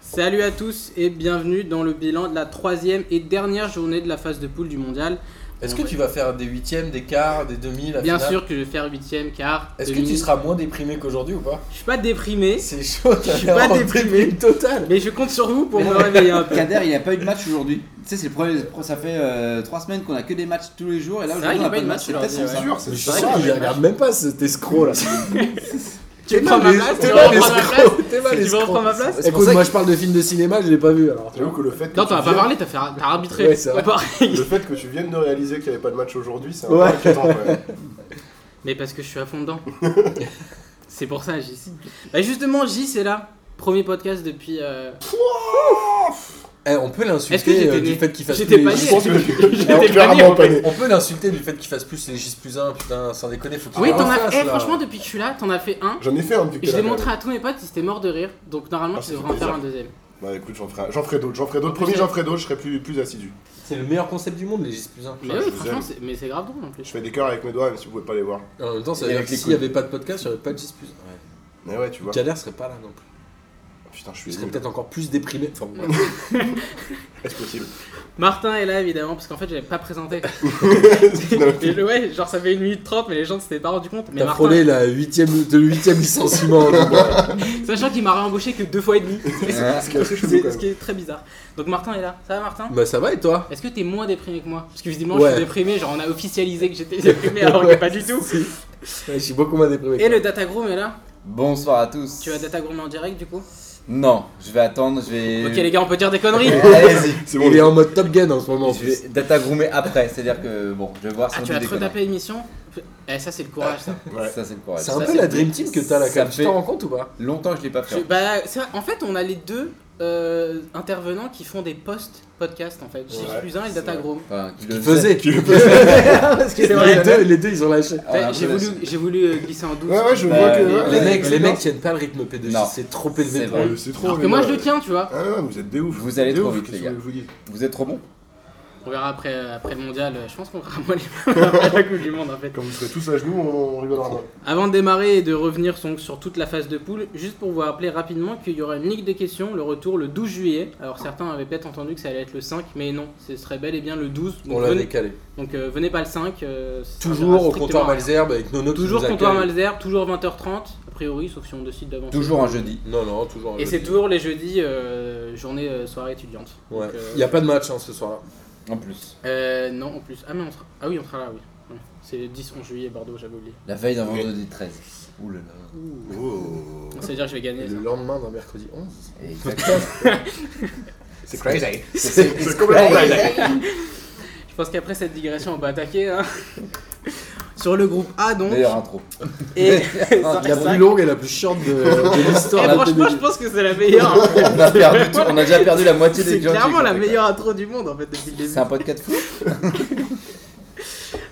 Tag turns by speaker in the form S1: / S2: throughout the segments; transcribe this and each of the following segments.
S1: Salut à tous et bienvenue dans le bilan de la troisième et dernière journée de la phase de poule du mondial.
S2: Est-ce
S1: En
S2: que
S1: vrai.
S2: tu vas faire des huitièmes, des quarts, des demi, la
S1: Bien
S2: finale
S1: sûr que je vais faire huitième car
S2: Est-ce que
S1: demi.
S2: tu seras moins déprimé qu'aujourd'hui ou pas
S1: je suis pas déprimé,
S2: C'est chaud,
S1: Je
S2: t'as
S1: suis
S2: l'air
S1: pas
S2: en
S1: déprimé.
S2: déprime totale.
S1: mais je compte sur vous pour me réveiller un peu.
S3: Kader, il a pas eu de match aujourd'hui. Tu sais, c'est le premier. Ça fait euh, trois semaines qu'on a que des matchs tous les jours et là
S1: C'est
S3: aujourd'hui
S1: vrai qu'il
S3: on
S1: a
S3: a
S1: pas eu de match
S3: C'est peut-être
S1: aujourd'hui,
S3: pour
S1: ouais.
S3: ça.
S2: Mais je
S4: c'est vrai
S2: sens
S4: qu'il
S2: qu'il
S4: y a un
S2: regarde même pas cet escroc là.
S1: Tu prends ma place, tu
S2: T'es
S1: veux
S2: mal
S1: reprendre ma place
S2: escroc, t'es mal
S1: Tu veux reprendre
S2: escroc.
S1: ma place
S4: C'est pour
S2: Écoute,
S4: ça
S2: moi
S4: que-
S2: je parle de films de cinéma, je l'ai pas vu alors. tu vois.
S4: J'avoue que le fait que,
S1: Non,
S4: tu
S1: t'en as pas
S4: viennes-
S1: parlé, t'as fait- t'as arbitré.
S2: Ouais, c'est vrai.
S1: Pareil.
S4: le fait que tu viennes de réaliser qu'il n'y avait pas de match aujourd'hui, c'est un
S2: Ouais.
S4: peu inquiétant quand même.
S1: Mais parce que je suis à fond dedans. c'est pour ça, J. Bah justement, J, c'est là. Premier podcast depuis. euh,
S2: Eh, on
S1: Est-ce
S2: peut
S1: que
S2: l'insulter
S1: j'étais
S2: euh,
S1: né
S2: du fait qu'il fasse
S1: J'étais
S2: plus
S1: pas
S2: les-
S1: né.
S4: Je pense que-
S1: J'étais
S4: Alors,
S1: pas né,
S4: clairement
S1: en
S4: pas
S1: fait.
S4: né.
S2: On peut l'insulter du fait qu'il fasse plus les J plus 1, putain, sans déconner, faut qu'il
S1: Oui,
S2: le
S1: t'en as.
S2: refasse,
S1: Eh,
S2: Ah, là.
S1: franchement, depuis que je suis là, t'en as fait un.
S4: J'en ai fait un depuis que
S1: Et je
S4: t'es
S1: l'ai
S4: là,
S1: montré à tous mes potes, ils étaient morts de rire. Donc normalement,
S4: Ah,
S1: tu
S4: ça
S1: devrais
S4: fait
S1: en faire
S4: plaisir.
S1: un deuxième.
S4: quand même. Bah écoute, j'en ferai, j'en ferai d'autres. J'en ferai d'autres. Promis, j'en ferai d'autres. Je serai plus, plus assidu.
S2: C'est le meilleur concept du monde, les J plus 1.
S1: Mais
S4: je
S1: oui,
S4: vous
S1: franchement,
S4: aime.
S1: c'est- mais c'est grave drôle en
S4: Je
S1: plus.
S4: fais des cœurs avec mes doigts, même si vous pouvez pas les voir.
S2: En même temps, ça
S3: Et
S2: veut dire
S3: avec
S2: que
S3: les
S2: s'il n'y avait pas de podcast, il n'y aurait pas de J plus 1.
S4: Mais ouais, tu vois.
S2: Kader serait pas là non plus.
S4: Putain, je
S2: Tu
S4: suis
S2: serais
S4: nul.
S2: peut-être encore plus déprimé. Enfin, ouais.
S4: Est-ce possible
S1: Martin est là évidemment, parce qu'en fait, j'avais pas présenté.
S4: Finalement,
S1: Et le- ouais, genre ça fait une minute 30, mais les gens ne s'étaient pas rendu compte. Mais
S2: T'as
S1: Martin,
S2: frôlé la huitième, de huitième licenciement. en ligne.
S1: sachant qu'il m'a réembauché que deux fois et demi.
S3: Ah,
S4: ce qui est assez
S1: C'est-
S4: chelou,
S1: ce
S4: quand même.
S1: qui est très bizarre. Donc Martin est là. Ça va, Martin
S2: Bah ça va et toi
S1: Est-ce que t'es moins déprimé que moi Parce que visiblement, je
S2: Ouais.
S1: suis déprimé. Genre, on a officialisé que j'étais déprimé alors que
S2: Ouais.
S1: pas du tout.
S2: Je suis beaucoup moins déprimé.
S1: Et le Datagroom est là.
S3: Bonsoir à tous.
S1: Tu vas Datagroom en direct du coup
S3: Non, je vais attendre. Je vais.
S1: Ok, les gars, on peut dire des conneries.
S3: Allez-y.
S4: C'est bon,
S2: Il
S4: les
S2: est
S4: gars.
S2: en mode Top Gun en ce moment. en
S3: Je
S2: plus.
S3: vais datagroomer après, c'est-à-dire que bon, je vais voir si
S1: Ah,
S3: on
S1: tu
S3: dit
S1: vas
S3: des
S1: te
S3: conneries.
S1: retaper l'émission Eh, ça, c'est le courage, ça.
S4: Ouais.
S3: Ça c'est le courage.
S2: C'est un
S1: Ça,
S2: peu
S1: c'est-
S2: la Dream Team que t'as là
S3: ça
S2: quand même. Tu
S3: fait-
S2: t'en rends compte ou pas
S3: Longtemps que je l'ai pas
S1: Je-
S3: fait.
S1: bah, ça, en fait, on a les deux euh, intervenants qui font des post-podcasts en fait. J'ai
S4: Ouais,
S1: plus un et le
S4: c'est vrai.
S1: Datagroom.
S3: Enfin, qui
S2: Tu
S3: le
S2: faisais.
S4: Tu le
S2: Parce que
S1: C'est
S2: les,
S1: vrai.
S2: deux, les deux ils ont lâché.
S3: Ah, on a un
S1: Ouais, Ben, J'ai
S3: peu
S1: voulu, j'ai voulu euh, glisser en douce.
S4: Ouais, ouais, je
S3: Bah,
S4: vois que.
S3: les-
S4: ouais,
S2: Les
S4: ouais,
S2: mecs,
S4: c'est
S2: les
S4: bien.
S2: mecs tiennent pas le rythme P2J,
S3: Non.
S2: c'est trop élevé
S3: C'est
S2: pour
S3: vrai.
S2: eux.
S4: Ouais, C'est trop.
S1: Alors que
S4: mais
S1: moi,
S4: ouais.
S1: je le tiens, tu vois.
S4: Ah non, vous êtes des ouf.
S3: Vous allez
S4: Des
S3: trop
S4: ouf,
S3: vite,
S4: qu'est-ce
S3: les
S4: que
S3: gars.
S4: je vous dis
S3: Vous êtes trop bon.
S1: On verra après, euh, après le mondial. euh, Je pense qu'on verra moins les après la Coupe du Monde en fait.
S4: Quand vous serez tous à genoux, on rigolera moins.
S1: Avant de démarrer et de revenir son- sur toute la phase de poule, juste pour vous rappeler rapidement qu'il y aura une ligue des questions, le retour le 12 juillet. Alors certains avaient peut-être entendu que ça allait être le 5, mais non, ce serait bel et bien le 12. Donc,
S2: On l'a
S1: venez,
S2: décalé. Ah,
S1: donc, euh, venez pas le 5. euh, ça servira
S2: Toujours au comptoir
S1: strictement à rien.
S2: Malzerbe avec Nono qui
S1: Toujours
S2: nous
S1: comptoir
S2: accueille.
S1: Malzer, toujours 20h30, a priori, sauf si on décide d'avancer.
S3: Toujours un jeudi.
S2: Non, non, toujours. un
S1: Et
S2: jeudi.
S1: c'est toujours les jeudis, euh, journée, euh, soirée étudiante.
S2: Ouais.
S1: Donc, euh,
S2: Il y a pas de match hein, ce soir-là.
S3: En plus,
S1: Euh, non, en plus. Ah, mais on sera... ah oui, on sera là, oui. Ouais. C'est le 10-11 juillet, Bordeaux, j'avais oublié.
S3: la veille d'un
S4: Ok.
S3: vendredi 13. Ouh là là.
S4: Oh.
S1: Ça veut dire que je vais
S2: Et
S1: gagner. ça.
S2: le lendemain d'un mercredi 11.
S3: Exactement.
S4: C'est crazy.
S3: C'est-
S4: C'est complètement crazy.
S1: Je pense qu'après cette digression, on peut attaquer. hein. Sur le groupe A, donc.
S3: Meilleure intro.
S2: Ah,
S1: Et...
S2: La plus longue et la plus chiante de, de l'histoire.
S1: Et
S2: de la
S1: Ah, franchement,
S2: P2J.
S1: je pense que c'est la meilleure. hein.
S3: On a, perdu tout- on a déjà perdu la moitié des
S1: C'est
S3: gens. qui
S1: clairement la
S3: écoutaient,
S1: meilleure intro du monde, en fait, depuis le
S3: quoi.
S1: début.
S3: C'est un podcast fou.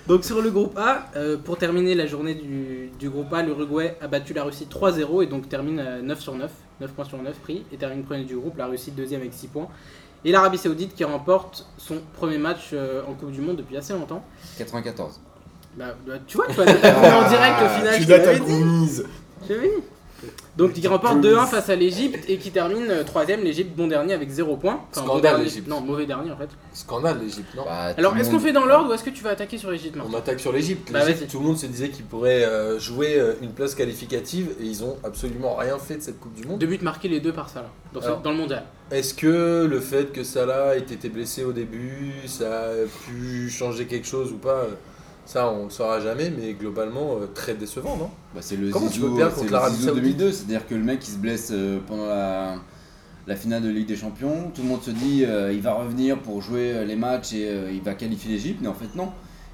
S1: Donc sur le groupe A, euh, pour terminer la journée du, du groupe A, l'Uruguay a battu la Russie 3-0 et donc termine à 9 sur 9, 9 points sur 9 pris, et termine premier du groupe, la Russie deuxième avec 6 points. Et l'Arabie Saoudite qui remporte son premier match euh, en Coupe du Monde depuis assez longtemps.
S3: 94.
S1: Bah, bah, tu vois, tu vois, en direct au final,
S4: Tu
S1: je te
S4: dates
S1: l'avais
S4: à
S1: dit.
S4: Goonies.
S1: Je l'avais dit. Donc qui remporte 2-1 face à l'Egypte et qui termine euh, troisième, l'Egypte bon dernier avec 0 points. bon
S2: Scandale,
S1: dernier-
S2: l'Égypte.
S1: Non, mauvais dernier en fait.
S2: Scandale l'Egypte, non
S3: Bah, tout
S1: Alors
S3: le
S1: est-ce qu'on
S3: monde-
S1: fait dans l'ordre ou est-ce que tu vas attaquer sur l'Egypte
S2: On attaque sur l'Egypte.
S1: Bah,
S2: L'Égypte,
S1: vas-y.
S2: tout le monde se disait qu'ils pourraient euh, jouer euh, une place qualificative et ils ont absolument rien fait de cette Coupe du Monde.
S1: Deux buts marqués les deux par ça là, dans, ce-
S2: Alors.
S1: dans le mondial.
S2: Est-ce que le fait que Salah ait été blessé au début, ça a pu changer quelque chose ou pas euh, Ça, on le saura jamais, mais globalement, euh, très décevant, non
S3: Bah, c'est le
S2: Comment tu
S3: Zizou,
S2: peux perdre
S3: c'est
S2: contre
S3: le
S2: l'Arabie
S3: Zizou
S2: Saoudite
S3: 2002, c'est-à-dire que le mec il se blesse euh, pendant la, la finale de Ligue des Champions, tout le monde se dit euh, il va revenir pour jouer euh, les matchs et euh, il va qualifier l'Égypte, mais en fait non.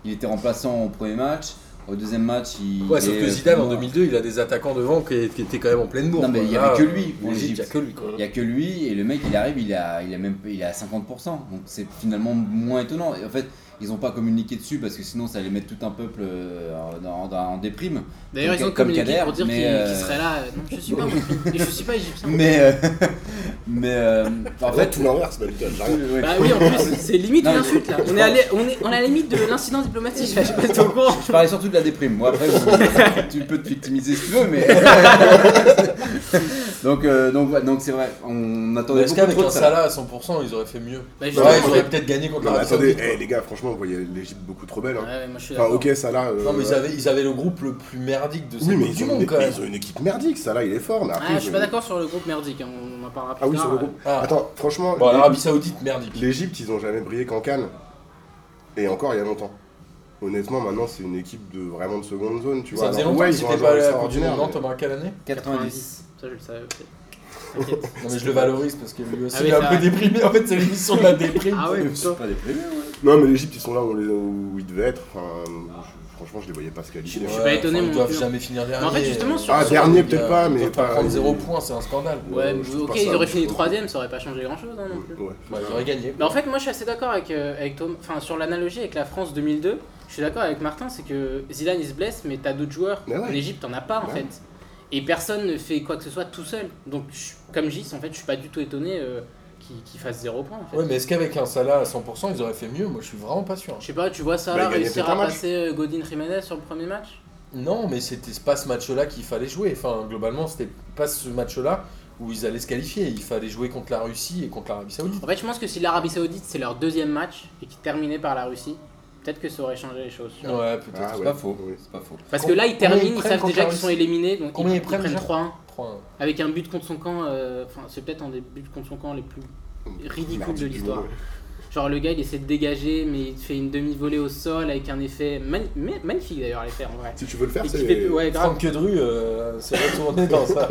S3: Il était remplaçant au premier match, au deuxième match il
S2: Ouais, sauf
S3: est-
S2: que Zidane, en
S3: non,
S2: 2002, il a des attaquants devant qui, qui étaient quand même en pleine bourre.
S3: euh, Non, mais
S2: quoi.
S3: il y
S2: Là,
S3: avait que
S2: euh,
S3: lui pour
S2: l'Égypte, il y a
S3: l'Égypte.
S2: que lui, quoi.
S3: Il n'y a que lui et le mec il arrive, il a, il a même il est à 50%. Donc c'est finalement moins étonnant. Et en fait, ils n'ont pas communiqué dessus parce que sinon ça allait mettre tout un peuple euh, en, en- en déprime.
S1: D'ailleurs,
S3: Comme-
S1: ils ont
S3: comme
S1: communiqué
S3: Kader,
S1: pour dire
S3: mais,
S1: qu'il
S3: euh,
S1: qu'il serait là. euh, Non, je suis pas. moi. Et je suis pas égyptien.
S3: Mais, euh, mais euh, en fait,
S4: tout l'inverse, bah, putain, j'arrive.
S3: ouais.
S1: Bah oui, en plus, c'est limite
S3: Non,
S1: une insulte là. On est, allé- on est on est à la limite de l'incident diplomatique. là, Je sais pas si t'es au courant.
S3: Je parlais surtout de la déprime. Moi, après, vous- tu peux te victimiser si tu veux, mais. Donc, euh, donc, ouais, donc c'est vrai, on attendait
S2: Est-ce
S3: beaucoup
S2: qu'avec
S3: trop
S2: un
S3: de Salah.
S2: Salah à 100%, ils auraient fait mieux
S1: Bah,
S2: Ouais,
S1: justement,
S2: ils auraient peut-être gagné contre
S4: Non, mais
S2: l'Arabie
S4: attendez,
S2: Saoudite.
S4: eh, les gars, franchement, vous voyez l'Egypte beaucoup trop belle.
S1: Ouais,
S4: hein.
S1: ouais, moi je suis
S4: Enfin,
S1: d'accord.
S4: ok, ça là. euh,
S2: Non, mais ils avaient, ils avaient le groupe le plus merdique de cette
S4: Oui, mais
S2: Coupe
S4: ils
S2: du
S4: ont,
S2: Monde
S4: une,
S2: quand
S4: mais
S2: même.
S4: ils ont une équipe merdique, ça là, il est fort. Mais
S1: Ah,
S4: après,
S1: je suis pas
S4: euh,
S1: d'accord sur le groupe merdique, hein, on on en parlera plus
S4: Ah oui,
S1: tard.
S4: sur le groupe.
S2: Ah.
S4: Attends, franchement,
S2: Bon,
S4: l'Égypte-
S2: l'Arabie Saoudite, merdique.
S4: l'Égypte, ils ont jamais brillé qu'en Cannes. Et encore, il y a longtemps. Honnêtement, maintenant, c'est une équipe de vraiment de seconde zone, tu vois.
S2: Ça faisait
S4: Alors,
S2: longtemps
S4: ouais,
S2: que
S4: ils ont un
S2: c'était pas à la
S4: joueur
S2: Coupe du
S4: extraordinaire.
S2: Monde, non,
S4: mais-
S2: Thomas, quelle
S1: Ah,
S2: année
S3: 90.
S1: euh, Ça, je le savais peut-être. T'inquiète.
S2: Non, mais je le valorise parce que lui aussi,
S1: Ah oui,
S2: il est un
S1: ça
S2: peu
S1: va.
S2: déprimé. En fait, c'est l'émission de la déprime.
S1: Ah ouais,
S3: Je suis pas déprimé, ouais.
S4: Non, mais l'Égypte, ils sont là où, les- où ils devaient être. Enfin, je- franchement, je les voyais pas se qualifier.
S1: Je suis pas étonné,
S2: enfin,
S1: mon
S2: Ils doivent
S1: cul.
S2: jamais finir dernier.
S1: en fait, justement, sur-
S4: Ah,
S1: sur-
S4: dernier,
S2: les
S4: peut-être
S2: gars,
S4: pas,
S2: ils
S4: mais
S2: peuvent pas
S4: pas-
S2: prendre 0 points, c'est un scandale.
S1: Ouais,
S4: Euh, je trouve
S1: ok,
S4: pas
S1: ils
S4: ça
S1: auraient
S4: ouf,
S1: fini
S4: je trouve.
S1: troisième, ça aurait pas changé grand chose non plus.
S4: Ouais.
S2: Bah, ils auraient gagné.
S1: Mais en fait, moi je suis assez d'accord avec, euh, avec Tom, enfin sur l'analogie avec la France 2002, je suis d'accord avec Martin, c'est que Zidane il se blesse, mais t'as d'autres joueurs.
S4: Mais ouais.
S1: En Égypte, t'en as pas en
S4: Ouais.
S1: fait. Et personne ne fait quoi que ce soit tout seul. Donc, je- comme Gis, en fait, je suis pas du tout étonné euh, qu'il qu'il fasse zéro point en fait.
S2: Ouais, mais est-ce qu'avec un Salah à 100%, ils auraient fait mieux Moi, je suis vraiment pas sûr.
S1: Je sais pas, tu vois ça
S4: Bah,
S1: là,
S4: il gagnait
S1: réussir
S4: peut-être
S1: à
S4: un match.
S1: passer euh, Godin Jiménez sur le premier match
S2: Non, mais c'était pas ce match-là qu'il fallait jouer. Enfin, globalement, c'était pas ce match-là où ils allaient se qualifier. Il fallait jouer contre la Russie et contre l'Arabie Saoudite.
S1: En fait, je pense que si l'Arabie Saoudite c'est leur deuxième match et qu'ils terminaient par la Russie, peut-être que ça aurait changé les choses. tu vois.
S2: Ouais, peut-être.
S4: Ah
S3: C'est
S4: ouais.
S3: pas faux.
S4: Oui.
S3: C'est pas faux.
S1: Parce que
S2: Com-
S1: là, ils
S2: combien ils
S1: terminent, ils
S2: prennent
S1: savent
S2: contre
S1: déjà
S2: la
S1: qu'ils sont
S2: Russie
S1: éliminés, donc
S2: Combien
S1: ils,
S2: ils prennent
S1: prennent
S2: déjà
S1: 3-1.
S2: Trois, un.
S1: Avec un but contre son camp, euh, enfin c'est peut-être un des buts contre son camp les plus ridicules
S4: Merdique
S1: de
S4: du
S1: l'histoire.
S4: monde, ouais.
S1: Genre le gars il essaie de dégager mais il te fait une demi-volée au sol avec un effet mani- ma- magnifique d'ailleurs à l'effet en vrai.
S4: Si tu veux le faire,
S1: Et qui
S4: Ah, c'est.
S1: fait- ouais, grave.
S2: Franck Quedru euh, s'est retourné dans sa.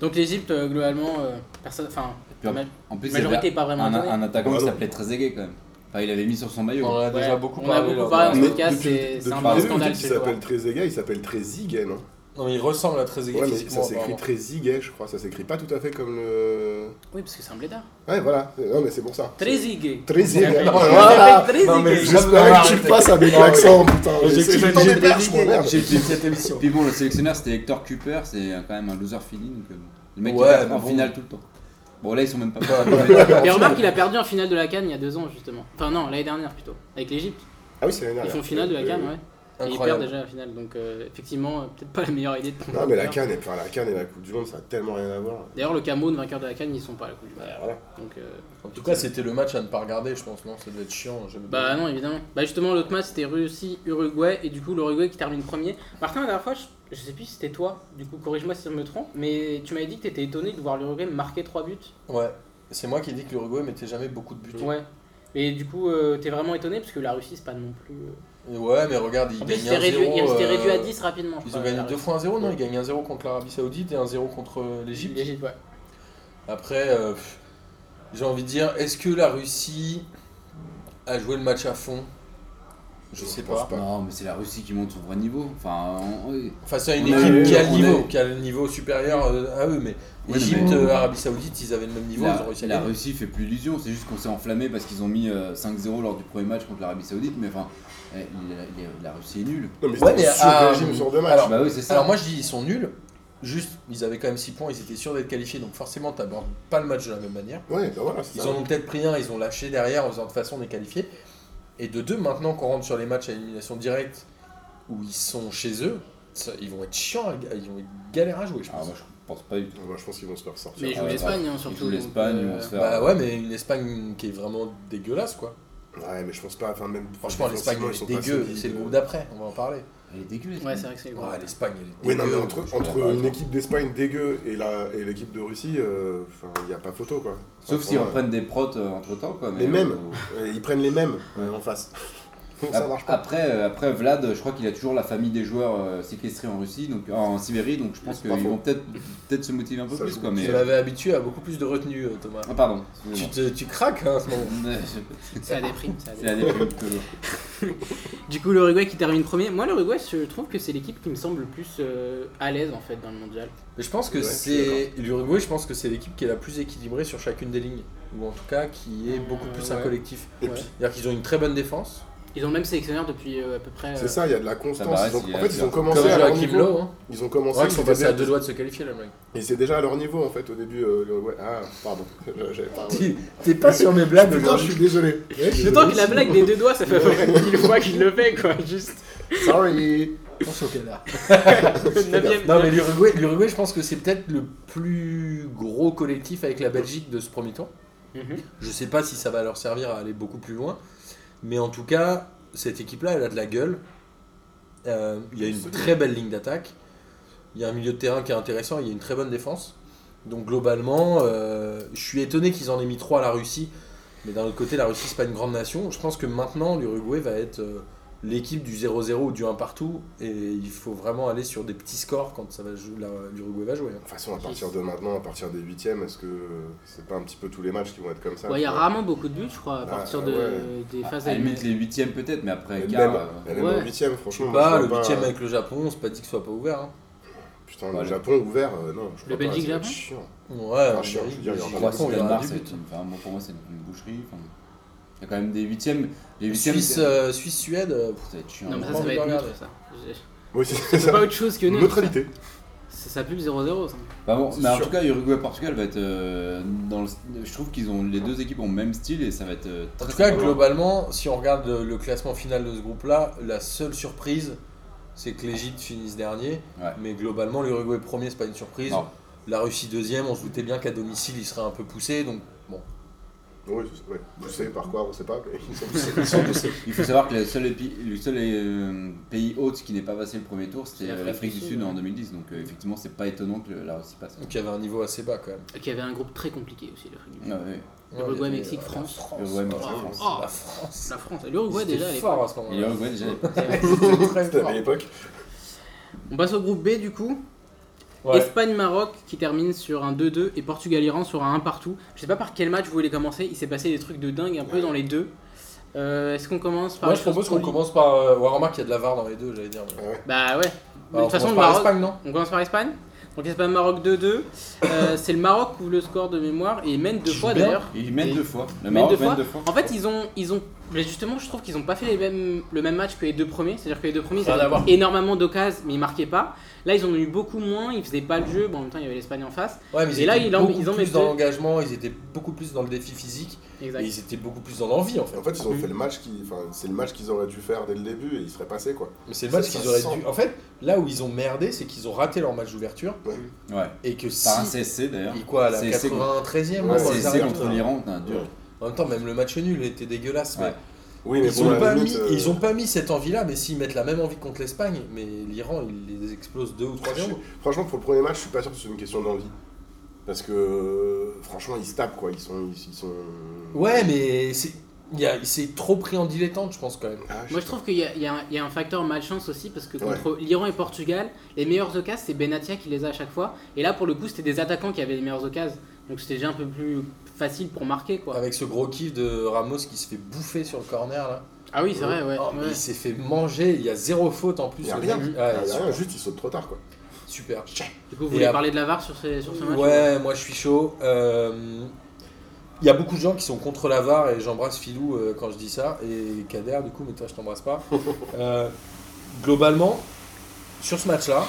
S1: Donc l'Egypte globalement, euh, personne, enfin
S3: Puis
S1: la
S3: en-
S1: ma-
S3: En plus, il y avait
S1: majorité est pas vraiment
S3: un,
S1: étonnée.
S3: un attaquant
S4: Ouais,
S3: qui
S4: non.
S3: s'appelait Trezeguet quand même. Enfin, il avait mis sur son
S2: On en
S3: maillot.
S2: a
S1: Ouais,
S2: déjà beaucoup
S1: on a
S2: parlé.
S1: beaucoup
S2: là.
S1: parlé,
S4: Mais
S1: en tout cas,
S4: depuis-
S1: Ah, c'est-
S4: depuis
S1: c'est un
S4: le
S1: bon
S4: début,
S1: scandale,
S4: Il
S1: ce joueur.
S4: s'appelle Trezeguet, il s'appelle Trezigue, non
S2: Non, mais il ressemble à Trezeguet
S4: Ouais, mais ça
S2: physiquement.
S4: s'écrit
S2: apparemment.
S4: Trezigue, je crois. Ça s'écrit pas tout à fait comme le.
S1: Oui parce que c'est un blédard.
S4: Ouais, voilà. Non, mais c'est pour ça.
S1: Trezeguet.
S4: Trezeguet.
S1: Il s'appelle-
S4: Voilà.
S1: il s'appelle
S2: Non, mais-
S1: Trezeguet.
S4: J'espérais que tu le fasses avec
S2: Non, mais-
S4: l'accent, putain.
S2: J'ai-
S4: J'essaie
S2: j'ai-
S4: de t'en
S2: j'ai-
S4: déperche, moi, merde.
S2: J'ai fini cette émission.
S3: Puis bon, le sélectionneur c'était Hector Cooper, c'est quand même un loser fini. Donc, euh, le mec
S2: Ouais,
S3: qui est
S2: mais
S3: en
S2: bon.
S3: finale tout le temps. Bon, là ils sont même pas.
S1: Mais remarque il a perdu en finale de la Cannes il y a deux ans justement. Enfin non l'année dernière plutôt avec l'Egypte.
S4: Ah oui, c'est l'année
S1: Ils
S4: dernière.
S1: font finale de la Cannes ouais. Et ils perdent
S2: Incroyable.
S1: déjà la finale donc euh, effectivement euh, peut-être pas la meilleure idée de prendre
S4: Non,
S1: un
S4: mais la
S1: joueur.
S4: Cannes, et- enfin, la Cannes et la Coupe du Monde, ça a tellement rien à voir.
S1: D'ailleurs, le Cameroun, vainqueur de la Cannes, ils sont pas à la Coupe du Monde.
S4: Voilà.
S1: Donc, euh,
S2: En tout cas, c'était le match à ne pas regarder, je pense. Non, ça devait être chiant. je-
S1: bah non, évidemment. Bah justement, l'autre match c'était Russie-Uruguay et du coup l'Uruguay qui termine premier. Martin, la dernière fois, je, je sais plus si c'était toi, du coup corrige-moi si je me trompe, mais tu m'avais dit que t'étais étonné de voir l'Uruguay marquer 3 buts.
S2: Ouais. C'est moi qui dis que l'Uruguay mettait jamais beaucoup de buts.
S1: Ouais. Et du coup, euh, t'es vraiment étonné parce que la Russie c'est pas non plus. euh,
S2: Et ouais, mais regarde, ils
S1: En plus,
S2: gagnent
S1: c'était
S2: 1-0.
S1: réduit, il- c'était
S2: euh,
S1: réduit à 10 rapidement. je
S2: Ils
S1: crois,
S2: ont
S1: la
S2: gagné deux
S1: Russie.
S2: fois 1-0, non Ils gagnent 1-0 contre l'Arabie Saoudite et 1-0 contre euh, l'Égypte.
S1: L'Égypte, ouais.
S2: Après, euh, pff, j'ai envie de dire, est-ce que la Russie a joué le match à fond Je sais
S4: pense
S2: pas.
S4: pas.
S3: Non, mais c'est la Russie qui monte son vrai niveau. Enfin, on- oui.
S2: Face à une
S3: On a
S2: équipe
S3: eu-
S2: qui a le
S3: on a
S2: niveau,
S3: eu-
S2: qui a le niveau supérieur euh, à eux, mais
S3: Oui,
S2: Égypte,
S3: mais-
S2: euh, Arabie Saoudite, ils avaient le même niveau,
S3: la,
S2: ils ont réussi à
S3: la
S2: gagner.
S3: Russie fait plus illusion, c'est juste qu'on s'est enflammé parce qu'ils ont mis euh, 5-0 lors du premier match contre l'Arabie Saoudite, mais enfin, eh, la, la- la Russie est nulle.
S4: Non, mais
S2: Ouais,
S4: c'était
S2: mais,
S4: sur
S2: ah,
S4: régime sur deux matchs.
S2: alors-
S3: bah oui, c'est ça.
S2: Alors moi je dis ils sont nuls, juste ils avaient quand même 6 points, ils étaient sûrs d'être qualifiés, donc forcément t'abordes pas le match de la même manière.
S4: Ouais, bah voilà, c'est
S2: Ils
S4: ça.
S2: en ont peut-être pris un, ils ont lâché derrière en faisant de toute façon on est qualifié. Et de deux, maintenant qu'on rentre sur les matchs à élimination directe où ils sont chez eux, ça- ils vont être chiants, à- ils vont être galères à jouer, je
S3: Ah,
S2: pense.
S3: moi, je pense pas du tout.
S4: Ah, bah, je pense qu'ils vont se faire sortir.
S1: Mais ils jouent
S3: Ah,
S1: l'Espagne, hein,
S3: ils
S1: surtout.
S3: jouent
S1: donc,
S3: l'Espagne, ils
S1: euh,
S3: vont se faire-
S2: bah ouais, mais une Espagne qui est vraiment dégueulasse quoi.
S4: Ouais, mais je pense pas. Enfin, même.
S2: Franchement, l'Espagne
S4: défensivement,
S2: elle est dégueu, c'est
S4: euh,
S2: le groupe d'après, on va en parler.
S3: Elle est dégueulasse.
S1: Ouais, c'est vrai que c'est gros.
S2: Ouais, l'Espagne elle est
S4: Oui, non, mais
S2: dégueu.
S4: entre, entre
S3: Ouais,
S4: une équipe d'Espagne dégueu et la- et l'équipe de Russie, euh, enfin, il n'y a pas photo, quoi.
S3: Sauf s'ils
S4: Franchement,
S3: reprennent des protes entre temps, quoi.
S4: Les mêmes.
S3: euh,
S4: euh, Ils prennent les mêmes euh, en face. Donc, ça
S3: ap-
S4: marche pas.
S3: après, euh, après, Vlad, je crois qu'il a toujours la famille des joueurs euh, séquestrés en Russie, donc en Sibérie, donc je pense
S4: C'est
S3: qu'ils
S4: pas faux.
S3: vont peut-être peut-être se motiver un peu
S4: Ça
S3: plus,
S4: joue.
S3: quoi.
S2: Tu
S3: Mais...
S2: l'avais habitué à beaucoup plus de retenue, euh, Thomas.
S3: Ah, pardon.
S2: Tu,
S3: excusez-moi.
S2: te- tu craques hein, à ce moment.
S1: Ça déprime, ça
S3: c'est la
S1: déprime.
S3: déprime, toujours.
S1: Du coup, l'Uruguay qui termine premier. Moi, l'Uruguay, je trouve que c'est l'équipe qui me semble le plus euh, à l'aise en fait dans le mondial.
S2: Mais je pense que
S4: Ouais, je suis
S2: c'est l'Uruguay, je pense que c'est l'équipe qui est la plus équilibrée sur chacune des lignes, ou en tout cas qui est beaucoup plus
S1: Euh,
S2: un
S1: ouais.
S2: collectif.
S4: Et
S1: Ouais.
S4: puis,
S2: C'est-à-dire qu'ils ont une très bonne défense,
S1: Ils ont le même sélectionneur depuis euh, à peu près. euh,
S4: c'est ça, il y a de la constance.
S3: paraît,
S4: Ils ont-
S3: il y a
S4: en fait,
S3: du-
S4: ils ont
S2: comme
S4: commencé à leur
S2: Joachim
S4: niveau.
S2: Lowe. Hein.
S4: Ils ont commencé.
S2: Ouais, ils sont
S4: étaient
S2: passés à
S4: déjà-
S2: deux doigts de se qualifier, les mecs.
S4: Ils étaient déjà à leur niveau, en fait, au début. euh, l'Uruguay. Ah, pardon. J'avais pas.
S2: T'es- T'es pas sur mes blagues
S4: Putain, je
S2: aujourd'hui.
S4: suis désolé.
S1: D'autant que la blague des deux doigts, ça fait à peu près mille fois qu'il le fait, quoi, juste.
S4: Sorry.
S2: Pense au Qatar.
S1: Neuvième-
S2: Non, mais l'Uruguay, l'Uruguay, je pense que c'est peut-être le plus gros collectif avec la Belgique de ce premier tour.
S1: Mhm.
S2: Je sais pas si ça va leur servir à aller beaucoup plus loin, mais en tout cas, cette équipe-là, elle a de la gueule. Euh, Il y a une
S4: Absolument.
S2: très belle ligne d'attaque. Il y a un milieu de terrain qui est intéressant. Il y a une très bonne défense. Donc globalement, euh, je suis étonné qu'ils en aient mis trois à la Russie. Mais d'un autre côté, la Russie, c'est pas une grande nation. Je pense que maintenant, l'Uruguay va être euh, l'équipe du 0-0 ou du 1 partout. Et il faut vraiment aller sur des petits scores quand ça va jouer, la- l'Uruguay va jouer. hein.
S4: De toute façon, à partir de maintenant, à partir des huitièmes, est-ce que euh, c'est pas un petit peu tous les matchs qui vont être comme ça
S1: Ouais, il y a
S4: tu vois
S1: rarement beaucoup de buts, je crois, à
S4: Bah,
S1: partir
S4: euh,
S1: de,
S4: ouais.
S1: des
S3: Bah, À
S1: phases
S3: la limite,
S1: éliminatoires.
S3: les huitièmes peut-être, mais après,
S4: Mais
S3: quart.
S4: même,
S3: euh,
S4: mais même
S1: ouais.
S4: en huitième, franchement.
S2: Je sais
S4: moi,
S2: pas,
S4: je
S2: le
S4: vois
S2: 8ème
S4: euh,
S2: avec le Japon, c'est pas dit que ce soit pas ouvert. hein.
S4: Putain,
S3: Voilà.
S4: le Japon ouvert, euh, non. Je crois pas,
S1: Belgique,
S4: ça va être
S1: Japon
S4: chiant.
S2: Ouais,
S4: je suis- je veux dire, il y en a
S2: Japon,
S4: des
S3: Croatie,
S2: il y aura
S3: Danemark,
S2: du
S3: c'est
S2: but.
S3: une- enfin, moi, pour moi, c'est une boucherie. enfin. Il y a quand même des huitièmes. Les huitièmes,
S2: Suisse,
S3: c'est-
S2: euh, Suisse-Suède, euh,
S3: ça va être chiant. hein.
S1: Non, mais ça,
S2: Bon,
S1: ça va
S2: on
S1: être
S2: va
S1: neutre,
S2: regarder.
S1: ça. Je-
S4: Moi aussi,
S1: C'est
S4: ça.
S1: pas autre chose que neutre.
S4: Neutralité.
S1: Ça, ça pue le 0-0, ça.
S3: Bah bon,
S2: C'est
S3: mais en
S2: sûr.
S3: tout cas, Uruguay-Portugal va être euh, dans le- Je trouve qu'ils ont les deux équipes ont le même style et ça va être euh,
S2: En
S3: très.
S2: tout cas,
S3: sympa.
S2: globalement, si on regarde euh, le, le classement final de ce groupe-là, la seule surprise, c'est que l'Égypte finisse dernier.
S3: Ouais.
S2: Mais globalement, l'Uruguay premier, c'est pas une surprise.
S3: Non.
S2: La Russie deuxième, on se doutait bien qu'à domicile, il serait un peu poussé. Donc,
S4: Oui, c'est- ouais. Vous savez par quoi, on sait pas. mais ils sont poussés.
S2: ils sont poussés.
S3: Il faut savoir que le seul, épi- le seul euh, pays hôte qui n'est pas passé le premier tour,
S1: C'est
S3: c'était
S1: l'Afrique
S3: l'Afrique
S1: du
S3: du
S1: Sud,
S3: Sud
S1: ouais.
S3: en 2010. Donc euh, effectivement, c'est pas étonnant que le- la Russie passe.
S2: Donc, il y avait un niveau assez bas quand même.
S1: Qui avait un groupe très compliqué aussi, l'Afrique du Sud.
S3: Ouais, ouais.
S2: Ouais,
S1: Uruguay,
S2: il y avait,
S1: Mexique,
S2: euh,
S1: France.
S2: la France.
S3: Uruguay, Mexique,
S2: Ah,
S1: France.
S2: La France.
S1: La France, l'Uruguay
S2: Ils
S1: déjà à
S2: étaient
S1: l'époque.
S2: forts à ce
S3: Et
S2: moment-là.
S3: l'Uruguay déjà.
S2: C'était très
S4: C'était
S2: fort.
S4: à l'époque.
S1: On passe au groupe B du coup.
S2: Ouais.
S1: Espagne-Maroc qui termine sur un 2-2 et Portugal-Iran sur un 1 partout. Je sais pas par quel match vous voulez commencer, il s'est passé des trucs de dingue un peu dans les deux. Euh, Est-ce qu'on commence par.
S2: Moi,
S1: les
S2: je propose
S1: choses
S2: qu'on
S1: polies
S2: commence par. euh, ouais, remarque, il y a de la VAR dans les deux, j'allais dire. mais-
S4: Ah ouais.
S1: Bah ouais.
S2: Bah,
S1: de
S2: on
S1: toute façon, le
S2: commence par
S1: Maroc.
S2: l'Espagne, non
S1: On commence par l'Espagne. Donc Espagne-Maroc 2-2. Euh, C'est le Maroc qui ouvre le score de mémoire et mène deux
S2: Joue
S1: fois
S2: bien.
S1: d'ailleurs.
S3: Ils mènent
S1: Et-
S3: deux fois. Le
S1: Mène
S3: Maroc
S1: deux fois.
S3: mène deux fois.
S1: En fait, ils ont, ils ont, mais justement, je trouve qu'ils n'ont pas fait les mêmes, le même match que les deux premiers. C'est-à-dire que les deux premiers, ils
S2: Rien à
S1: avaient
S2: voir.
S1: énormément d'occasions, mais ils marquaient pas. Là, ils en ont eu beaucoup moins. Ils faisaient pas le jeu. Bon, en même temps, il y avait l'Espagne en face.
S2: Ouais, mais ils
S1: Et là,
S2: étaient
S1: ils en-
S2: beaucoup
S1: ils en
S2: plus
S1: mettent
S2: dans
S1: deux.
S2: l'engagement, ils étaient beaucoup plus dans le défi physique,
S1: Exact.
S2: et ils étaient beaucoup plus dans l'envie en fait.
S4: En fait, ils ont fait le match qui. Enfin, c'est le match qu'ils auraient dû faire dès le début et ils seraient passés, quoi.
S2: Mais c'est le match
S4: Ça,
S2: qu'ils
S4: ça
S2: auraient
S4: sent.
S2: dû. En fait, là où ils ont merdé, c'est qu'ils ont raté leur match d'ouverture,
S3: Ouais.
S2: et que si.
S3: Par un CSC d'ailleurs.
S2: Et quoi, à la
S3: C'est- c'est-
S2: 93 e
S4: Ouais,
S3: Un
S4: c'est-
S3: CSC
S4: c'est
S3: contre l'Iran, t'as un dur.
S4: Ouais.
S2: En même temps, même le match nul était dégueulasse. mais
S3: Ouais.
S4: Oui,
S2: ils, ont
S4: à la
S2: pas
S4: limite,
S2: mis,
S4: euh,
S2: ils ont pas mis cette envie-là, mais s'ils mettent la même envie contre l'Espagne, mais l'Iran, ils les explosent 2 ou 3
S4: je suis-
S2: jours.
S4: Franchement, pour le premier match, je suis pas sûr que ce soit une question d'envie. Parce que euh, franchement, ils se tapent quoi. Ils sont. Ils, ils sont...
S2: Ouais, mais c'est il y a- il s'est trop pris en dilettante, je pense quand même.
S4: Ah,
S1: Moi, je trouve qu'il y, a- il y a un- il y a un facteur malchance aussi parce que contre l'Iran et Portugal, les meilleures occasions, c'est Benatia qui les a à chaque fois. Et là, pour le coup, c'était des attaquants qui avaient les meilleures occasions. Donc, c'était déjà un peu plus facile pour marquer, quoi.
S2: Avec ce gros kiff de Ramos qui se fait bouffer sur le corner là.
S1: Ah oui, c'est vrai, ouais.
S2: Oh, mais
S1: ouais.
S2: Il s'est fait manger, il y a zéro faute en plus.
S4: Il y a
S2: le
S4: rien.
S2: mec. Ouais,
S4: Ah, y a rien,
S2: super.
S4: juste ils sautent trop tard quoi.
S2: super.
S1: Du coup, vous
S2: Et
S1: voulez
S2: à-
S1: parler de la VAR sur, ces- sur ce match
S2: Ouais, moi je suis chaud. Euh, Il y a beaucoup de gens qui sont contre la VAR et j'embrasse Filou euh, quand je dis ça. Et Kader, du coup, mais toi je t'embrasse pas. Euh, globalement, sur ce match-là,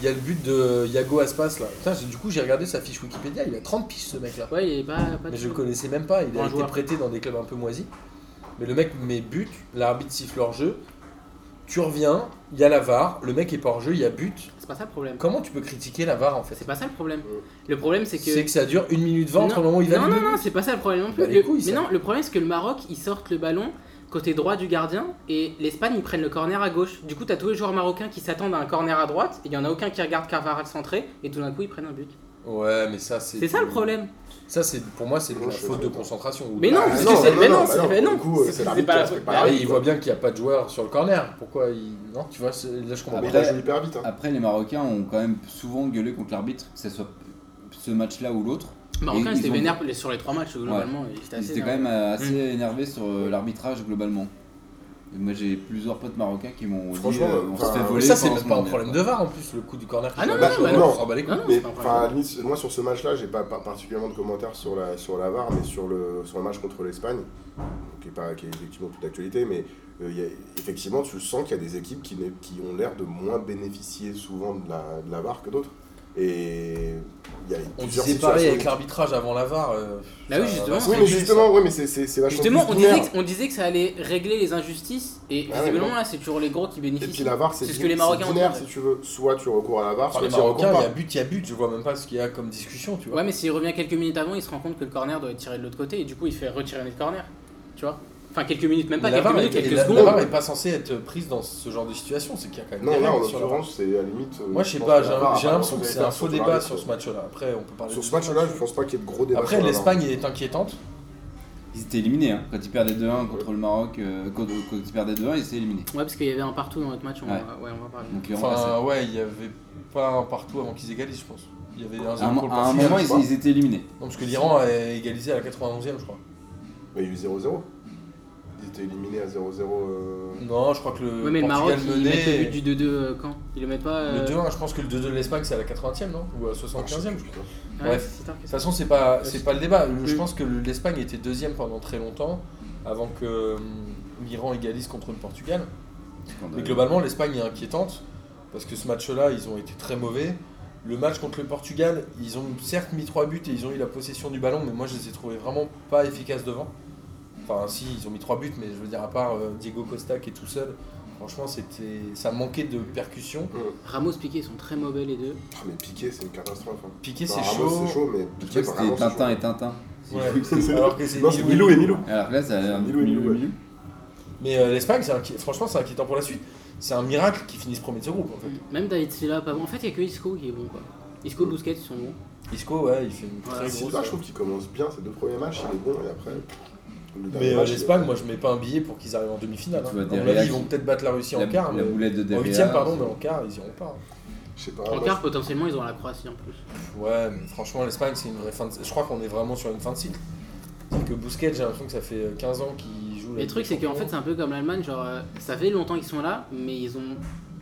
S2: il y a le but de Yago Aspas là. Putain, j'ai- du coup, j'ai regardé sa fiche Wikipédia, il a 30 piges ce mec-là.
S1: Ouais, il est pas, pas
S2: Mais
S1: tout-
S2: je le connaissais même pas, il
S1: Bon
S2: a été
S1: joueur.
S2: prêté dans des clubs un peu moisis. Mais le mec met but, l'arbitre siffle hors jeu. Tu reviens, il y a la VAR, le mec est pas hors jeu, il y a but.
S1: C'est pas ça le problème.
S2: Comment tu peux critiquer la VAR en fait
S1: C'est pas ça le problème.
S4: Ouais.
S1: Le problème, c'est que.
S2: C'est que ça dure 1 minute 20
S1: Non,
S2: entre le moment où il va
S1: non, non, non, c'est pas ça le problème non plus.
S2: Bah, les
S1: Le-
S2: couilles,
S1: mais
S2: ça.
S1: non, le problème, c'est que le Maroc, ils sortent le ballon côté droit du gardien et l'Espagne, ils prennent le corner à gauche. Du coup, t'as tous les joueurs marocains qui s'attendent à un corner à droite et il y en a aucun qui regarde Carvajal centré et tout d'un coup, ils prennent un but.
S2: Ouais, mais ça c'est.
S1: C'est ça le problème.
S2: Ça c'est pour moi c'est de la
S4: Ouais,
S2: faute
S4: c'est
S2: de
S4: vrai.
S2: concentration. ou-
S1: Mais non,
S2: Ah,
S1: parce
S4: non,
S1: que c'est-
S4: non,
S1: mais
S4: non,
S1: non,
S4: bah
S1: c'est-
S4: non,
S1: mais
S4: pour
S1: non,
S4: le coup,
S1: c'est-
S4: c'est
S1: c'est pas la
S4: l'arbitre,
S1: faute.
S4: c'est
S1: Bah
S4: pas
S2: oui,
S1: oui.
S2: il voit bien qu'il n'y a pas de joueur sur le corner. Pourquoi il non Tu vois c'est- Ah, là je comprends.
S4: Mais
S2: pas.
S4: il a
S3: Après-
S4: joué hyper vite. Hein.
S3: Après, les Marocains ont quand même souvent gueulé contre l'arbitre, que ce soit ce match-là ou l'autre.
S1: Marocain,
S3: Et
S1: ils étaient
S3: ils ont-
S1: vénères sur les trois matchs globalement. Ils étaient
S3: Ils
S1: assez
S3: étaient quand même euh, assez énervés sur euh, l'arbitrage globalement. Et moi j'ai plusieurs potes marocains qui m'ont dit
S4: Franchement,
S3: euh, on se
S4: enfin,
S3: fait
S4: mais
S2: Mais
S3: voler.
S2: ça c'est
S3: pendant
S2: même
S3: ce
S2: pas un
S3: moment.
S2: problème de VAR en plus le coup du corner.
S1: Ah non,
S4: Bah,
S1: non,
S4: non,
S1: non, bah
S4: non,
S1: non.
S2: Ah bah les couilles.
S1: Non, non, c'est
S4: Mais
S1: pas un problème.
S4: enfin, à la limite, moi sur ce match-là, j'ai pas, pas particulièrement de commentaires sur la sur la VAR, mais sur le sur le match contre l'Espagne, qui est pas qui est effectivement toute d'actualité, mais euh, il y a- effectivement, tu sens qu'il y a des équipes qui, n'est- qui ont l'air de moins bénéficier souvent de la, de la VAR que d'autres. Et il y a
S2: On
S4: plusieurs
S2: disait pareil
S4: situations
S2: avec
S4: qui-
S2: l'arbitrage avant la VAR. euh,
S1: Bah
S2: ça-
S1: oui, justement.
S4: Oui, mais justement, oui, mais c'est- c'est c'est vachement
S1: Justement,
S4: plus
S1: on disait,
S4: binaire.
S1: que, on disait que ça allait régler les injustices, et
S4: Ah ouais,
S1: visiblement
S4: non.
S1: là, c'est toujours les gros qui
S4: Et
S1: bénéficient.
S4: puis la VAR, c'est
S1: C'est ce
S4: bi-
S1: que les Marocains
S4: c'est
S1: ont
S4: binaire,
S1: fait.
S4: si tu veux. Soit tu recours à la VAR,
S2: Enfin,
S4: soit
S2: les
S4: tu recours
S2: Marocains, il y a
S4: pas.
S2: but, il y a but. Je vois même pas ce qu'il y a comme discussion, tu vois.
S1: Ouais, mais s'il revient quelques minutes avant, il se rend compte que le corner doit être tiré de l'autre côté, et du coup, il fait retirer le corner. Tu vois Enfin, quelques minutes, même pas
S2: la
S1: quelques
S2: VAR
S1: minutes,
S2: est-
S1: quelques
S2: la-
S1: secondes.
S2: la VAR est pas censée être prise dans ce genre de situation. C'est qu'il y a quand même.
S4: Non,
S2: des
S4: là, en
S2: règles sur la VAR.
S4: l'occurrence, c'est à la limite. euh,
S2: Moi, je sais
S4: pense
S2: pas,
S4: que
S2: j'ai
S4: la VAR a
S2: j'ai
S4: pas
S2: l'impression que
S4: grand-chose
S2: c'est
S4: à
S2: un
S4: faire
S2: faux
S4: sur
S2: débat
S4: l'arbitre.
S2: sur ce match-là. Après, on peut parler
S4: Ah, Sur
S2: de
S4: ce
S2: tout.
S4: match-là, je pense pas qu'il y ait de gros débats.
S2: Après,
S4: sur la
S2: l'Espagne est inquiétante.
S3: Ils étaient éliminés. hein. Quand ils perdaient 2-1 contre le Maroc, euh, quand, quand ils perdaient 2-1, ils étaient éliminés.
S1: Ouais, parce qu'il y avait un partout dans notre match, on,
S3: Ouais.
S1: va, ouais, on va en parler.
S3: Donc ils ont passé.
S2: Enfin, ouais, il y avait pas un partout avant qu'ils égalisent, je pense. Il y avait un
S3: À un,
S2: zéro pour le
S3: à un
S2: Portugal,
S3: moment,
S2: je
S3: ils,
S2: crois.
S3: ils étaient éliminés.
S2: Non, parce que l'Iran a égalisé à la 91e, je crois.
S4: VAR. Mais Bah, il y a eu 0-0. Ils étaient éliminés à 0-0. euh,
S2: Non, je crois que le
S1: Ouais, mais le Maroc,
S2: Portugal
S1: ils mettent le
S2: menait.
S1: but du 2-2 euh, quand Ils le mettent pas.
S2: Le
S1: euh,
S2: 2-1, je pense que le 2-2 de l'Espagne, c'est à la 80e, non
S4: Ah,
S2: Ou à 75e, je crois.
S4: putain.
S1: ouais,
S2: bref.
S1: c'est tard que
S2: De
S1: ça.
S2: toute façon, c'est pas, c'est pas le débat. Le- Je
S1: Mm.
S2: pense que le- l'Espagne était deuxième pendant très longtemps, avant que euh, l'Iran égalise contre le Portugal. Mais globalement, l'Espagne est inquiétante, parce que ce match-là, ils ont été très mauvais. Le match contre le Portugal, ils ont certes mis trois buts et ils ont eu la possession du ballon, mais moi je les ai trouvés vraiment pas efficaces devant. Enfin, si, ils ont mis trois buts, mais je veux dire, à part euh, Diego Costa qui est tout seul, franchement, c'était, ça manquait de percussion.
S4: Mmh.
S1: Ramos, Piqué sont très mauvais les deux.
S4: Ah, mais Piqué, c'est une catastrophe. hein.
S2: Piqué,
S4: Bah,
S2: c'est
S4: Ramos,
S2: chaud.
S4: c'est chaud, mais
S3: Je
S4: Piqué,
S3: crois que
S4: vraiment,
S3: c'était
S4: c'est
S3: Tintin
S4: chaud.
S3: et Tintin.
S2: Ouais. Alors que c'est
S4: Non, c'est Milou et Milou.
S3: Alors que là, ça a l'air
S4: Milou et Milou, ouais.
S3: Milou.
S2: Mais euh, l'Espagne, c'est inqui- franchement, c'est inquiétant pour la suite. C'est un miracle qu'ils finissent premier de ce groupe. En fait.
S1: Même David Silva, pas bon. En fait, il y a que Isco qui est bon quoi. Isco, Busquets, ils sont bons.
S2: Isco, ouais, il fait une très
S1: Ouais,
S2: grosse.
S4: Silva, Ah, je trouve qu'il commence bien. Ses deux premiers matchs, il est bon, et après. le dernier
S2: Mais euh,
S4: match,
S2: l'Espagne, moi, je mets pas un billet pour qu'ils arrivent en demi-finale.
S3: Tu
S2: hein.
S3: vois,
S2: À mon
S3: Derrière,
S2: avis, ils
S3: qui-
S2: vont peut-être battre la Russie
S3: La,
S2: en quart, mais
S3: la boulette de
S2: en
S3: Derrière.
S2: huitième, pardon, mais en quart, ils iront pas. hein.
S4: Je sais pas.
S1: En
S4: moi,
S1: quart, potentiellement, ils ont la Croatie en plus.
S2: Ouais, mais franchement, l'Espagne, c'est une vraie fin. De... Je crois qu'on est vraiment sur une fin de cycle. C'est que Busquets, j'ai l'impression que ça fait 15 ans qu'il joue.
S1: Le
S2: la Ligue
S1: truc,
S2: des
S1: c'est qu'en fait,
S2: Champions.
S1: c'est un peu comme l'Allemagne, genre, euh, ça fait longtemps qu'ils sont là, mais ils ont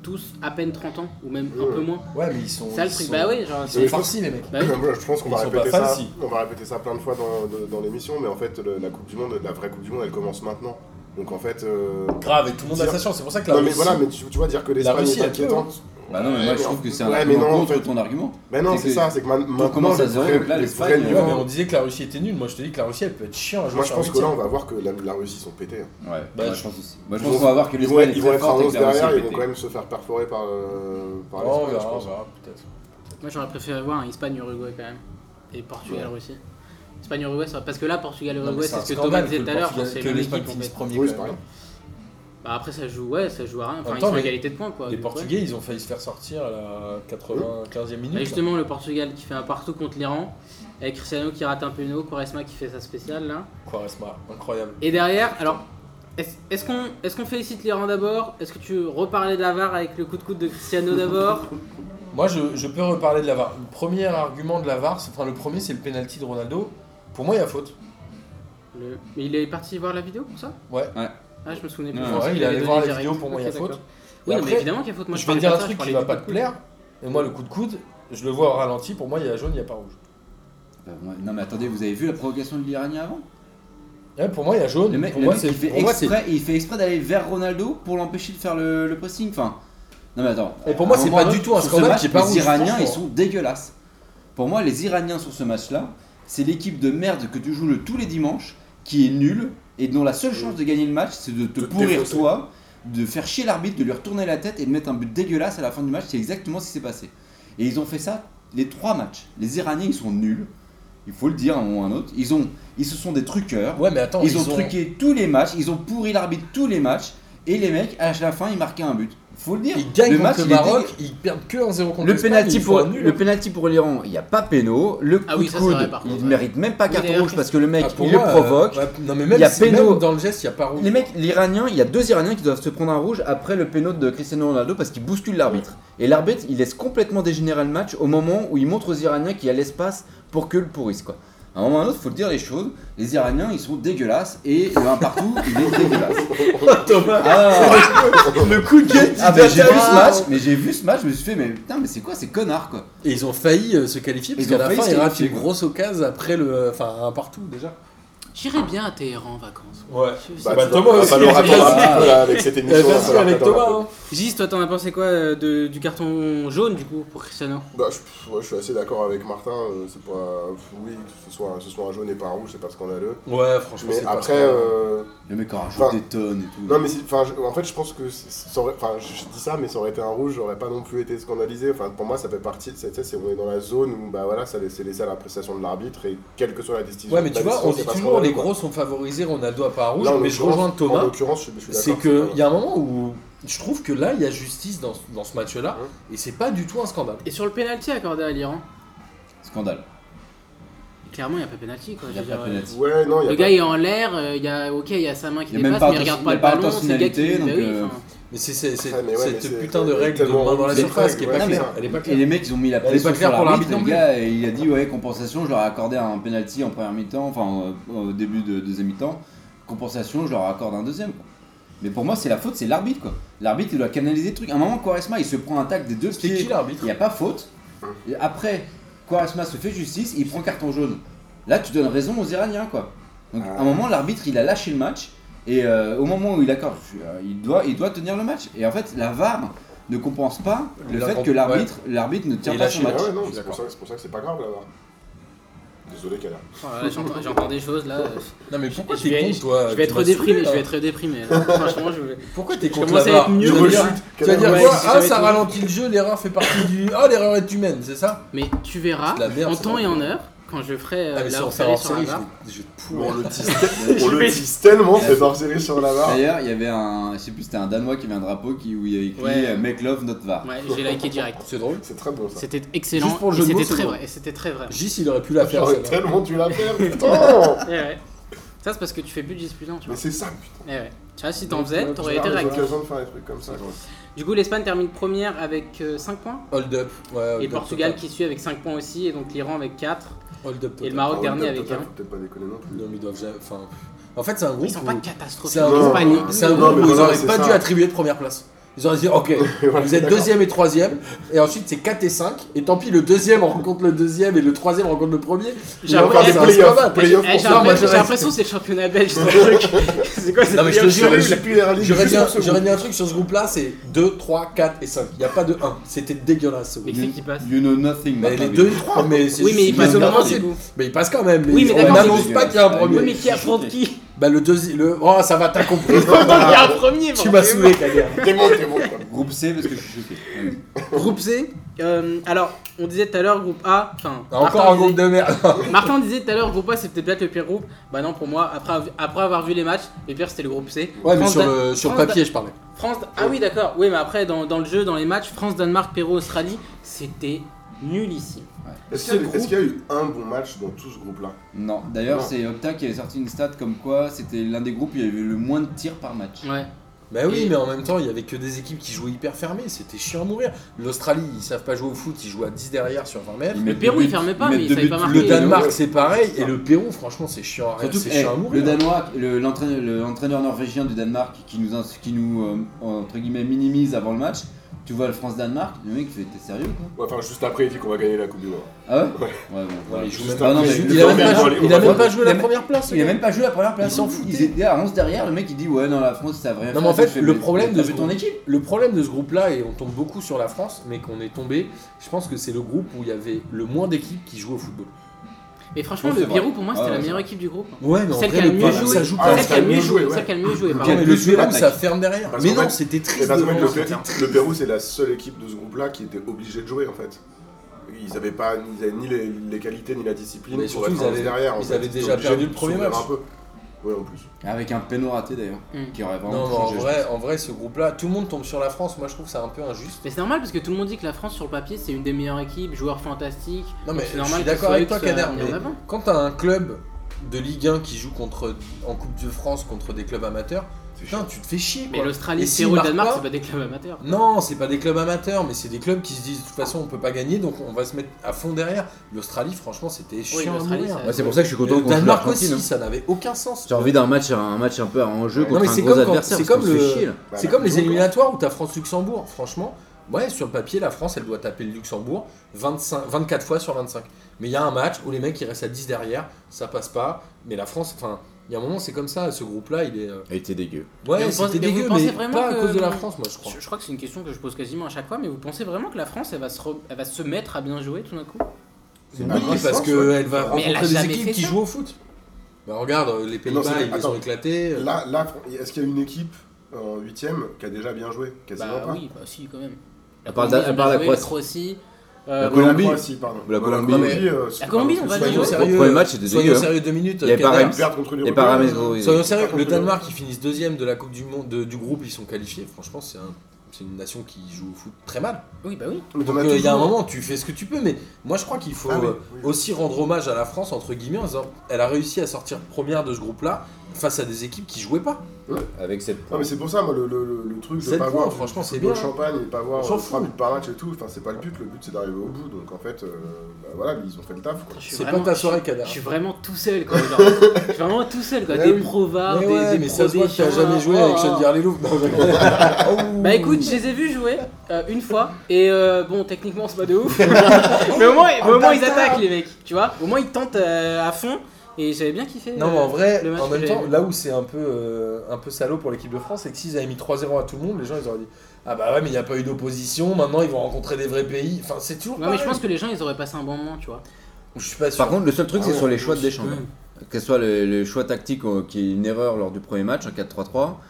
S1: tous à peine 30 ans, ou même un
S4: Ouais.
S1: peu moins.
S2: ouais, mais ils sont.
S1: Ça, le
S2: ils
S1: truc,
S2: sont-
S1: bah ouais, genre,
S2: Ils
S1: c'est-
S2: sont farcis, les mecs.
S1: bah oui.
S4: Voilà, je pense qu'on va
S2: Ils sont
S4: répéter
S2: pas
S4: ça.
S2: fancy.
S4: On va répéter ça plein de fois dans, de- dans l'émission, mais en fait, le- la Coupe du Monde, la vraie Coupe du Monde, elle commence maintenant. Donc en fait, euh,
S2: Grave, et tout le monde a
S4: Dire-
S2: sa chance. C'est pour ça que la
S4: non mais
S2: Russie.
S4: voilà, mais tu, tu vois dire que l'Espagne
S2: Russie,
S4: est
S2: elle peut, hein.
S4: inquiétante.
S3: Bah non, mais moi,
S4: Ouais,
S3: je
S4: mais
S3: trouve
S4: en-
S3: que c'est un
S4: ouais, mais
S3: argument
S4: non, en
S3: contre
S4: fait-
S3: ton argument.
S4: Mais non,
S3: C'est
S4: c'est
S3: que-
S4: ça, c'est que man- maintenant
S3: commence à
S4: les
S3: zéro,
S4: vrais-
S3: donc là,
S4: les
S3: l'Espagne,
S4: vrais
S2: Ouais,
S4: niveaux-
S2: mais on disait que la Russie était nulle. Moi, je te dis que la Russie, elle peut être chiant à jouer
S4: Moi, je
S2: sur
S4: pense
S2: un
S4: que là,
S2: huitième.
S4: on va voir que la, la Russie ils sont pétés. hein.
S3: Ouais,
S2: Bah,
S3: ouais,
S2: je-
S3: je pense aussi. Moi, je
S4: Ils
S3: pense
S4: vont-
S3: qu'on va voir que
S4: Ils vont,
S3: l'Espagne est
S4: ils vont
S3: très
S4: être à
S3: forte et
S4: 11
S3: que la Russie
S4: derrière,
S3: est
S4: ils vont
S3: pétée.
S4: quand même se faire perforer par, euh, par
S2: Ouais, on
S4: l'Espagne, je
S2: verra, on
S4: pense.
S2: verra, peut-être.
S1: Moi, j'aurais préféré voir un Espagne-Uruguay quand même, et Portugal-Russie. Espagne-Uruguay, ça- parce que là,
S2: Non, mais
S1: Portugal-Uruguay, c'est
S2: un
S1: ce que
S2: scandale
S1: Thomas disait
S2: le
S1: tout à l'heure,
S2: Portugal-
S1: c'est
S2: que
S1: le même
S2: l'Espagne
S1: équipe en
S2: finisse
S1: fait.
S2: premier.
S4: Oui,
S2: quand même.
S4: c'est pareil.
S1: Bah après, ça joue, ouais, ça joue à rien.
S2: En
S1: Enfin,
S2: même
S1: ils
S2: temps,
S1: sont à
S2: les-
S1: égalité de points quoi.
S2: Les
S1: donc, ouais.
S2: Portugais, ils ont failli se faire sortir à la 95e minute.
S1: Bah,
S2: là.
S1: justement, le Portugal qui fait un partout contre l'Iran, avec Cristiano qui rate un péno, Quaresma qui fait sa spéciale là.
S2: Quaresma, incroyable.
S1: Et derrière, alors, est-ce est-ce qu'on est qu'on félicite l'Iran d'abord Est-ce que tu veux reparler de la VAR avec le coup de coude de Cristiano d'abord
S2: Moi, je, je peux reparler de la VAR. Le premier argument de la VAR, c'est- enfin, le premier, c'est le penalty de Ronaldo. Pour moi, il y a faute.
S1: Le- Mais il est parti voir la vidéo pour ça
S2: Ouais.
S1: Ah, je me souvenais plus.
S3: Ouais,
S1: Je pensais
S2: ouais,
S1: qu'il
S2: il est allé
S1: avait
S2: voir
S1: donné
S2: la
S1: direct.
S2: vidéo, pour moi, il y a
S1: Ok,
S2: faute.
S1: d'accord. Oui, non, mais
S2: après,
S1: évidemment qu'il y a faute. Moi,
S2: je vais te
S1: parlais
S2: dire un
S1: pas de ça,
S2: truc
S1: je
S2: qui va
S1: parlais
S2: pas
S1: du
S2: te
S1: coup de coude.
S2: plaire. Et moi, le coup de coude, je le vois au ralenti. Pour moi, il y a jaune, il n'y a pas rouge.
S3: Bah, moi- Non, mais attendez, vous avez vu la provocation de l'Iranien avant
S2: Ouais, Eh, pour moi, il y a jaune.
S3: Le mec,
S2: pour
S3: le
S2: moi,
S3: mec,
S2: c'est-
S3: il, fait
S2: pour moi, c'est-
S3: exprès, il fait exprès d'aller vers Ronaldo pour l'empêcher de faire le, le pressing. Enfin, non mais attends.
S2: Et pour moi,
S3: À
S2: c'est
S3: moment
S2: pas
S3: donné,
S2: du tout un
S3: sur ce
S2: scandale
S3: match,
S2: qui est pas
S3: Les
S2: rouge,
S3: Iraniens, ils
S2: franchement.
S3: sont dégueulasses. Pour moi, les Iraniens sur ce match-là, c'est l'équipe de merde que tu joues le, tous les dimanches, qui est nulle et dont la seule chance de gagner le match, c'est de te
S4: De te
S3: pourrir
S4: défoncer.
S3: toi, de faire chier l'arbitre, de lui retourner la tête et de mettre un but dégueulasse à la fin du match. C'est exactement ce qui s'est passé. Et ils ont fait ça les trois matchs. Les Iraniens, ils sont nuls. Il faut le dire à un moment ou à un autre. Ils ont, ils se sont des truqueurs.
S2: Ouais, mais attends,
S3: Ils, ont, truqué tous les matchs, ils ont pourri l'arbitre tous les matchs, et les mecs, à la fin, ils marquaient un but. Faut le dire.
S2: Ils gagnent contre le
S3: il est
S2: Maroc,
S3: dégueu-
S2: ils perdent que 1-0 contre
S3: Le
S2: l'Espagne,
S3: penalty
S2: ils hein. font
S3: pour
S2: un nul.
S3: le penalty pour l'Iran, il n'y a pas péno. Le coup
S1: Ah oui,
S3: de
S1: ça, c'est vrai,
S3: coude,
S1: par contre,
S3: il
S1: ouais.
S3: mérite même pas
S1: Oui,
S3: carton
S1: d'ailleurs,
S3: rouge parce que le mec
S2: Ah, pour
S3: il le
S2: moi, euh,
S3: provoque.
S2: ouais, non, mais même
S3: Il y a
S2: si-
S3: péno.
S2: même dans le geste, il n'y a pas rouge.
S3: Les mecs, l'Iranien, il y a deux Iraniens qui doivent se prendre un rouge après le péno de Cristiano Ronaldo parce qu'il bouscule l'arbitre. Et l'arbitre, il laisse complètement dégénérer le match au moment où il montre aux Iraniens qu'il y a l'espace pour que le pourrissent quoi. À un moment ou à un autre, faut le dire les choses. Les Iraniens, ils sont dégueulasses et le un partout, il est dégueulasse. Ah,
S2: Oh, le coup de gueule
S3: ah, mais j'ai vu ce match, mais j'ai vu ce match, je me suis fait mais putain mais c'est quoi ces connards quoi
S2: Et ils ont failli euh, se qualifier, parce
S3: Ils ont
S2: qu'à la
S3: failli
S2: fin,
S3: se
S2: ils ratent
S3: qualifier,
S2: une
S3: quoi.
S2: grosse occasion après le. Enfin, un partout déjà.
S1: J'irai bien à Téhéran en vacances.
S2: Ouais.
S1: Je-
S2: Bah,
S1: c'est-
S2: bah,
S4: tu
S2: Thomas
S4: vas-
S2: aussi,
S4: va leur
S2: vas-y,
S4: attendre un
S3: vas-y.
S4: petit peu, là, avec cette
S2: Eh,
S4: émission.
S2: Vas-y,
S4: va leur
S2: avec
S4: attendre un
S2: Thomas,
S4: peu.
S2: hein.
S1: Gis, toi t'en as pensé quoi euh, de- du carton jaune du coup pour Cristiano
S4: Bah, je, ouais, je suis assez d'accord avec Martin. euh, c'est pas. Oui, que ce soit, un- ce soit un jaune et pas un rouge, c'est pas scandaleux.
S2: Ouais, franchement,
S4: Mais
S2: c'est pas
S4: après.
S2: ça.
S4: euh,
S3: Le mec en rajoute
S4: Enfin,
S3: des tonnes et tout.
S4: Non mais c'est- enfin, je- en fait je pense que c'est- ça aurait- enfin je dis ça mais ça aurait été un rouge j'aurais pas non plus été scandalisé enfin pour moi ça fait partie de cette tu sais, c'est on est dans la zone où bah voilà ça c'est laissé à l'appréciation de l'arbitre et quelle que soit la décision
S2: Ouais, mais
S4: la
S2: tu vois,
S4: décision,
S2: on
S4: c'est
S2: dit
S4: pas
S2: toujours les
S4: scandaleux, quoi.
S2: gros sont favorisés, Ronaldo à pas rouge,
S4: Là, en
S2: mais je
S4: l'occurrence-
S2: rejoins
S4: en
S2: Thomas.
S4: l'occurrence je, je suis d'accord
S2: C'est que
S4: pas-
S2: il y a un moment où je trouve que là, il y a justice dans, dans ce match-là,
S4: Ouais.
S2: et c'est pas du tout un scandale.
S1: Et sur le penalty accordé à l'Iran
S3: Scandale.
S1: Clairement, il n'y a pas penalty quoi.
S3: Il
S1: je
S3: n'y a
S1: veux
S3: pas
S1: dire,
S3: pénalty.
S4: ouais non il
S1: Le
S2: bah.
S4: y a
S1: gars
S4: pas-
S1: il est en l'air, euh, il y a ok, il y a sa main qui
S3: Il y a même
S1: dépasse,
S3: pas
S1: mais il regarde pas
S3: intention- il y a
S1: le
S3: pas
S1: ballon, c'est le gars qui
S3: intentionnalité,
S1: bah oui,
S3: donc, euh,
S1: enfin,
S2: Mais c'est c'est- c'est-
S4: Ouais, mais ouais, mais
S2: cette
S4: c'est-
S2: putain de
S4: c'est
S2: règle de
S4: tellement
S2: main dans la
S4: rouge,
S2: surface
S4: c'est
S2: qui est
S4: vrai,
S2: pas
S3: ouais.
S2: claire.
S3: Non,
S2: Elle est pas
S3: Et les
S2: claire.
S3: mecs, ils ont mis la
S2: Elle est
S3: pression
S2: pas
S3: sur
S2: claire pour
S3: l'arbitre,
S2: l'arbitre
S3: le gars, et il a dit ouais, compensation, je leur ai accordé un penalty en première mi-temps, enfin euh, au début de deuxième mi-temps, compensation, je leur accorde un deuxième. quoi. Mais pour moi, c'est la faute, c'est l'arbitre quoi. L'arbitre, il doit canaliser le truc. À un moment, Quaresma, il se prend un tac des deux
S2: C'était
S3: pieds.
S2: qui l'arbitre
S3: Il n'y a pas faute. Et après, Quaresma se fait justice, il prend carton jaune. Là, tu donnes raison aux Iraniens, quoi. Donc,
S1: Ah.
S3: à un moment, l'arbitre, il a lâché le match. Et euh, au moment où il accorde, euh, il, doit, il doit tenir le match. Et en fait, la VAR ne compense pas
S2: Il
S3: le
S2: a
S3: fait
S2: comp-
S3: que l'arbitre l'arbitre ne tient
S2: Et
S3: pas
S2: il
S3: son
S2: lâche
S4: Ah
S3: match.
S4: ouais, non,
S2: Je suis
S4: c'est pour ça c'est pour ça que c'est pas grave là-bas désolé Kader
S1: oh là là, j'entends- J'entends des choses là. euh,
S2: Non, mais pourquoi
S1: je
S2: t'es
S1: vais-
S2: con, toi
S1: Je vais être
S2: Thomas
S1: déprimé,
S2: Soulet,
S1: je vais
S2: là
S1: être déprimé. là. Franchement, je vais.
S2: hein. Pourquoi t'es
S1: je
S2: contre la
S1: commence à
S2: barre
S1: être mieux.
S2: Tu vas dire- tu vas dire
S1: Ouais,
S2: quoi
S1: si ça
S2: Ah,
S1: va être
S2: ça
S1: mieux.
S2: ralentit le jeu, l'erreur fait partie du. Ah, l'erreur est humaine, c'est ça
S1: Mais tu verras,
S2: C'est de la merde,
S1: en
S2: ça,
S1: temps
S2: non.
S1: et en heure, quand je ferai euh,
S2: Ah, mais si
S1: la
S2: on fait
S1: hors-série
S2: en
S1: sur la
S2: série, je
S1: barre,
S2: vais- je vais te
S4: on
S2: pourrir.
S4: le tisse on le tisse tellement cette hors série sur la barre
S3: D'ailleurs, il y avait un, je sais plus, c'était un Danois qui avait un drapeau qui, où il y avait écrit
S1: Ouais.
S3: euh, Make Love Not VAR.
S1: ouais, j'ai liké direct.
S2: C'est drôle.
S4: c'est très bon ça
S1: C'était excellent.
S2: Juste pour le jeu
S1: et
S2: de mots,
S1: c'était
S2: c'est
S1: très
S2: bon.
S1: vrai. Et c'était très vrai.
S2: Gis, il aurait pu la faire.
S4: J'aurais
S2: celle-là.
S4: tellement dû la faire putain
S1: Eh ouais. Ça, c'est parce que tu fais plus de disputant, tu
S4: mais
S1: vois.
S4: c'est ça putain
S1: Eh ouais. Tu vois, si t'en faisais,
S4: Tu
S1: t'aurais
S4: vois,
S1: été
S4: les
S1: réactif.
S4: occasions de faire des trucs comme ça quoi.
S1: Du coup, l'Espagne termine première avec 5 points.
S2: Hold up. Ouais, hold
S1: Et
S2: up,
S1: Portugal
S2: Ah bah, total.
S1: qui suit avec 5 points aussi, et donc l'Iran avec 4,
S2: Hold up.
S1: et le
S2: total.
S1: Maroc
S4: Ah,
S1: dernier
S4: Total,
S1: avec
S2: hein.
S4: Total,
S1: 1.
S4: faut peut-être pas déconner non plus.
S2: Non, mais ils doivent jamais- Enfin, en fait, c'est un groupe.
S1: Ils sont pas
S2: où-
S1: catastrophiques.
S2: C'est un groupe,
S1: l'Espagne.
S2: où- c'est un
S4: Non,
S2: groupe
S4: mais
S2: où ils
S4: voilà,
S2: n'auraient
S4: c'est
S2: pas
S4: ça.
S2: dû attribuer de première place. Ils auraient dit, ok,
S4: Voilà,
S2: vous êtes
S4: d'accord.
S2: deuxième et troisième, et ensuite c'est 4 et 5, et tant pis, le deuxième rencontre le deuxième, et le troisième rencontre le premier.
S1: J'ai
S2: Ils vont
S1: appris-
S2: faire des
S1: eh,
S2: playoffs.
S1: Eh, j'ai- eh,
S4: pour
S1: J'ai
S2: ça, moi,
S1: appris-
S2: j'aurais-
S1: j'ai l'impression que c'est le championnat belge. ce truc. C'est quoi cette
S2: Non, mais je te
S1: playoff
S2: jure,
S1: horrible
S4: J'ai plus les rallyes
S2: J'aurais
S4: Ah juste
S2: dit, un-
S4: pour ce
S2: j'aurais
S4: groupe.
S2: dit un truc sur ce groupe-là, c'est 2, 3, 4 et 5. Il n'y a pas de 1. C'était dégueulasse. ce
S1: Mais
S2: groupe.
S1: qui c'est qui passe
S3: You know nothing.
S2: Mais
S3: Martin
S2: les
S3: Villa.
S2: 2 et 3, mais c'est
S1: Oui, mais
S2: juste-
S1: il passe au
S2: a-
S1: moment,
S2: c'est-
S1: c'est vous.
S2: Mais il passe quand même.
S1: Oui, mais
S2: on
S1: d'accord,
S2: n'annonce
S3: c'est
S2: pas qu'il y a un
S3: dégueulasse.
S1: Oui,
S2: premier.
S1: mais qui affronte qui
S2: Bah, le deuxième. Le... Oh, ça va, t'as compris.
S1: Il y
S2: Voilà.
S1: a un premier,
S2: Tu m'as
S1: forcément.
S2: saoulé, Kader.
S4: T'es bon, t'es bon, quoi.
S3: Groupe C parce que je suis choqué. Ouais.
S1: Groupe C. euh, alors, on disait tout à l'heure, groupe A. Enfin,
S2: Bah, Encore
S1: Martin
S2: un groupe
S1: disait-
S2: de merde.
S1: Martin disait tout à l'heure, groupe A c'était peut-être le pire groupe. Bah non, pour moi, après, av- après avoir vu les matchs, le pire c'était le groupe C.
S2: Ouais, mais
S1: France,
S2: sur
S1: Dan-
S2: le sur le
S1: France,
S2: papier, je parlais.
S1: France. Ah oui, d'accord. Oui, mais après, dans, dans le jeu, dans les matchs, France, Danemark, Pérou, Australie, c'était nullissime.
S4: Est-ce qu'il y, a eu-
S1: groupe-
S4: est-ce qu'il y a eu un bon match dans tout ce groupe-là
S3: Non, d'ailleurs,
S4: Non.
S3: c'est Opta qui avait sorti une stat comme quoi c'était l'un des groupes où il y avait le moins de tirs par match.
S1: Ouais.
S2: Bah oui,
S1: Et-
S2: mais en même temps, il y avait que des équipes qui jouaient hyper fermées, c'était chiant à mourir. L'Australie, ils savent pas jouer au foot, ils jouent à 10 derrière sur 20 mètres.
S3: Ils mettent
S1: Le Pérou,
S3: deux
S1: il
S3: buts-
S1: fermait pas,
S3: mettent
S1: mais il
S3: deux
S1: savait
S3: buts
S1: pas
S3: tous
S1: marquer.
S2: Le
S3: les
S2: Danemark,
S3: deux.
S2: c'est pareil,
S3: C'est
S2: et
S3: ça.
S2: le Pérou, franchement, c'est chiant à,
S3: Surtout que,
S2: c'est
S3: eh,
S2: chiant à
S3: le
S2: mourir.
S3: Danois, le- l'entraîneur le- l'entraîneur norvégien du Danemark qui nous, ins- qui nous euh, entre guillemets minimise avant le match, tu vois le France-Danemark, le mec il fait t'es sérieux quoi
S4: Ouais, Enfin, juste après, il dit qu'on va gagner la Coupe du Monde.
S3: Ah ouais
S4: Ouais.
S3: Ouais, bon, voilà.
S2: il joue même
S4: Juste
S2: pas-
S3: Ah non, mais
S2: il a
S3: le
S2: même pas
S3: Danemark,
S2: joué-
S4: on
S2: il
S4: va
S2: a même
S4: voir.
S2: pas joué la
S3: Il a-
S2: première place.
S3: Il a même pas joué la première place.
S2: Il s'en
S3: fout.
S2: foutait.
S3: Ils étaient à 11 derrière, le mec il dit ouais non la France ça a rien
S2: Non,
S3: faire,
S2: mais en fait,
S3: tu fais-
S2: le problème
S3: t'as
S2: de
S3: vu
S2: ce
S3: ton
S2: groupe-
S3: équipe.
S2: Le problème de ce groupe-là, et on tombe beaucoup sur la France, mais qu'on est tombé, je pense que c'est le groupe où il y avait le moins d'équipes qui jouaient au football.
S1: Mais franchement,
S3: Non,
S1: le
S3: c'est vrai.
S1: Pérou, pour moi, c'était
S3: Ah,
S1: la
S3: ouais,
S1: meilleure
S3: c'est
S1: équipe du groupe.
S2: Ouais, mais en
S1: Celle qui
S2: vrai,
S1: a
S2: le
S1: le mieux
S2: Pérou, ça
S1: joué.
S2: joue
S4: Ah,
S2: pas.
S1: Celle qui a le mieux joué.
S4: ouais.
S1: Celle qui a le mieux joué,
S2: Ok,
S1: pardon.
S2: mais
S3: plus
S2: le
S3: sur
S2: Pérou,
S3: l'attaque.
S2: ça ferme derrière.
S4: Parce
S2: Mais non,
S4: qu'en fait,
S2: c'était
S4: Et
S2: triste.
S4: parce
S2: de
S4: qu'en fait,
S2: voir,
S4: le,
S2: c'était
S4: Pérou-
S2: triste.
S4: le Pérou, c'est la seule équipe de ce groupe-là qui était obligée de jouer en fait. Ils n'avaient pas ils avaient ni les, les qualités ni la discipline.
S2: Mais
S4: pour
S2: surtout,
S4: être
S2: ils avaient-
S4: derrière, en
S2: ils
S4: fait.
S2: avaient
S4: étaient
S2: déjà
S4: obligés
S2: perdu
S4: de
S2: le premier
S4: s'ouvrir
S2: match.
S4: Un peu. Ouais, en plus.
S3: Avec un péno raté d'ailleurs,
S1: Mm.
S3: qui aurait vraiment
S2: Non, mais en
S3: changé.
S2: vrai, en vrai, ce groupe-là, tout le monde tombe sur la France. Moi, je trouve que c'est un peu injuste.
S1: Mais c'est normal parce que tout le monde dit que la France sur le papier c'est une des meilleures équipes, joueurs fantastiques.
S2: Non,
S1: donc
S2: mais
S1: c'est
S2: je
S1: normal
S2: suis
S1: que ce
S2: d'accord
S1: soit eux
S2: avec
S1: qui
S2: toi,
S1: soient
S2: Kader.
S1: mis en
S2: Mais
S1: avant.
S2: quand t'as un club de Ligue 1 qui joue contre en Coupe de France contre des clubs amateurs,
S4: C'est
S2: putain, tu te fais chier.
S1: Mais
S2: quoi.
S1: l'Australie,
S2: Et
S1: le
S2: s'ils
S1: Pérou, le
S2: marquent
S1: Danemark,
S2: pas-
S1: c'est pas des clubs amateurs.
S2: Non, c'est pas des clubs amateurs, mais c'est des clubs qui se disent de toute façon on peut pas gagner, donc on va se mettre à fond derrière. L'Australie, franchement, c'était chiant à
S1: l'Australie,
S2: mourir.
S1: ça-
S2: Ouais,
S1: Ouais,
S2: c'est-
S1: c'est
S3: pour ça que je suis
S2: Et Le Danemark aussi,
S3: hein.
S2: ça n'avait aucun sens.
S3: J'ai envie d'un match, un match un peu en jeu
S4: Non,
S3: contre
S2: mais
S3: un
S2: c'est
S3: gros
S2: comme quand-
S3: adversaire.
S2: c'est
S3: parce
S2: comme
S3: qu'on se fait
S2: le-
S3: chier, là.
S4: Bah,
S2: C'est
S4: la
S2: comme les
S4: prison, quoi.
S2: éliminatoires où t'as France-Luxembourg, franchement. Ouais, sur le papier, la France, elle doit taper le Luxembourg 25, 24 fois sur 25. Mais il y a un match où les mecs, ils restent à 10 derrière, ça passe pas. Mais la France, enfin, il y a un moment, c'est comme ça. Ce groupe-là, il est. euh,
S3: Elle était dégueu.
S1: Et
S2: Ouais,
S1: vous pensez-
S2: c'était
S1: et vous
S2: dégueu,
S1: pensez
S2: mais
S1: vraiment
S2: pas à
S1: que-
S2: cause de la France, moi, je crois.
S1: Je, je crois que c'est une question que je pose quasiment à chaque fois, mais vous pensez vraiment que la France, elle va se, re- elle va se mettre à bien jouer tout d'un coup
S4: C'est
S2: Oui,
S4: pas grave,
S2: parce
S4: je pense, ouais.
S2: qu'elle va
S1: Mais elle a
S2: rencontrer des
S1: jamais
S2: équipes
S1: fait
S2: qui
S1: ça.
S2: jouent au foot. Bah regarde, euh, les Pays-Bas,
S4: c'est-
S2: ils les
S4: attends.
S2: ont éclatés. euh,
S4: Là, là, est-ce qu'il y a une équipe en huitième qui a déjà bien joué Quasiment
S1: Bah
S4: pas.
S1: oui, bah si, quand même.
S3: À part la-
S1: Colombie,
S3: à part la
S1: ils ont bien joué,
S3: Croatie.
S1: Croatie.
S3: La
S1: euh,
S4: Ouais,
S3: Colombie.
S4: La Croatie, pardon.
S3: La Colombie.
S4: euh,
S1: La Colombie, on va
S2: Soyons
S1: jouer.
S2: sérieux.
S3: Le premier match, c'était
S2: Soyons
S3: dégueu, hein.
S2: sérieux deux minutes.
S3: Il y avait
S2: Canard.
S3: pas
S4: Ils perdent contre
S3: Et
S4: l'Uruguay.
S3: par Ramezo,
S2: Soyons sérieux.
S4: Par
S2: Le
S4: contre,
S2: Danemark, qui finissent deuxième de la Coupe du Monde de- du groupe, ils sont qualifiés. Franchement, c'est un- c'est une nation qui joue au foot très mal.
S1: Oui, bah oui.
S4: Donc,
S2: Donc
S4: on a
S2: euh, il y a un
S4: toujours-
S2: moment, tu fais ce que tu peux, mais moi je crois qu'il faut
S4: Ah oui,
S2: euh,
S4: oui.
S2: aussi rendre hommage à la France, entre guillemets, en disant elle a réussi à sortir première de ce groupe-là face à des équipes qui jouaient pas.
S3: avec cette.
S4: Non mais c'est pour ça moi le, le- le- le truc de
S2: Sept
S4: pas
S2: points,
S4: voir
S2: franchement, c'est
S4: le
S2: bien.
S4: champagne et pas voir
S2: On s'en
S4: euh, trois
S2: fout.
S4: buts par match et tout, enfin c'est pas le but, le but c'est d'arriver au bout donc en fait euh, bah, voilà ils ont fait le taf quoi.
S1: Je suis
S2: C'est pas
S1: vraiment-
S2: ta
S1: je suis-
S2: soirée, Kadar.
S1: Je suis vraiment tout seul, quoi. genre. je suis vraiment tout seul, quoi.
S2: Mais
S1: Des
S2: Bah oui.
S1: provards,
S2: Mais
S1: des,
S2: ouais,
S1: des
S2: mais
S1: pros,
S2: ça se voit
S1: des
S2: que t'as
S1: chiens.
S2: jamais joué
S1: Oh.
S2: avec Shadgar les Louvres. Non, je-
S1: Bah écoute, je les ai vus jouer euh, une fois et euh, bon, techniquement c'est pas de ouf. mais au moins, mais au moins, ils attaquent les mecs, tu vois. Au moins ils tentent euh, à fond et j'avais bien kiffé. euh,
S2: Non, mais en vrai,
S1: Le match
S2: en même
S1: que
S2: temps,
S1: j'ai-
S2: là où c'est un peu, euh, un peu salaud pour l'équipe de France, c'est que s'ils avaient mis 3-0 à tout le monde, les gens ils auraient dit Ah bah ouais, mais il n'y a pas eu d'opposition, maintenant ils vont rencontrer des vrais pays. Enfin, c'est toujours.
S1: Non, mais je
S2: pareil.
S1: pense que les gens ils auraient passé un bon moment, tu vois.
S2: Je suis pas sûr.
S3: Par contre, le seul truc,
S2: Ah
S3: c'est
S2: ouais,
S3: sur les choix de
S2: je-
S3: Deschamps. Que ce soit le, le choix tactique euh, qui est une erreur lors du premier match, un 4-3-3.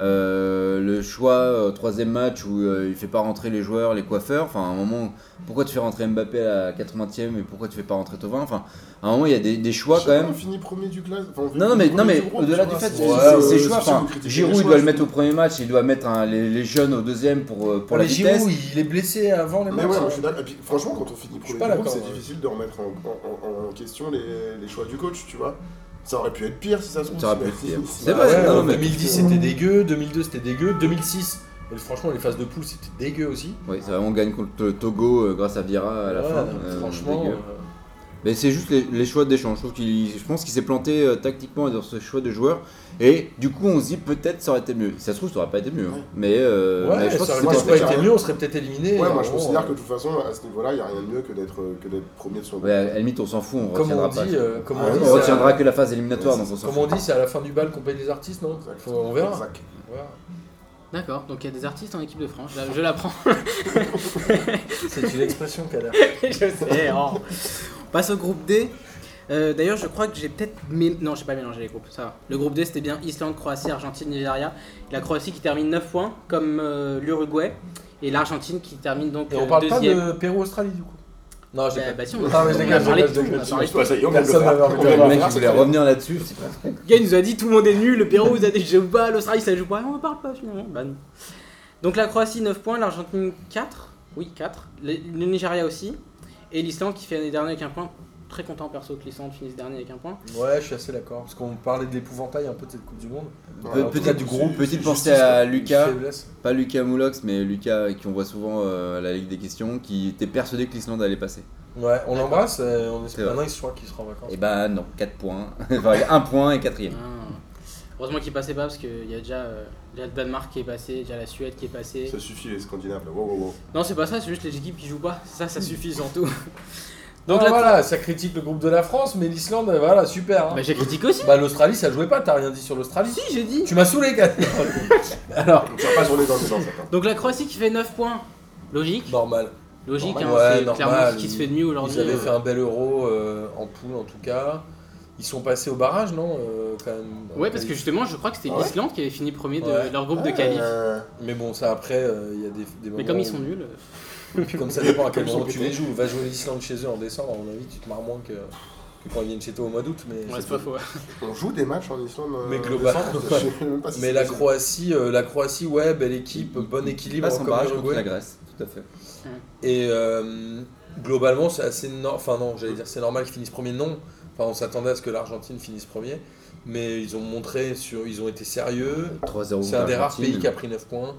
S3: euh, le choix euh, troisième match où euh, il fait pas rentrer les joueurs, les coiffeurs. Enfin, à un moment, pourquoi tu fais rentrer Mbappé à la 80e et pourquoi tu fais pas rentrer Tovin Enfin, à un moment, il y a des, des choix
S4: Je sais
S3: quand
S4: pas,
S3: même.
S4: On finit premier du classe. enfin, on finit
S3: Non, non, mais, non,
S4: premier
S3: mais
S4: groupe,
S3: au-delà du
S4: tu vois,
S3: fait,
S4: c'est-
S3: c'est
S2: ouais,
S3: c'est- c'est
S4: euh,
S3: choix.
S4: c'est-
S3: Enfin,
S4: c'est- c'est-
S3: Giroud,
S4: c'est-
S3: il doit
S4: c'est-
S3: le mettre au premier match, il doit mettre hein, les, les jeunes au deuxième pour, euh, pour
S2: Mais
S3: la vitesse.
S2: Giroud, il est blessé avant les
S4: Mais
S2: matchs.
S4: ouais,
S2: hein.
S4: moi, je suis d'accord. Et puis, franchement, quand on finit
S2: suis
S4: premier
S2: pas
S4: du groupe,
S2: d'accord,
S4: c'est
S2: ouais.
S4: difficile de remettre en, en- en- en question les, les choix du coach, tu vois. Ça aurait pu être pire si ça se trouve.
S3: Ça aurait
S4: si-
S3: pu être
S4: si-
S3: pire.
S4: si-
S3: C'est
S2: Bah
S3: vrai,
S2: ouais,
S3: non,
S2: en
S3: mais-
S2: 2010 c'était dégueu, 2002 c'était dégueu, 2006, euh, franchement les phases de poule c'était dégueu aussi.
S3: Oui, c'est vraiment on gagne contre le Togo euh, grâce à Vira à la
S2: Ouais,
S3: fin.
S2: donc,
S3: euh,
S2: franchement,
S3: dégueu.
S2: euh,
S3: Mais c'est juste les, les choix de Deschamps. Je, trouve qu'il- je pense qu'il s'est planté euh, tactiquement dans ce choix de joueurs. Et du coup, on se dit peut-être ça aurait été mieux. Si ça se trouve, ça aurait pas été mieux. hein. Mais, euh,
S2: ouais,
S3: mais je pense
S2: ça
S3: que
S2: aurait
S4: moi,
S3: c'était
S2: peut-être
S4: je
S2: pas
S4: préfère-
S2: été mieux, on serait peut-être éliminé.
S4: Ouais, moi je
S2: Alors,
S4: considère que
S2: euh,
S4: de toute façon, à ce niveau-là, il n'y a rien de mieux que d'être que d'être premier de son
S3: Ouais, à la limite, on s'en fout, on
S2: comme on
S3: retiendra
S2: dit,
S3: pas.
S2: euh, comme
S4: Ah
S2: on dit,
S4: oui,
S3: on
S2: c'est à-
S3: retiendra que la phase éliminatoire,
S4: Ouais,
S3: donc on s'en
S2: comme
S3: fout.
S2: on dit, c'est à la fin du bal qu'on paye les artistes, non
S4: Exact.
S2: Faut- On verra.
S4: Exact.
S2: On verra.
S1: D'accord, donc il y a des artistes en équipe de France, je, la- je l'apprends.
S2: C'est une expression qu'elle a.
S1: je sais, oh. On passe au groupe D. Euh, D'ailleurs, je crois que j'ai peut-être. mé- Non, j'ai pas mélangé les groupes, ça va. Le groupe D c'était bien Islande, Croatie, Argentine, Nigeria. La Croatie qui termine 9 points, comme euh, l'Uruguay. Et l'Argentine qui termine donc
S2: Et
S1: euh,
S2: on parle pas
S1: deuxième.
S2: de Pérou-Australie du coup Non, j'ai
S1: Bah,
S2: pas.
S1: bah si, on,
S2: Ah,
S1: on
S2: mais je
S1: a
S2: dégage,
S1: parlé de
S2: je
S1: tout,
S2: dégage,
S1: on a
S2: je
S1: parlé de tout.
S4: y est, on va le
S2: Personne
S4: faire.
S2: n'avait envie de
S4: On va
S2: le
S3: le
S4: le
S3: mec
S4: faire,
S3: qui
S4: c'est
S3: voulait
S4: clair.
S3: revenir là-dessus, c'est pas
S1: Le gars il nous a dit tout le monde est nul, le Pérou vous a dit je joue pas, l'Australie ça joue pas, on en parle pas finalement. Bah non. Donc la Croatie 9 points, l'Argentine 4, oui 4, le le Nigeria aussi, et l'Islande qui fait l'année dernière avec un point. Très content perso que l'Islande finisse dernier avec un point.
S2: Ouais, je suis assez d'accord. Parce qu'on parlait de l'épouvantail un peu de cette Coupe du Monde.
S4: Ouais, en
S3: Pe-
S4: tout
S2: cas,
S3: Peut-être du
S2: c'est-
S3: groupe,
S4: c'est
S3: petite
S4: justice,
S3: pensée
S1: euh,
S3: à
S2: Une
S3: Lucas,
S2: faiblesse.
S3: pas Lucas Moulox, mais Lucas qui on voit souvent euh, à la Ligue des questions, qui était persuadé que l'Islande allait passer.
S2: Ouais, on l'embrasse. euh, On
S3: C'est
S2: espère.
S3: vrai.
S2: Maintenant, il se croit qu'il sera en vacances.
S3: Et bah non, 4 points. enfin, 1 point et 4
S1: Ah. Heureusement qu'il passait pas parce qu'il y a déjà euh, il y a le Danemark qui est passé, déjà la Suède qui est passée.
S4: Ça suffit les Scandinaves là. Wow, wow, wow.
S1: Non c'est pas ça, c'est juste les équipes qui jouent pas. Ça ça suffit surtout.
S2: Donc
S1: Donc la
S2: voilà, ça critique le groupe de la France, mais l'Islande, euh, voilà, super. hein.
S1: Bah j'ai critiqué aussi.
S2: Bah l'Australie, ça jouait pas, t'as rien dit sur l'Australie.
S1: Si j'ai dit.
S2: Tu m'as saoulé, gars. Alors,
S4: Donc ça va pas tourner dans hein. le sens. attends.
S1: Donc la Croatie qui fait 9 points. Logique.
S2: normal.
S1: Logique,
S2: Normal,
S1: hein,
S2: ouais,
S1: c'est
S2: normal.
S1: clairement ce qui se fait de mieux aujourd'hui.
S2: Ils avaient
S1: Euh,
S2: fait un bel euro euh, en poule, en tout cas. Ils sont passés au barrage, non euh, quand même,
S1: Ouais, parce que justement, je crois que c'était
S4: Ah ouais
S1: l'Islande qui avait fini premier de
S2: Ouais.
S1: leur groupe de qualif.
S4: Euh,
S2: Mais bon, ça après, euh, il y a des, des moments.
S1: Mais comme ils
S2: où-
S1: sont nuls, euh,
S2: Et puis comme ça dépend à quel
S4: Comme ils
S2: moment
S4: sont
S2: tu
S4: pétés.
S2: les joues. Va jouer l'Islande chez eux en décembre, à mon avis, tu te marres moins que, que quand ils viennent chez toi au mois d'août. Mais,
S1: ouais,
S2: c'est
S1: c'est pas
S2: tout.
S1: faux. ouais.
S4: On joue des matchs en Islande. euh,
S2: Mais
S4: en
S2: globalement,
S4: décembre,
S2: ouais.
S4: je sais même pas si
S2: Mais
S4: c'est
S2: la
S4: possible.
S2: Croatie, euh, la Croatie, ouais, belle équipe, bon équilibre
S3: Passe en
S2: comme
S3: Ah, barrage contre
S2: l'Uruguay.
S3: la Grèce, tout à fait.
S2: Et euh, globalement, c'est assez normal. Enfin, non, j'allais dire c'est normal qu'ils finissent premier. Non. Enfin, on s'attendait à ce que l'Argentine finisse premier. Mais ils ont montré, sur... ils ont été sérieux.
S3: 3-0.
S2: C'est un des rares
S3: Ah, Argentine.
S2: pays qui a pris 9 points.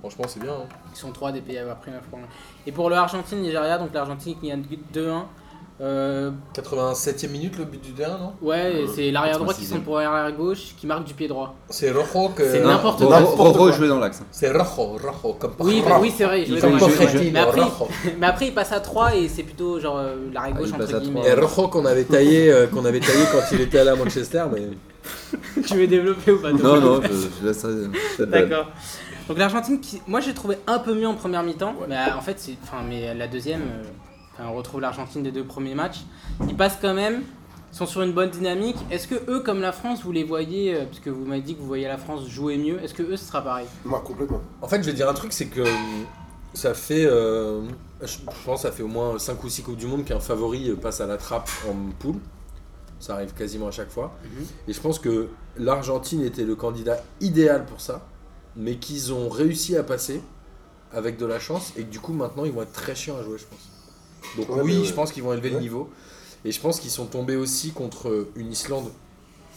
S2: Franchement, c'est bien. hein.
S1: Ils sont trois des pays à avoir pris 9 points. Et pour le Argentine-Nigeria, donc l'Argentine qui gagne 2-1. Euh,
S2: 87e minute, le but du dernier, non
S1: ouais, et c'est l'arrière droit qui
S3: 86e.
S1: sont pour l'arrière gauche qui marque du pied droit.
S2: C'est Rojo que.
S1: C'est n'importe
S3: Ro-
S1: quoi.
S3: Ro- Ro- Ro- jouait dans l'axe.
S2: C'est Rojo, Rojo, comme par
S1: Oui, bah, oui c'est vrai. je
S3: Ils
S1: vais
S3: font
S1: dans
S2: comme
S1: le
S3: jouer,
S1: jeu, ouais.
S3: jouer.
S1: mais,
S2: Pochettino,
S1: après,
S2: Rojo.
S1: mais après, il passe à 3 et c'est plutôt genre euh, l'arrière
S3: Ah,
S1: gauche
S3: il passe
S1: entre
S3: à
S1: guillemets.
S2: Et Rojo qu'on avait taillé, euh, qu'on avait taillé quand il était allé à Manchester, mais
S1: tu veux développer ou pas toi
S3: Non, non, je, je laisse ça.
S2: euh,
S3: ça te donne.
S1: D'accord. Donc l'Argentine, qui... moi j'ai trouvé un peu mieux en première mi-temps, mais euh, en fait, c'est... Enfin, mais la deuxième, euh, enfin, on retrouve l'Argentine des deux premiers matchs. Ils passent quand même, ils sont sur une bonne dynamique. Est-ce que eux, comme la France, vous les voyez, euh, parce que vous m'avez dit que vous voyez la France jouer mieux, est-ce que eux, ce sera pareil
S3: Euh,
S4: Moi, complètement.
S2: En fait, je vais dire un truc, c'est que euh, ça fait, euh, je je pense, que ça fait au moins 5 ou 6 Coupes du Monde qu'un favori euh, passe à la trappe en poule. Ça arrive quasiment à chaque fois.
S1: Mhm.
S2: Et je pense que l'Argentine était le candidat idéal pour ça, mais qu'ils ont réussi à passer avec de la chance et que du coup, maintenant, ils vont être très chiants à jouer, je pense. Donc,
S4: Ouais,
S2: oui,
S4: mais-
S2: je pense qu'ils vont élever le
S4: Ouais.
S2: niveau. Et je pense qu'ils sont tombés aussi contre une Islande.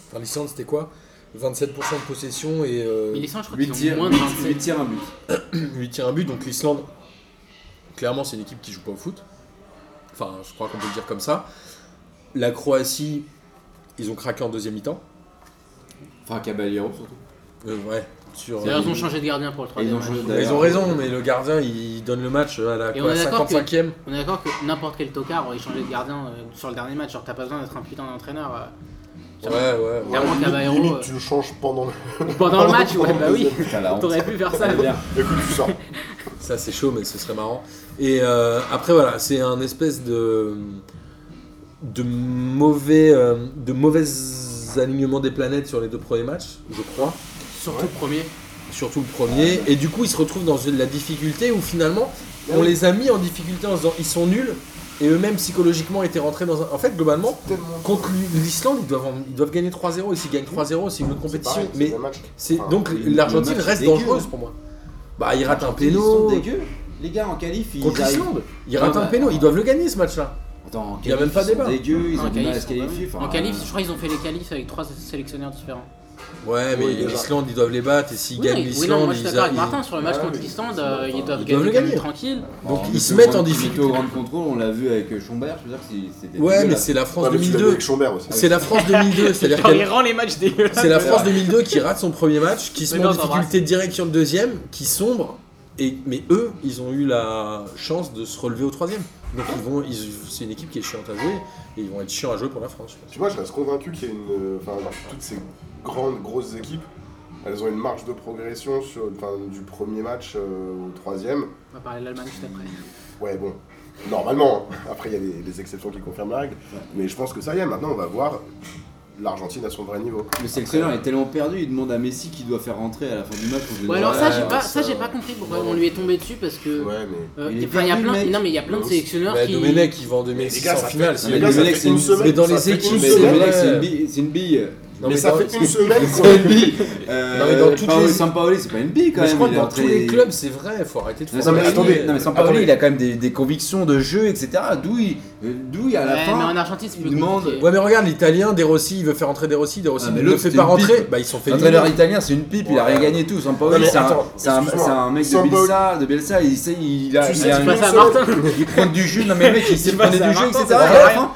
S2: Enfin, l'Islande, c'était quoi 27% de possession et. euh,
S1: Mais les Saints, je crois
S3: 8
S1: qu'ils ont
S3: tirs,
S1: moins de
S3: 8
S1: 27.
S3: tirs, un but.
S2: lui tire un but. Donc l'Islande, clairement, c'est une équipe qui joue pas au foot. Enfin, je crois qu'on peut le dire comme ça. La Croatie, ils ont craqué en deuxième mi-temps.
S3: Enfin, Caballero surtout.
S2: Euh, ouais, sur. euh,
S1: D'ailleurs, ils ont changé de gardien pour le
S3: Et ils
S1: troisième
S3: ont
S1: match.
S3: changé de-
S2: Ils ont raison, mais le gardien, il donne le match à la
S1: Et
S2: quoi,
S1: on est d'accord que-
S2: 55e.
S1: On est d'accord que n'importe quel tocard aurait changé de gardien euh, sur le dernier match, genre t'as pas besoin d'être un putain d'entraîneur. euh,
S2: Ouais, ouais. ouais.
S1: Clairement,
S4: limite,
S1: Cavallero,
S4: limite,
S1: euh,
S4: tu le changes pendant le.
S1: ou Pendant le match, ouais, bah oui,
S3: Putain, la honte.
S1: t'aurais pu faire ça.
S3: C'est bien.
S4: Écoute, tu sors.
S2: Ça, c'est chaud, mais ce serait marrant. Et euh, après, voilà, c'est un espèce de. de mauvais. euh, de mauvais alignement des planètes sur les deux premiers matchs, je crois.
S1: Surtout le premier.
S2: surtout le premier. Et du coup, ils se retrouvent dans de la difficulté où finalement, on les a mis en difficulté en se disant ils sont nuls et eux-mêmes psychologiquement étaient rentrés dans un. En fait, globalement,
S4: Tellement.
S2: contre l'Islande, ils doivent, en- ils doivent gagner 3-0 et s'ils gagnent 3-0, c'est une autre
S4: C'est
S2: compétition.
S4: pareil, c'est
S2: Mais
S4: le match.
S2: c'est
S4: Enfin,
S2: donc
S3: le- le
S2: l'Argentine
S3: match
S2: reste
S3: est dégueu,
S2: dangereuse
S3: hein.
S2: pour moi. Bah, ils ratent un
S3: Ils sont
S2: péno.
S3: dégueux. Les gars, en qualif, ils
S2: Contre
S3: arrivent-
S2: l'Islande, ils
S3: Non,
S2: ratent un
S3: bah,
S2: péno. Ils doivent le gagner ce match-là.
S3: Attends, en
S2: Il y a même
S3: qualif,
S2: pas
S3: ils
S2: débat.
S3: sont dégueux, ils
S1: Non,
S3: ont
S1: Ah, en
S3: du mal à
S1: qualif,
S3: se
S1: c'est
S3: qualifier.
S1: pas mal.
S3: enfin,
S1: en qualif, je crois qu'ils ont fait les qualifs avec trois sélectionneurs différents.
S2: Ouais, mais
S4: Oui, déjà.
S2: l'Islande, ils doivent les battre et s'ils
S1: Oui,
S2: gagnent
S1: oui, non,
S2: l'Islande,
S1: moi je suis
S2: ils
S1: d'accord avec Martin
S2: arrivent.
S1: sur le match
S4: Ouais,
S1: contre
S4: mais-
S1: l'Islande,
S4: c'est
S1: euh,
S4: bon,
S1: ils
S4: enfin,
S1: doivent
S2: ils doivent
S1: gagner
S2: le
S1: comme
S2: gagner.
S1: tranquille.
S2: Donc,
S3: on
S2: ils
S3: était
S2: se
S3: au
S2: mettent
S3: grand-
S2: en
S3: on était
S2: difficulté.
S3: au grand contrôle, on l'a vu avec Schombert, je veux dire, c'est- c'était.
S2: Ouais, mais
S3: dégueulasse.
S2: c'est la France
S4: Ouais, mais tu l'as vu
S2: 2002.
S4: avec Schombert aussi.
S2: C'est la France 2002, c'est-à-dire
S1: Genre,
S2: qu'elle
S1: il rend les matchs dégueulasses.
S2: C'est la France 2002 qui rate son premier match, qui se
S1: Mais
S2: met en
S1: non, t'embrasses.
S2: difficulté directe sur le deuxième, qui sombre. Et, mais eux, ils ont eu la chance de se relever au troisième. Donc ils vont, ils- c'est une équipe qui est chiante à jouer et ils vont être chiants à jouer pour la France. je pense.
S4: Puis moi, je reste convaincu qu'il y a une. euh, Enfin, toutes ces grandes, grosses équipes, elles ont une marge de progression sur, enfin, du premier match euh, au troisième.
S1: On va parler de l'Allemagne juste après.
S4: Ouais, bon. Normalement, hein. après, il y a des, des exceptions qui confirment la règle. Mais je pense que ça y est, maintenant, on va voir l'Argentine à son vrai niveau.
S3: Le sélectionneur est tellement perdu, il demande à Messi qui doit faire rentrer à la fin du match. pour que je
S1: Ouais,
S3: le
S1: alors
S3: vois.
S1: ça,
S2: ouais,
S1: j'ai pas, ça,
S2: ça,
S1: j'ai pas
S2: ouais.
S1: compris pourquoi on lui est tombé dessus parce que.
S4: Ouais, mais.
S1: euh,
S3: Il est
S1: enfin, il y a
S3: perdu,
S1: plein,
S3: le mec.
S1: non, mais il y a plein de
S4: Mais
S1: sélectionneurs
S2: Bah,
S1: qui.
S2: Domenech, ils vont en
S4: Mais les
S2: 2006
S4: gars,
S2: en
S4: ça fait-
S2: finale.
S4: ça
S2: c'est-
S3: mais
S4: fait
S3: les mecs, c'est une-
S2: mais dans
S4: ça
S2: les
S4: fait
S2: équipes,
S4: une
S3: Mais
S2: c'est
S3: le
S4: semaine.
S2: vrai.
S3: mec, c'est une bille- c'est une bille.
S2: Non,
S4: mais
S2: mais
S4: ça
S2: dans-
S4: fait une semaine
S3: C'est
S4: qu'on-
S3: une bille.
S2: Non, mais dans
S3: Euh,
S2: toutes
S3: Paolo
S2: les-
S3: Sampaoli, c'est pas une bille quand
S2: Mais
S3: même.
S2: je crois que
S3: il est
S2: dans
S3: entré-
S2: tous les clubs, c'est vrai. Faut arrêter de
S3: Non,
S2: faire
S3: mais
S2: ça.
S3: attendez, non, mais Sampaoli,
S4: attendez.
S3: il a quand même des, des convictions de jeu, etc. D'où il, euh, d'où il, à la
S1: Ouais, mais
S3: fin.
S1: en Argentine, c'est
S3: il
S1: plus
S3: demande-
S1: compliqué.
S2: Ouais, mais regarde, l'Italien, De Rossi, il veut faire entrer De Rossi, De Rossi
S3: Ah, mais
S2: ne le
S3: l'autre,
S2: fait
S3: c'est
S2: pas
S3: une
S2: rentrer.
S3: pipe.
S2: Bah, ils sont fait
S3: L'entraîneur
S2: éliminer.
S3: italien, c'est une pipe, il a rien gagné et tout.
S4: Non,
S3: Sampaoli,
S4: mais
S3: c'est un,
S4: attends,
S3: c'est un-
S4: excuse-moi.
S3: c'est un mec de
S4: Sampaoli-
S3: Bielsa, de Bielsa, il sait, il a,
S4: Tu
S3: il
S4: sais
S3: a
S4: ce
S1: Tu
S4: qui
S3: un-
S1: passes à
S4: seul-
S1: Martin
S3: il prend du jus, non mais le mec, il sait
S1: Tu
S3: prendre
S1: passes
S3: du
S1: à
S3: jeu,
S1: Martin,
S3: etc.
S1: c'est
S3: Et à
S2: vrai.
S3: la fin,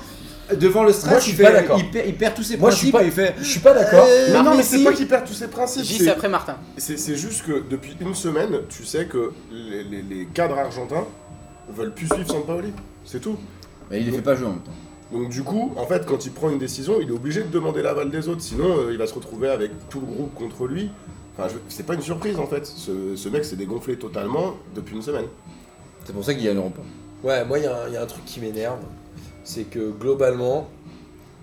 S3: devant le
S2: Moi,
S3: stress,
S2: je
S3: il,
S2: suis pas
S3: fait-
S2: d'accord.
S3: il perd, il perd tous ses
S2: Moi, je suis
S3: principes
S2: pas-
S3: et il fait.
S2: Je suis pas d'accord.
S3: euh,
S4: Non,
S3: non,
S4: mais
S3: si.
S4: c'est pas qu'il perd tous ses principes.
S1: Gis
S4: c'est-
S1: après Martin.
S4: C'est c'est juste que depuis une semaine, tu sais que les, les- les cadres argentins veulent plus suivre Sampaoli. C'est tout.
S3: Mais il les fait pas jouer en même temps.
S4: Donc du coup, en fait, quand il prend une décision, il est obligé de demander l'aval des autres. Sinon, euh, il va se retrouver avec tout le groupe contre lui. Enfin, je- c'est pas une surprise en fait. Ce, ce mec s'est dégonflé totalement depuis une semaine.
S3: C'est pour ça qu'ils gagneront pas.
S2: Ouais, moi, il y, a un- il y a un truc qui m'énerve. C'est que globalement,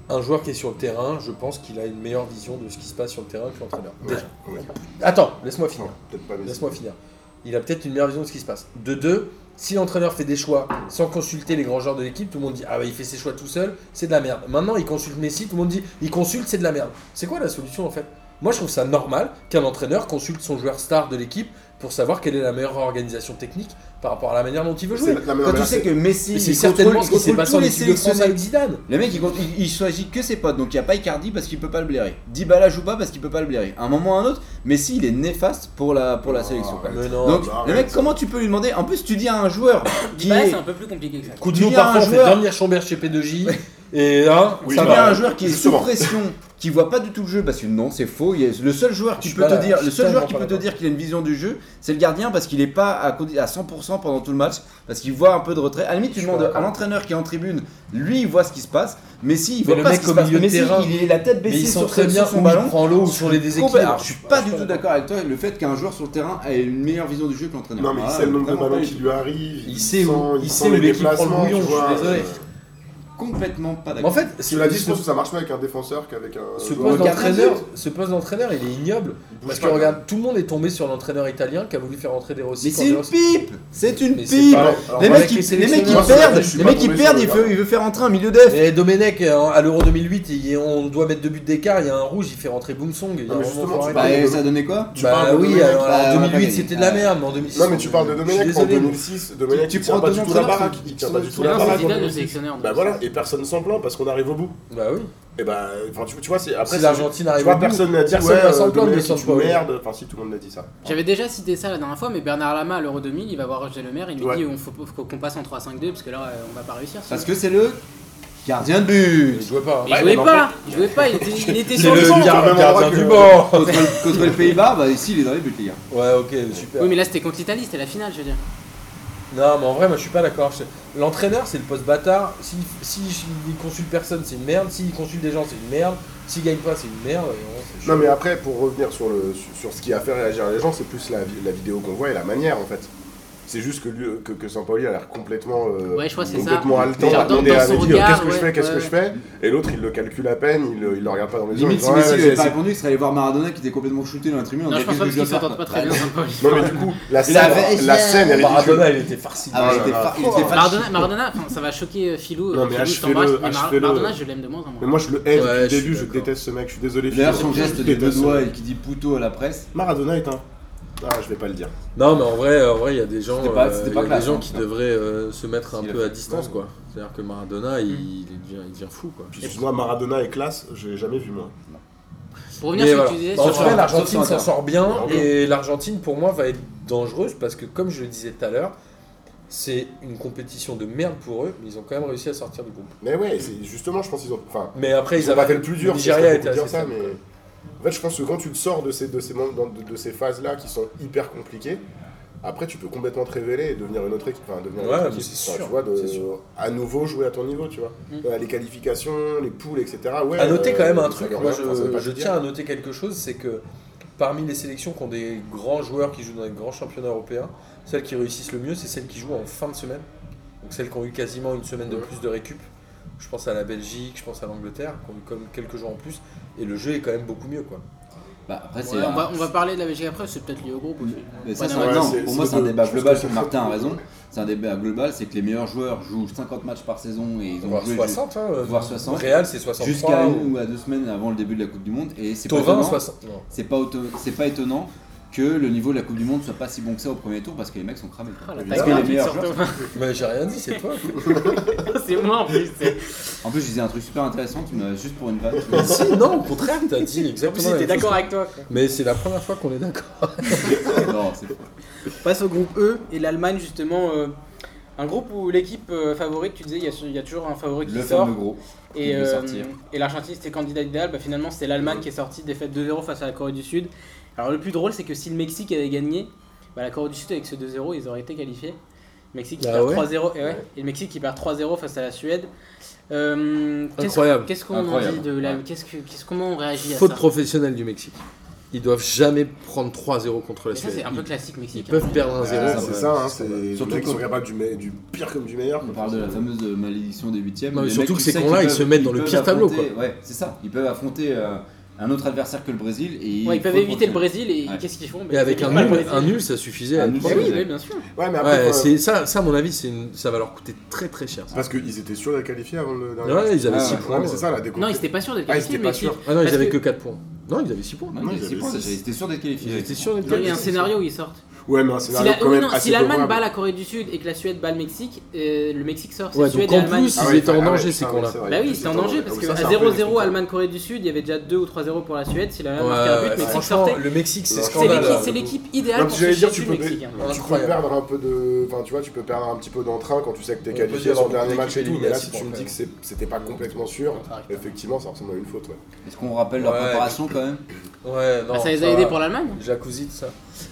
S2: un joueur qui est sur le terrain, je pense qu'il a une meilleure vision de ce qui se passe sur le terrain que l'entraîneur. Déjà.
S4: Ouais.
S2: Attends, laisse-moi finir.
S4: Non, peut-être pas. mais-
S2: Laisse-moi finir. Il a peut-être une meilleure vision de ce qui se passe. De deux, si l'entraîneur fait des choix sans consulter les grands joueurs de l'équipe, tout le monde dit Ah bah il fait ses choix tout seul, c'est de la merde. Maintenant il consulte Messi, tout le monde dit Il consulte, c'est de la merde. C'est quoi la solution en fait Moi, je trouve ça normal qu'un entraîneur consulte son joueur star de l'équipe pour savoir quelle est la meilleure organisation technique par rapport à la manière dont il veut jouer.
S4: C'est- non, mais non,
S3: Quand
S4: mais
S3: tu
S4: là,
S3: sais
S4: c'est-
S3: que Messi,
S2: Mais c'est
S3: il contrôle,
S2: certainement
S3: il
S2: ce qui s'est
S3: contrôle
S2: passé
S3: tous
S2: en
S3: les
S2: équipe de France
S3: sélectionnés.
S2: avec Zidane.
S3: Le mec, il, compte- il- il choisit que ses potes, donc il n'y a pas Icardi parce qu'il peut pas le blairer. Dybala joue pas parce qu'il peut pas le blairer. À un moment ou à un autre, Messi, il est néfaste pour la, pour la
S4: Oh,
S3: sélection. quoi.
S2: Mais non,
S3: Donc,
S4: bah,
S3: le mec,
S4: arrête.
S3: comment tu peux lui demander En plus, tu dis à un joueur qui
S1: Dybala,
S3: est.
S1: c'est un peu plus compliqué que ça.
S2: Coup de
S3: Tu
S2: nous,
S3: viens un
S2: parfois, on fait
S3: joueur-
S2: dormir Chambert chez P2J. Et hein,
S4: Oui,
S2: ça
S3: Tu
S4: bah,
S2: va.
S3: viens un joueur qui est sous
S4: justement.
S3: pression, qui voit pas du tout le jeu, parce que non, c'est faux. il est- Le seul joueur qui
S2: Je suis
S3: peut
S2: pas
S3: te
S2: là,
S3: dire,
S2: je
S3: le
S2: suis
S3: seul joueur
S2: tellement
S3: qui
S2: pas
S3: peut te
S2: d'accord.
S3: dire qu'il a une vision du jeu, c'est le gardien, parce qu'il est pas à, condi- à 100% pendant tout le match, parce qu'il voit un peu de retrait. À la limite,
S2: Je
S3: tu
S2: suis pas
S3: demandes à
S2: d'accord.
S3: l'entraîneur qui est en tribune, lui, il voit ce qui se passe. Mais si, il
S2: Mais
S3: voit
S2: le
S3: pas
S2: mec
S3: ce qui se
S2: au
S3: passe.
S2: milieu de
S3: Mais si,
S2: terrain,
S3: il est la tête baissée
S2: Mais ils sont
S3: sur,
S2: très
S3: son-
S2: bien
S3: sur son
S2: où il
S3: ballon.
S2: prend l'eau ou sur les
S3: Complètement.
S2: déséquilibres.
S3: je suis pas du tout d'accord avec toi. Le fait qu'un joueur sur le terrain ait une meilleure vision du jeu que l'entraîneur.
S4: Non, mais il
S3: Voilà,
S4: sait le nombre de
S3: vraiment pas
S4: ballons
S3: du
S4: qui
S3: tout.
S4: lui arrivent.
S2: Il sait où- il
S4: sent
S2: sait où
S4: les
S2: l'équipe prend le
S4: déplacements,
S2: bouillon,
S4: tu
S2: je suis
S4: vois,
S2: désolé.
S4: euh,
S3: Complètement pas
S2: Mais En
S3: d'accord.
S2: fait,
S4: Tu l'as dit, je
S2: ce,
S4: pense que ça marche mieux avec un défenseur qu'avec un.
S2: ce
S4: joueur
S2: poste
S4: qui-
S2: d'entraîneur, ce poste d'entraîneur, il est ignoble.
S4: Il bouge
S2: Parce que
S4: pas,
S2: regarde, tout le monde est tombé sur l'entraîneur italien qui a voulu faire entrer des Rossi.
S3: Mais c'est une pipe C'est une
S2: Mais c'est
S3: pipe
S2: pas-
S4: Alors,
S3: Les
S2: moi,
S3: mecs,
S2: avec
S3: qui,
S2: les
S3: les mecs qui
S2: sélectionneurs,
S4: je
S3: perdent,
S4: suis
S3: les
S4: pas
S3: mecs qui
S4: tombé
S3: perdent,
S4: sur
S3: il
S4: le
S3: veut,
S4: gars.
S3: il veut faire entrer un milieu def.
S2: Et Domenech, euh, à l'Euro 2008, il- on doit mettre deux buts d'écart, il y a un rouge, il fait rentrer Boomsong. il y a un
S4: Non, mais
S2: moment,
S4: justement,
S2: faut
S4: tu
S2: arrêter.
S3: Bah,
S4: parles
S3: et
S4: de-
S3: ça donnait quoi
S4: tu
S2: Bah
S4: parles de
S2: oui,
S4: Domenech,
S2: alors,
S3: bah, on
S2: en
S3: a pas
S2: 2008
S3: gagné.
S2: c'était de la merde, mais en 2006.
S4: Non, mais tu parles de
S2: Je suis
S4: Domenech en
S2: désolé, mais-
S4: 2006. Domenech,
S3: Tu
S4: il tient
S3: prends
S4: pas
S3: deux
S4: du tout la
S3: entraîneurs
S4: baraque.
S3: qui-
S4: Il
S3: qui
S4: tient
S3: sont
S4: pas du tout
S3: sous
S4: la
S1: Non, c'est
S4: baraque.
S1: Zidane le sélectionneur. donc
S4: Bah
S1: c'est-
S4: voilà, et personne s'en plaint parce qu'on arrive au bout.
S2: Bah oui.
S4: Et bah, enfin, tu, tu vois, c'est après.
S2: si
S4: c'est-
S2: l'Argentine
S4: Tu
S2: arrive au
S4: vois,
S2: bout,
S4: personne n'a dit
S2: personne
S4: ouais,
S2: va s'en
S4: euh,
S2: plaindre de
S4: Domenech,
S2: son
S4: tu
S2: choix.
S4: merde. Enfin, si tout le monde l'a dit ça.
S1: J'avais déjà cité ça la dernière fois, mais Bernard Lama à l'Euro 2000, il va voir Roger Lemaire, il lui
S4: Ouais.
S1: dit on faut, faut qu'on passe en 3-5-2 parce que là euh, on va pas réussir.
S3: Parce que c'est le gardien de but.
S2: Je vois pas. hein.
S1: Il
S4: Ouais,
S1: jouait
S4: mais en
S1: pas, il jouait pas, il était, il était
S2: C'est
S1: sur le
S4: le
S1: banc.
S4: gars.
S2: gar-
S4: au même endroit que-
S2: bord.
S3: Contre le, contre le Pays-Bas, bah ici il est dans les buts, les gars.
S2: Ouais, ok, super.
S1: Oui, mais là c'était contre l'Italie, c'était la finale, je veux dire.
S2: Non, mais en vrai, moi je suis pas d'accord. Je- L'entraîneur, c'est le poste bâtard. S'il si, il consulte personne, c'est une merde. S'il consulte des gens, c'est une merde. S'il gagne pas, c'est une merde. Et on- c'est
S4: Non
S2: chaud.
S4: mais après, pour revenir sur, le, sur, sur ce qui a fait réagir les gens, c'est plus la, vi- la vidéo qu'on voit et la manière en fait. C'est juste que, lui, euh, que, que Sampaoli a l'air complètement, euh,
S1: Ouais, je crois que c'est ça.
S4: complètement haletant
S1: Genre,
S4: à
S1: dans-
S4: demander
S1: dans
S4: à
S1: son
S4: Messi
S1: regard,
S4: qu'est-ce que je
S1: ouais,
S4: fais, qu'est-ce
S1: ouais,
S4: que je fais Et l'autre il le calcule à peine, il, le- il le regarde pas dans les yeux.
S3: Limite,
S4: il
S3: si
S4: dit,
S3: Messi
S4: ouais,
S3: n'avait
S4: vas-y,
S3: pas
S4: c'est-
S3: répondu, il serait allé voir Maradona qui était complètement shooté dans la tribune.
S1: Non, je pense pas parce
S3: qu'il
S1: qu'ils s'entendent pas très bien. Sampaoli.
S4: Non mais du coup,
S3: Il
S4: la
S3: a
S4: scène,
S3: fait-
S4: la scène est ridicule.
S2: Maradona, il était farci.
S3: Ah ouais,
S4: Oh
S3: il
S4: là
S3: était
S4: là.
S3: fa- il était fa-
S1: Maradona, Maradona, enfin, ça va choquer euh, Philou.
S4: Non,
S1: euh,
S4: mais
S1: Philou, il
S4: achevez-le,
S1: s'embrasse, mais Mar-
S4: achevez-le.
S1: Maradona, je l'aime de moins en
S4: Mais
S1: moins.
S4: moi je le
S2: Ouais,
S4: hais depuis
S2: je
S4: le
S2: suis
S4: début, je
S2: d'accord.
S4: déteste ce mec, je suis désolé.
S3: D'ailleurs,
S4: Philo,
S3: son
S4: je
S3: geste des
S4: déteste
S3: deux
S4: ce
S3: doigts
S4: mec.
S3: et qui dit puto à la presse.
S4: Maradona est un... Ah je vais pas le dire.
S2: Non, mais en vrai, en vrai, il y a des gens,
S3: C'était pas-
S2: euh,
S3: c'était
S2: il y
S3: pas
S2: a
S3: classe,
S2: des gens
S3: hein.
S2: qui devraient euh, se mettre un
S3: Il a
S2: peu
S3: fait-
S2: à distance, quoi. C'est-à-dire que Maradona, il, il devient, il devient fou, quoi.
S4: Puis moi Maradona est classe, je l'ai jamais vu moi.
S1: Pour revenir
S2: Mais
S1: sur
S2: voilà.
S1: ce que tu disais
S2: Bah, en
S1: sur.
S2: tout cas,
S1: euh,
S2: l'Argentine
S3: Sauf sur
S2: s'en sort bien
S4: Bien.
S2: et l'Argentine, pour moi, va être dangereuse parce que, comme je le disais tout à l'heure, c'est une compétition de merde pour eux, mais ils ont quand même réussi à sortir du groupe.
S4: Mais ouais, c'est justement je pense qu'ils ont... Enfin,
S2: Mais après,
S4: Ils
S2: ils
S4: ont
S2: avaient
S4: pas fait le plus dur.
S2: Le
S4: c'est
S2: Nigeria
S4: très
S2: était
S4: compliqué de
S2: assez
S4: dire ça,
S2: simple.
S4: mais en fait, je pense que quand tu te sors de ces de ces moments- de, de ces phases là qui sont hyper compliquées, après tu peux complètement te révéler et devenir une autre équipe. Enfin, devenir une
S2: Ouais,
S4: autre
S2: mais
S4: équipe.
S2: c'est
S4: Enfin,
S2: sûr,
S4: Tu vois, de-
S2: c'est sûr.
S4: à nouveau jouer à ton niveau, tu vois.
S1: Mm.
S4: Euh, les qualifications, les poules, etc. Ouais.
S2: À noter quand
S4: euh,
S2: même un
S4: ça
S2: truc,
S4: veut
S2: moi
S4: rien,
S2: je,
S4: enfin, ça veut pas
S2: je
S4: tout dire.
S2: tiens à noter quelque chose, c'est que parmi les sélections qui ont des grands joueurs qui jouent dans les grands championnats européens, celles qui réussissent le mieux, c'est celles qui jouent en fin de semaine. Donc celles qui ont eu quasiment une semaine de
S4: Ouais.
S2: plus de récup. Je pense à la Belgique, je pense à l'Angleterre, qui ont eu comme quelques jours en plus. Et le jeu est quand même beaucoup mieux, quoi.
S3: Bah, après, c'est.
S1: ouais, on,
S3: un-
S1: va, on va parler de la Belgique après, c'est peut-être lié au groupe aussi.
S3: Mais ça,
S1: Ouais,
S3: c'est
S1: non,
S3: un-
S1: ouais,
S3: non,
S4: c'est-
S3: pour
S4: c'est
S3: moi, c'est un
S4: deux.
S3: débat
S4: Je pense
S3: global.
S4: que c'est-
S3: Martin a raison. C'est un débat global, c'est que les meilleurs joueurs jouent 50 matchs par saison et ils ont
S2: Voire
S3: joué
S2: 60, hein. euh,
S3: voire 60.
S2: Real, c'est 63.
S3: jusqu'à
S2: ou-
S3: une ou à deux semaines avant le début de la Coupe du Monde et c'est pas
S2: Thauvin,
S3: étonnant,
S2: 60. Non.
S3: c'est pas, auto- c'est pas étonnant que le niveau de la Coupe du Monde soit pas si bon que ça au premier tour parce que les mecs sont cramés.
S1: Ah, la
S3: Parce
S1: taille
S3: que les
S1: graphique
S3: meilleurs
S1: sur
S3: joueurs-
S1: Thomas.
S2: Mais j'ai rien dit, c'est toi.
S1: C'est moi en plus. c'est-
S3: En plus, je disais un truc super intéressant, tu m'as juste pour une vanne.
S2: Mais si, non, au contraire, t'as dit
S1: En plus,
S2: exactement.
S1: il
S2: la
S1: était
S2: même chose.
S1: d'accord avec toi. quoi.
S2: Mais c'est la première fois qu'on est d'accord.
S3: non, c'est faux.
S1: On passe au groupe E et l'Allemagne justement. euh, Un groupe où l'équipe euh, favorite, tu disais, il y a- il y, a toujours un favori qui
S3: Le
S1: sort.
S3: fameux gros.
S1: Et,
S3: Il veut
S1: euh,
S3: sortir.
S1: et l'Argentine c'était candidat idéal, bah, finalement c'était l'Allemagne qui est sortie, défaite 2-0 face à la Corée du Sud. Alors le plus drôle c'est que si le Mexique avait gagné, bah, la Corée du Sud avec ce 2-0 ils auraient été qualifiés. Le Mexique qui
S2: Ah
S1: perd
S2: ouais
S1: 3-0 et, ouais.
S4: Ouais.
S1: et le Mexique qui perd 3-0 face à la Suède. Euh, qu'est-ce-
S2: Incroyable.
S1: Qu'est-ce qu'on en
S3: Incroyable.
S1: dit de la...
S3: Ouais.
S1: qu'est-ce que- qu'est-ce- comment on réagit à
S2: Faute
S1: ça
S2: professionnelle du Mexique. Ils doivent jamais prendre 3-0 contre la
S1: Mais Ça
S2: Suède.
S1: c'est un peu
S2: Ils-
S1: classique
S2: ils,
S1: Mexique. hein.
S2: peuvent perdre un 0.
S4: Ah, C'est ça, hein, c'est les
S3: Surtout
S4: mecs qui sont
S3: que-
S4: capables du, me- du pire comme du meilleur.
S3: On parle de la fameuse malédiction des huitièmes.
S2: Non, mais
S3: Les
S2: surtout
S3: mecs,
S2: que
S3: tu
S2: ces
S3: sais
S2: cons-là,
S3: qu'ils
S2: ils se
S3: peuvent-
S2: mettent dans le
S3: peuvent
S2: pire tableau,
S3: affronter- Ouais, c'est ça. Ils peuvent affronter euh, un autre adversaire que le Brésil et
S1: Ouais,
S3: il
S1: ils peuvent
S3: faut
S1: éviter le
S3: continuer.
S1: Brésil et
S3: Ouais.
S1: qu'est-ce qu'ils font Bah,
S2: Et
S1: ils
S2: avec
S1: évitent
S2: un
S1: pas le
S2: nul,
S1: Brésil.
S2: un nul, ça suffisait à
S3: Un
S2: être
S3: nul,
S1: Eh
S2: premier.
S1: oui, oui, bien sûr.
S4: Ouais, mais après,
S2: Ouais,
S4: faut-
S2: c'est ça, ça, à mon avis, c'est une- ça va leur coûter très très cher. ça.
S4: parce qu'ils étaient sûrs d'être qualifiés avant le dernier. match.
S2: Ouais, ils avaient
S3: Ah,
S2: 6
S3: ouais,
S4: Ouais,
S2: points.
S4: mais c'est ça la
S1: Non, ils
S4: découverte.
S1: n'étaient pas sûrs d'être
S4: Ah, ils
S1: qualifiés,
S4: étaient
S1: mais
S4: pas sûrs.
S2: Ah non, ils
S1: Parce
S2: avaient
S1: que-
S2: que 4 points. Non, ils avaient 6 points.
S3: Ouais,
S4: Non,
S3: ils
S4: ils
S3: avaient six
S4: avaient
S3: points,
S4: six.
S3: ils étaient sûrs d'être qualifiés.
S2: Ils étaient sûrs d'être
S1: Il
S4: Non,
S1: y a un
S2: qualifiés.
S1: scénario où ils sortent.
S4: Ouais, mais un
S1: Si
S4: scénario
S1: la-
S4: quand
S1: oui,
S4: même
S1: non,
S4: assez
S1: si l'Allemagne
S4: favorable.
S1: bat la Corée du Sud et que la Suède bat le Mexique, euh, le Mexique sort. C'est
S2: Ouais,
S1: Suède
S2: donc
S1: et
S2: en
S1: Allemagne.
S2: plus,
S4: Ah
S2: ils
S4: ouais,
S2: étaient en
S4: ah ouais,
S2: danger ces
S4: putain,
S2: cons-là.
S4: c'est vrai.
S1: Bah oui,
S4: Ils
S1: c'était en
S4: étaient
S1: danger
S4: danger.
S1: parce
S4: Ah
S1: que
S4: oui, ça,
S1: à
S4: c'est un peu
S1: 0-0
S4: délicat.
S1: Allemagne Corée du Sud, il y avait déjà 2 ou 3-0 pour la Suède, si l'Allemagne
S2: Ouais,
S1: marquait un but,
S2: ouais,
S1: le Mexique
S2: franchement,
S1: sortait.
S2: le Mexique, c'est
S4: Non,
S1: C'est
S4: scandale,
S1: l'équipe-
S2: scandaleux.
S4: là.
S1: C'est l'équipe idéale
S4: Non,
S1: pour
S4: parce que
S1: se
S4: j'allais dire,
S1: chier
S4: tu
S1: du
S4: peux,
S1: Mexique. hein.
S4: tu peux
S2: Incroyable.
S4: perdre un peu de. Enfin, tu vois, tu peux perdre un petit peu d'entrain quand tu sais que t'es
S2: On peut
S4: qualifié
S2: dire
S4: sur
S2: avoir
S4: le dernier
S2: une
S4: match et
S2: équipe
S4: tout, mais là, si
S2: éliminatoire,
S4: tu me
S2: quand
S4: dis
S2: même.
S4: que c'est- c'était pas complètement sûr, effectivement, ça ressemble à une faute, ouais.
S3: Est-ce qu'on rappelle leur
S2: Ouais.
S3: préparation quand même
S2: Ouais, non.
S1: Ah, Ça les a
S2: va.
S1: aidés pour l'Allemagne
S2: Jacuzzi, tout ça.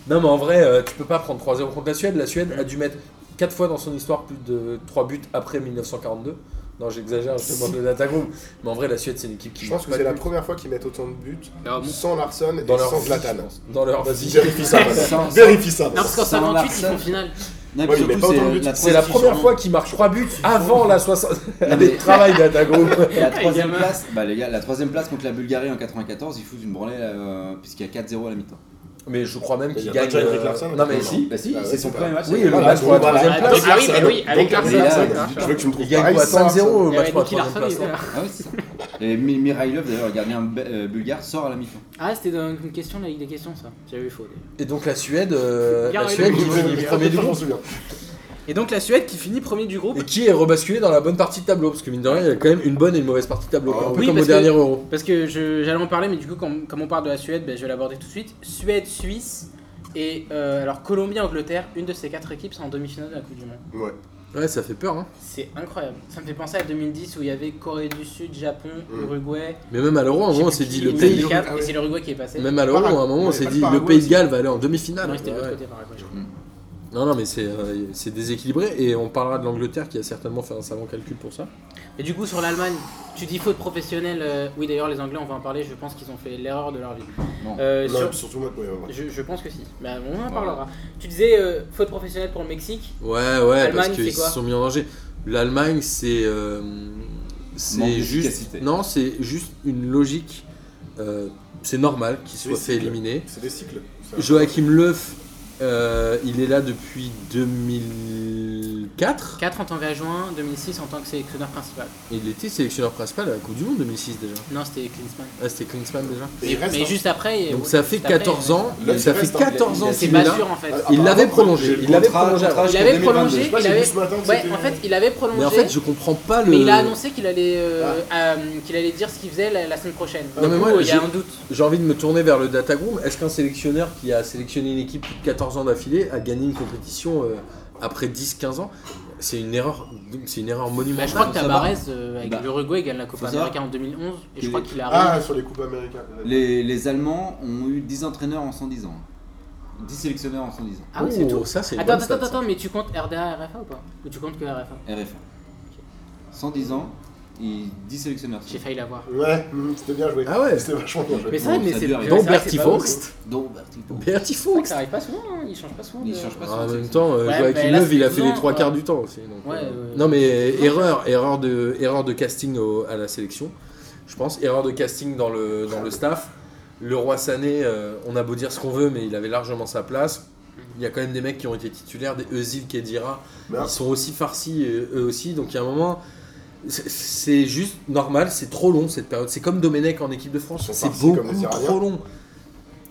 S2: Non, mais en vrai, euh, tu peux pas prendre 3-0 contre la Suède. La Suède a dû mettre 4 fois dans son histoire plus de 3 buts après 1942. Non, j'exagère, je demande le data group. Mais en vrai, la Suède, c'est une équipe qui.
S4: Je pense que
S2: marque
S4: c'est
S2: pas
S4: la
S2: de buts
S4: première fois qu'ils mettent autant de buts
S1: Ah, bon.
S4: sans Larson et
S2: dans leur
S4: sans
S2: vie,
S4: Zlatan.
S2: je pense. Dans leur
S4: Vas-y,
S2: vie.
S4: vérifie ça.
S3: Sans-
S4: vas-y. Vérifie ça.
S1: Non, parce qu'en
S3: Sans
S1: 58, ils
S3: Larsen.
S1: font finale.
S3: Non,
S4: Ouais,
S3: puis
S4: il met
S3: surtout,
S4: pas autant de buts.
S2: C'est la
S3: transition
S2: première
S3: en-
S2: fois qu'ils marquent 3 buts avant la 60.
S3: Non,
S2: Allez,
S3: mais-
S2: travail data group.
S3: La
S1: Les
S3: troisième
S1: gamins.
S3: place, bah les gars, la troisième place contre la Bulgarie en 94, ils foutent une branlée euh, puisqu'il y a 4-0 à la mi-temps.
S2: Mais je crois même
S4: Mais y
S2: qu'ils
S4: a pas
S2: gagnent.
S4: déjà Henrik
S2: euh,
S4: Larsson,
S2: Non, mais
S4: non.
S2: si.
S3: Bah si,
S4: Bah ouais,
S3: c'est son
S4: c'est
S3: premier
S4: pas-
S3: match.
S2: Oui,
S3: c'est-
S2: le match pour la
S4: voilà.
S2: troisième
S1: Ah,
S2: place.
S1: ah oui, mais oui,
S4: Donc,
S1: avec
S4: Larsen,
S1: Larsen.
S3: là,
S1: c'est
S3: là,
S1: grave.
S4: Je veux que tu me trouves
S2: Ils gagnent
S4: pareil,
S2: quoi
S4: sans
S2: 5-0 le
S1: Il y avait
S2: match pour la
S1: Nicky
S2: troisième
S1: Larson,
S2: place.
S1: il était là.
S3: Ah ouais, c'est ça. Et Mi- Mirailov, d'ailleurs, le gardien be- euh, bulgare, sort à la mi-temps.
S1: Ah, c'était dans une question de la Ligue des questions, ça. J'avais eu faux. d'ailleurs.
S2: Et donc la Suède, euh, la
S1: Garde-le,
S2: Suède qui
S1: il est
S2: finit
S1: bien.
S2: premier du
S4: Je m'en
S2: groupe
S4: souviens.
S1: Et donc la Suède qui finit premier du groupe.
S2: et qui est rebasculé dans la bonne partie de tableau parce que mine de rien il y a quand même une bonne et une mauvaise partie de tableau,
S4: Ah
S2: un peu
S1: oui,
S2: comme au
S1: parce que-
S2: dernier Euro.
S1: Parce que je- j'allais en parler, mais du coup, comme, comme on parle de la Suède, ben, je vais l'aborder tout de suite. Suède, Suisse, et euh, alors Colombie, Angleterre, une de ces quatre équipes sont en demi-finale de la Coupe du Monde.
S4: Ouais.
S2: Ouais, ça fait peur. Hein.
S1: C'est incroyable. Ça me fait penser à 2010 où il y avait Corée du Sud, Japon,
S4: Mm.
S1: Uruguay.
S2: Mais même à l'Euro, à un
S1: je sais
S2: moment on
S1: plus
S2: s'est
S1: qui,
S2: dit le
S1: ou
S2: pays.
S1: 2004,
S4: Ah ouais.
S1: Et c'est l'Uruguay qui est passé.
S2: Même à l'Euro, à un moment on
S4: Ouais,
S2: s'est
S4: pas
S2: dit
S4: le
S2: le
S4: Paraguay,
S2: Pays de
S4: c'est-
S2: Galles va aller en
S1: Non,
S2: demi-finale.
S1: c'était de
S2: Ouais.
S1: l'autre côté, par exemple.
S2: Non, non, mais c'est euh, c'est déséquilibré et on parlera de l'Angleterre qui a certainement fait un savant calcul pour ça.
S1: Et du coup, sur l'Allemagne, tu dis faute professionnelle. euh, oui, d'ailleurs, les Anglais, on va en parler. Je pense qu'ils ont fait l'erreur de leur vie.
S3: Non.
S1: Euh,
S4: Non,
S1: sur-
S4: et puis surtout moi, ouais, ouais, ouais.
S1: je, je pense que si. Bah, on en
S3: Ouais.
S1: parlera. Tu disais euh, faute professionnelle pour le Mexique.
S2: Ouais, ouais, parce
S1: Allemagne, c'est
S2: qu'ils
S1: quoi
S2: se sont mis en danger. L'Allemagne, c'est. euh,
S3: Manque
S2: c'est juste.
S3: d'efficacité.
S2: Non, c'est juste une logique. euh, c'est normal qu'il soit
S4: Oui,
S2: fait
S4: c'est clair.
S2: éliminer.
S4: C'est des cycles. ça.
S2: Joachim Leuf, euh, il est là depuis 2004.
S1: 4 en tant qu'adjoint, 2006 en tant que sélectionneur principal.
S2: Il était sélectionneur principal à la Coupe du Monde 2006 déjà.
S1: Non, c'était Klinsmann.
S2: Ah, c'était Klinsmann déjà.
S4: Et il reste,
S1: Mais
S4: hein.
S1: juste après. euh,
S2: Donc
S1: ouais,
S2: ça fait
S1: juste après,
S2: 14
S1: euh,
S2: ans.
S4: Là,
S2: Ça
S4: il
S2: fait
S4: reste, hein.
S2: 14 ans
S1: C'est
S2: qu'il est
S1: pas
S2: là.
S1: sûr en fait.
S4: Ah,
S2: Il l'avait
S4: apparemment,
S2: prolongé.
S4: j'ai le
S2: Il l'avait
S3: contrat-
S2: prolongé.
S3: contrat
S2: avant.
S1: Il avait
S3: jusqu'en 2022.
S1: prolongé.
S4: Je sais pas,
S1: Il
S4: j'ai
S1: avait...
S4: vu ce matin que
S1: Ouais,
S4: c'était-
S1: en fait, il avait prolongé.
S2: Mais en fait, je comprends pas le.
S1: mais il a annoncé qu'il allait, euh,
S4: Ah.
S1: euh, qu'il allait dire ce qu'il faisait la, la semaine prochaine.
S2: Non, mais
S1: Du
S2: moi,
S1: coup, il y a
S2: j'ai- Ah,
S1: un doute.
S2: J'ai envie de me tourner vers le data groom. Est-ce qu'un sélectionneur qui a sélectionné une équipe plus de 14 ans d'affilée a gagné une compétition euh, après 10-15 ans C'est une erreur, c'est une erreur
S1: Bah,
S2: monumentale.
S1: je crois que
S2: Ça va.
S1: Tabarez, euh, avec
S3: Bah,
S1: l'Uruguay, gagne la Copa
S3: faut savoir
S1: América en 2011. Et je
S3: qu'il
S1: crois
S3: est-
S1: qu'il arrive.
S4: Ah, sur les Coupes américaines.
S3: Les, les Allemands ont eu 10 entraîneurs en 110 ans. 10 sélectionneurs en 110 ans.
S1: Ah, oui, c'est
S2: Oh,
S1: tout.
S2: Ça, c'est une
S1: Attends,
S2: bonne
S1: attends,
S2: stat,
S1: attends,
S2: ça.
S1: attends, mais tu comptes RDA, RFA ou pas Ou tu comptes que RFA
S3: RFA. 110 ans, et 10 sélectionneurs.
S1: J'ai failli l'avoir.
S2: Euh,
S4: Ouais, hum, c'était bien joué.
S2: Ah ouais.
S4: C'était vachement bien joué.
S1: Mais c'est vrai,
S3: Bon,
S1: mais
S3: ça
S1: c'est.
S3: dure,
S1: c'est vrai
S3: il
S2: Dont
S1: que c'est
S2: Bertie
S1: pas beaucoup.
S2: Faust.
S3: Donc, bah, Bertil Pau.
S2: Bertie
S1: C'est vrai que
S2: Faust.
S1: ça arrive pas souvent, hein, il change pas souvent.
S3: Il
S1: de-
S3: change pas
S2: En
S3: son
S2: même
S3: sexe.
S2: temps, euh,
S1: Ouais,
S2: Joachim
S1: mais là,
S2: Löw, il a
S1: c'est
S2: fait les
S1: étonnant,
S2: trois
S1: quoi.
S2: quarts du temps aussi. donc,
S1: Ouais,
S2: euh,
S1: ouais.
S2: Non, mais
S1: Non,
S2: erreur, erreur de, erreur de casting au- à la sélection, je pense. Erreur de casting dans le, dans le staff. Le roi Sané, euh, on a beau dire ce qu'on veut, mais il avait largement sa place. Il y a quand même des mecs qui ont été titulaires, des Eusil, Kedira.
S4: Mais
S2: Ils sont aussi farcis euh, eux aussi. Donc il y a un moment, c'est- c'est juste normal, c'est trop long cette période. C'est comme Domenech en équipe de
S4: Ils
S2: France.
S4: sont
S2: C'est
S4: farcis comme
S2: beaucoup
S4: les Iraniens.
S2: trop long.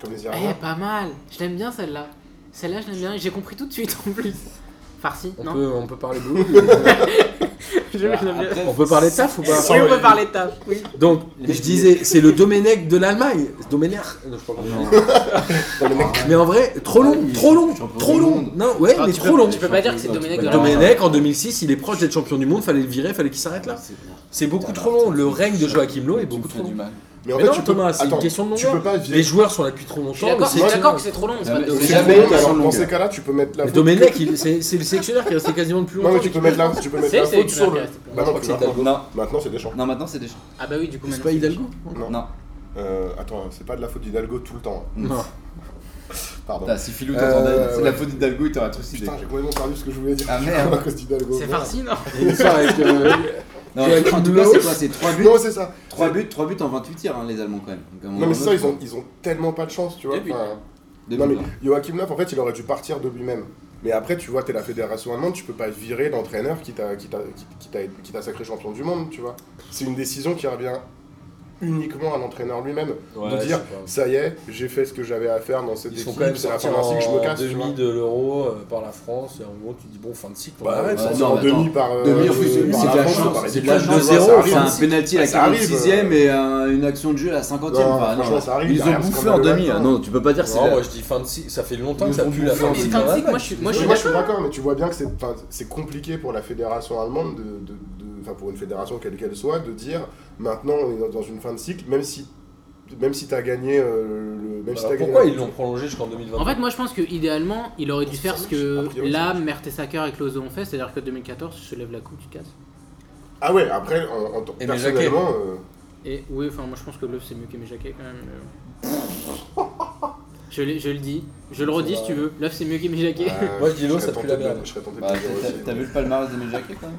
S4: Comme les
S1: Eh,
S4: Iraniens.
S1: pas mal. Je l'aime bien celle-là. Celle-là, je l'aime bien. J'ai compris tout de suite en plus. Farci,
S2: On,
S1: non
S2: peut, on peut parler de
S1: Je
S3: Voilà,
S1: l'aime bien.
S3: Bah, après,
S2: On peut parler de taf ou pas
S1: Oui, on peut parler de Eh, taf. Oui.
S2: Donc,
S3: Les mecs,
S2: je disais, c'est le Domenech de l'Allemagne. Domenech. Ah, Non, je sais pas comment on dit. Mais en vrai, trop long,
S3: Ah,
S2: trop
S3: il est
S2: long,
S3: champion
S2: trop
S3: du
S2: long.
S3: monde.
S2: Non, ouais,
S1: Ah,
S2: mais
S1: tu
S2: trop
S1: peux-
S2: long.
S1: Tu peux pas dire que c'est Domenech de
S3: Ouais,
S1: la Roche.
S2: Domenech, en 2006, il est proche d'être champion du monde, fallait le virer, fallait qu'il s'arrête là.
S3: Ah, C'est-
S2: C'est beaucoup
S3: Putain,
S2: trop
S3: alors,
S2: long. Le
S3: tu-
S2: règne de Joachim Lowe est
S3: tu me
S2: beaucoup
S3: fais
S2: trop
S3: du
S2: long.
S3: mal.
S4: Mais en
S2: Mais
S4: fait,
S2: non,
S4: tu peux-
S2: Thomas, c'est une
S4: Attends,
S2: question de
S4: Tu peux
S2: longueur.
S4: pas
S2: Les
S4: virer.
S2: joueurs sont là depuis trop
S1: Je suis
S2: longtemps.
S1: d'accord,
S2: le
S1: je suis
S2: sélectionneur-
S1: d'accord que c'est trop long, mais c'est pas
S3: mais
S1: de
S3: c'est
S4: C'est
S3: jamais
S4: trop long,
S3: été
S4: alors,
S3: sans
S4: Dans ces
S3: longueur.
S4: cas-là, tu peux mettre la
S2: Mais
S4: faute.
S2: Domenech, il- c'est c'est le sélectionneur qui est resté quasiment le plus
S4: Non,
S2: longtemps.
S4: mais tu peux mettre la, tu peux mettre
S1: C'est-
S4: la
S1: c'est-
S4: faute
S1: tu
S4: sur
S1: l'as fait,
S4: le. Bah
S2: Je
S4: non,
S2: crois que
S4: plus
S2: c'est
S4: maintenant.
S2: Hidalgo.
S3: Non,
S4: Maintenant, c'est Deschamps.
S3: non, maintenant c'est des champs.
S1: Ah bah oui, du coup,
S2: C'est
S1: maintenant,
S2: pas Hidalgo
S4: Non.
S3: Non,
S4: Euh, attends, c'est pas de la faute d'Hidalgo tout le temps. hein.
S2: Non.
S4: Pardon.
S3: Putain, si Philou t'entendait,
S4: Euh,
S3: c'est de la
S4: ouais.
S3: faute d'Hidalgo, il t'aurait trucidé.
S4: Putain, j'ai complètement perdu ce que je voulais dire.
S3: Ah, merde.
S4: À cause d'Hidalgo.
S1: C'est
S4: merde.
S1: farci, non
S2: Il y a une histoire avec, euh, Tu as
S3: Non, en tout
S2: une
S3: cas, c'est
S2: hausse
S3: quoi C'est 3 buts,
S4: Non, c'est ça.
S3: 3 buts, 3 buts en 28 tirs, hein, les Allemands quand même. Donc, à un
S4: Non,
S3: moment
S4: mais c'est ça, ils
S3: donné,
S4: ont, ils ont tellement pas de chance, tu vois.
S2: Et puis-
S4: enfin,
S3: deux
S4: non, mais
S3: buts, hein.
S4: Joachim Löw, en fait, il aurait dû partir de lui-même. Mais après, tu vois, t'es la fédération allemande, tu peux pas virer l'entraîneur qui t'a qui t'a- qui- qui t'a- qui t'a sacré champion du monde, tu vois. C'est une décision qui revient uniquement à l'entraîneur lui-même.
S2: Ouais,
S4: de
S2: je
S4: dire,
S2: sais pas.
S4: ça y est, j'ai fait ce que j'avais à faire dans cette
S2: Ils sont quand même
S4: équipe, c'est la
S2: sortis
S4: fin d'un cycle, je me
S2: en
S4: casse. tu vois.
S2: demi de l'euro euh, par la France. Et en gros, tu dis, bon, fin de cycle.
S4: Bah
S2: on va-
S4: ouais, ils sont
S3: non,
S4: sortis en
S3: mais attends.
S4: demi par. euh,
S3: Demi, en
S4: par
S3: plus, c'est
S4: la
S3: c'est de la
S4: France,
S3: chance.
S4: par les
S3: C'est de
S4: équipes.
S3: la
S2: de
S3: chance.
S2: zéro,
S3: C'est
S4: ça
S3: un
S4: arrive.
S3: penalty à la
S4: Ça arrive,
S3: 46ème et un- une action de jeu à la 50ème.
S4: Non,
S3: Enfin, non,
S4: franchement, ça arrive,
S3: ils les ont
S4: derrière, c'est
S3: bouffés
S4: comme
S3: en
S4: le
S3: demi.
S4: Maroc,
S3: hein.
S4: hein.
S3: Non, tu peux pas dire c'est
S2: Non,
S3: la-
S2: moi je dis fin de cycle. Ça fait longtemps que ça
S4: Ils
S2: pue
S4: ont
S2: la
S4: bouffé
S2: fin
S4: en
S2: de cycle.
S1: fin de
S2: à la
S1: cycle, moi,
S2: Mac.
S1: je suis- moi,
S4: Oui,
S1: je
S4: Moi,
S1: suis
S4: je suis d'accord, mais tu vois bien que c'est, enfin, c'est compliqué pour la fédération allemande, de, de- de- enfin pour une fédération quelle qu'elle soit, de dire maintenant on est dans- dans une fin de cycle, même si, même si t'as gagné euh, le, même si
S2: Alors,
S4: t'as
S2: Bah, Pourquoi
S4: gagné-
S2: ils l'ont prolongé jusqu'en 2020
S1: En fait, moi je pense que idéalement, il aurait dû faire ce
S4: A
S1: que
S4: priori, ça
S1: là,
S4: marche.
S1: Mertesacker et Clozo ont fait, c'est-à-dire que 2014, je te lève la coupe, tu te casses.
S4: Ah ouais, après, en, en tant-
S2: Et
S4: personnellement, euh,
S1: Et oui, enfin, moi je pense que l'œuf c'est mieux qu'Aimé Jacquet quand même. mais bon. je, l'ai- je le dis, je le redis si tu veux, l'œuf c'est mieux qu'Aimé Jacquet.
S4: euh,
S2: Moi, je dis l'eau,
S4: serais
S2: ça pue la
S4: tenté de-
S2: merde.
S4: Je serais tenté de
S3: Bah,
S4: le dire
S3: t'as-
S4: aussi.
S3: t'as- T'as vu le palmarès de Jacquet quand même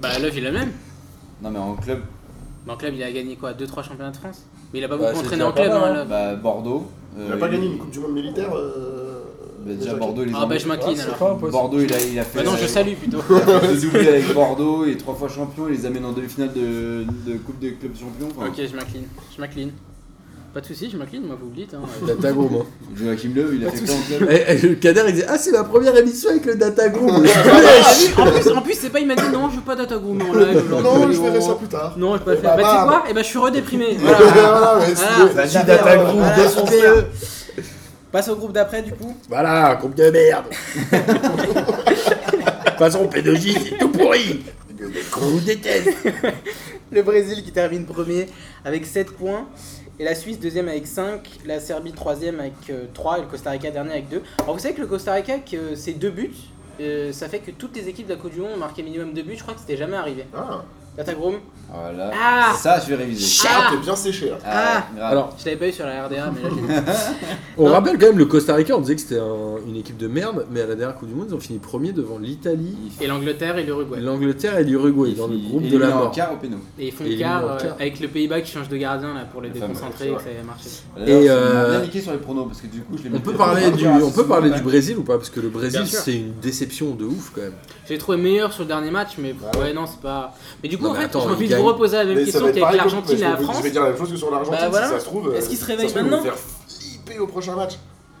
S1: Bah, l'œuf il a le même.
S3: Non, mais en club,
S1: Donc là, il a gagné quoi 2-3 championnats de France Mais il a pas
S2: Bah,
S1: beaucoup
S2: c'est
S1: entraîné en
S2: déjà
S1: club,
S2: pas mal,
S1: hein,
S2: hein.
S1: Love.
S3: bah, Bordeaux.
S4: Il
S3: euh,
S4: a pas gagné une Coupe du Monde militaire euh,
S3: bah, Déjà
S4: Jacquet.
S3: Bordeaux, les
S1: Ah, bah, je m'incline
S2: Ouais, c'est
S1: alors.
S2: pas impossible.
S3: Bordeaux, il a, il a fait.
S1: Bah, non,
S3: euh,
S1: je salue plutôt.
S3: Il doublé avec Bordeaux, il est trois fois champion, il les amène en demi-finale de, de Coupe des Clubs Champions. Enfin,
S1: ok, je m'incline, je m'incline. Pas de soucis, je m'incline, moi vous le dites. hein.
S2: Datago, moi.
S3: Joachim Löw, il a fait quoi en club
S2: Eh, Le Kader, il disait Ah, c'est ma première émission avec le Datago.
S1: Ah oui, en plus, en plus c'est pas, il m'a dit non, je veux pas d'Atagou en live aujourd'hui.
S4: Non, je verrai ça plus tard.
S1: Non, je peux pas
S4: Eh
S1: le faire.
S4: bah,
S1: Bah, tu sais
S4: bah,
S1: quoi Eh bah, je suis redéprimé. Voilà. Ah.
S4: Voilà, mais
S1: Voilà.
S4: c'est-
S2: Vas-y, Datago,
S1: Voilà,
S2: défonce-le.
S1: Passe au groupe d'après, du coup.
S2: Voilà, groupe de merde. Façon pédogie, c'est tout pourri. On vous déteste.
S1: Le Brésil qui termine premier avec 7 points. Et la Suisse deuxième avec 5. La Serbie troisième avec 3. Et le Costa Rica dernier avec 2. Alors, vous savez que le Costa Rica, que ses deux buts, euh, ça fait que toutes les équipes de la Coupe du Monde ont marqué minimum 2 buts. Je crois que c'était jamais arrivé.
S4: Ah,
S1: Datagrom.
S3: Voilà.
S1: Ah
S3: Ça, je vais réviser.
S4: ah, t'es bien séché là.
S1: Ah
S3: grave.
S2: Alors,
S1: Je l'avais pas eu sur la RDA, mais là j'ai.
S2: on
S1: Non.
S2: rappelle quand même le Costa Rica, on disait que c'était un- une équipe de merde, mais à la dernière Coupe du Monde, ils ont fini premier devant l'Italie,
S3: Il-
S1: Et l'Angleterre et l'Uruguay.
S2: l'Angleterre et l'Uruguay dans le
S3: il-
S2: groupe
S3: il
S2: de la
S3: est en
S2: mort.
S3: quart au péno.
S1: Et ils font
S2: Et
S1: le
S2: ils
S1: quart
S2: l'ont en
S1: euh,
S2: quart.
S1: avec le Pays-Bas qui change de gardien là pour les
S3: Enfin,
S1: déconcentrer et que ça ait marché.
S3: D'ailleurs,
S2: Et,
S3: ça m'a
S2: euh,
S3: bien niqué sur les pronos parce que du coup, je l'ai
S2: On
S3: mis
S2: peut
S3: de-
S2: parler du, on peut parler
S1: Ouais.
S2: du Brésil ou pas Parce que le
S1: Bien
S2: Brésil,
S1: sûr.
S2: c'est une déception de ouf quand même.
S1: J'ai trouvé meilleur sur le dernier match, mais
S4: Ah ouais.
S1: ouais, non, c'est pas. Mais du coup,
S2: Non,
S1: en
S2: mais
S1: fait,
S2: attends,
S1: j'ai
S2: il
S1: envie de
S2: gagne.
S1: vous reposer la même
S4: Mais ça
S1: question
S4: va être
S1: qu'avec
S4: pareil,
S1: l'Argentine
S4: je
S1: et la
S4: vais-
S1: France.
S4: Je vais dire la même chose que sur l'Argentine,
S1: Bah voilà.
S4: si ça se trouve.
S1: Est-ce qu'ils se réveillent
S4: Ils vont
S1: maintenant
S4: faire flipper au prochain match.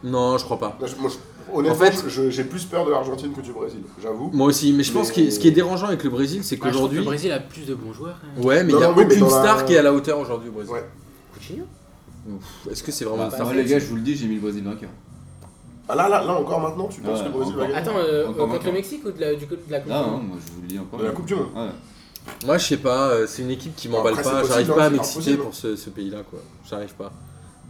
S2: Non, je crois pas.
S4: Là, je- moi, je- honnêtement,
S2: En fait-
S4: je- je- j'ai plus peur de l'Argentine que du Brésil, j'avoue.
S2: Moi aussi, mais je pense
S4: Mais-
S2: que ce qui est dérangeant avec le Brésil, c'est
S1: Ah, je trouve que
S2: qu'aujourd'hui,
S1: le Brésil a plus de bons joueurs. hein. quand même.
S2: ouais, mais il
S4: Non,
S2: n'y a
S4: non, oui, mais
S2: aucune
S4: dans la-
S2: star qui est à la hauteur aujourd'hui au Brésil.
S4: Ouais.
S1: Coutinho
S2: Pff, Est-ce que c'est vraiment
S3: Bah,
S2: une
S3: moi,
S2: star
S3: les gars, je vous le dis, j'ai mis le Brésil vainqueur.
S4: Ah, là, là, là encore maintenant, tu penses
S3: Ouais,
S4: que le Brésil va
S3: encore.
S4: gagner
S1: Attends, euh,
S3: Encore,
S1: euh, contre
S3: encore.
S1: le Mexique ou de la, du coup, de la Coupe
S3: Là,
S1: du
S3: hein,
S1: Monde
S3: moi, je vous le dis encore.
S4: De la Coupe du Monde.
S3: Ouais.
S2: Moi, je sais pas, euh, c'est une équipe qui m'emballe
S4: Après, c'est
S2: pas.
S4: possible,
S2: J'arrive
S4: hein,
S2: pas à
S4: c'est
S2: m'exciter
S4: impossible.
S2: pour ce, ce pays-là, quoi. J'arrive pas.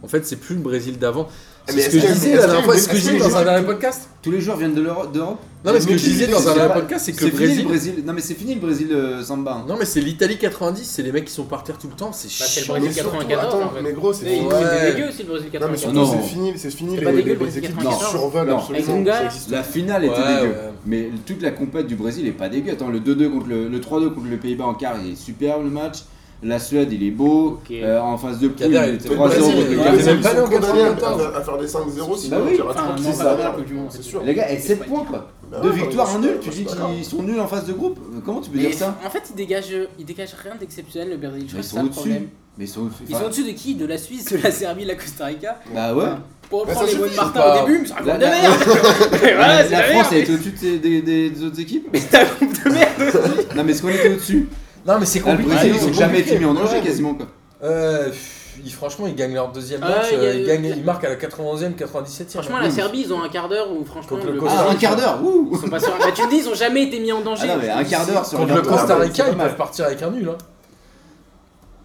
S2: En fait, c'est plus le Brésil d'avant. C'est
S4: Eh, Mais
S2: ce
S4: est-ce
S2: que je
S4: qu'il y a-
S2: disais
S4: est-ce
S2: la
S4: qu'il y a
S2: dernière fois,
S4: une-
S2: ce que
S4: est-ce
S2: je
S4: qu'il y
S2: disais dans
S4: a une
S2: un
S4: équipe
S2: dernier podcast.
S3: Tous les joueurs viennent de l'Euro- d'Europe.
S2: Non, mais ce
S4: Mais
S2: que je
S4: qui-
S2: disais dans un
S4: c'est
S2: dernier
S4: pas-
S2: podcast, c'est que
S3: C'est
S2: le
S3: fini le
S2: Brésil.
S3: Brésil. Non, mais c'est fini le Brésil euh, samba. hein.
S2: Non, mais c'est l'Italie 90, c'est les mecs qui sont par terre tout le temps. C'est
S1: c'est le
S2: chiant.
S1: Brésil.
S4: Mais surtout,
S1: 94, en
S4: attends,
S1: fait.
S4: mais gros, c'est
S1: Mais
S4: fini.
S1: il-
S2: Ouais.
S1: C'était dégueu aussi le Brésil
S4: Non, mais
S1: 94.
S4: surtout,
S3: Non.
S4: c'est fini, c'est fini
S1: C'est
S4: les,
S1: pas dégueu,
S4: les-
S1: le
S4: les
S1: Brésil
S4: équipes qui
S1: 94.
S4: survolent
S3: Non.
S1: Avec
S4: absolument.
S1: Dunga,
S4: ça
S1: là.
S4: existe.
S3: La finale était
S2: Ouais,
S3: dégueu.
S2: ouais.
S3: Mais toute la compète du Brésil est pas dégueu. Attends, le 2-2 contre le, le 3-2 contre le Pays-Bas en quart, il est superbe le match. La Suède, il est beau.
S1: Ok.
S3: Euh, en phase de poule,
S2: Kader, il
S3: il
S2: était
S3: était
S4: Bah, Mais
S3: 3-0
S4: le Brésil,
S3: contre le
S4: les
S2: il
S4: Brésil,
S2: était
S3: Brésil.
S2: même pas
S4: ils
S2: né en
S4: sont condamnés à-
S2: 94.
S4: à- à faire des 5-0,
S3: Bah
S4: sinon
S3: oui,
S4: il y aura
S1: enfin,
S4: trop de
S1: non,
S4: petits
S1: ça
S4: erreurs,
S1: va, la
S4: là.
S1: Coupe du Monde.
S4: C'est sûr.
S3: Les gars, et 7
S1: Ouais,
S3: points quoi.
S2: Ah,
S4: Bah
S3: Deux
S4: ouais,
S3: victoires,
S4: ouais,
S3: un
S4: je suis
S3: nul. Tu dis
S4: d'accord.
S3: qu'ils sont nuls en phase de groupe. Euh, Comment tu peux
S1: Mais
S3: dire ça
S1: En fait, il dégage, euh, il dégage rien d'exceptionnel le Brésil. Je
S3: Mais
S1: crois
S3: ils
S1: que c'est
S3: sont
S1: ça le
S3: au-dessus.
S1: problème.
S3: Mais ils sont au-dessus.
S1: Ils sont
S3: Enfin,
S1: au-dessus de qui De la Suisse, de la Serbie, de la Costa Rica
S3: Bah ouais.
S1: Pour
S4: Mais ça
S1: reprendre les mots de
S4: suffit,
S1: Martin
S2: c'est pas-
S1: au début, mais c'est un
S3: La-
S1: groupe de
S3: la-
S1: merde Mais voilà, c'est
S3: la
S1: la
S3: France, elle
S1: merde
S3: était au-dessus de ses- des, des- des autres équipes.
S1: Mais c'est un groupe de merde
S3: Non, mais est-ce qu'on était au-dessus
S2: Non, mais c'est
S3: Là, Ah, Le
S2: compliqué.
S3: Brésil,
S2: c'est
S3: ils ont jamais
S2: compliqué.
S3: été mis en danger
S4: Ouais.
S3: quasiment quoi.
S2: Euh, pff, ils- franchement, ils gagnent leur deuxième
S1: Ah,
S2: match.
S1: il y a
S2: euh,
S1: eu-
S2: ils, gagnent, ils marquent à la e, 91e, 97e.
S1: Franchement, la Serbie, ils ont un quart d'heure où, franchement,
S2: Contre le
S1: le
S2: Costa
S3: Ah, un quart d'heure Ouh
S1: Ils sont pas sur- Bah, tu me dis, ils ont jamais été mis en danger.
S3: Ah non, mais un quart d'heure sur
S2: Contre le
S3: quart d'heure,
S2: Costa
S3: c'est
S2: Rica,
S3: pas
S2: ils
S3: mal.
S2: peuvent partir avec un nul. Hein.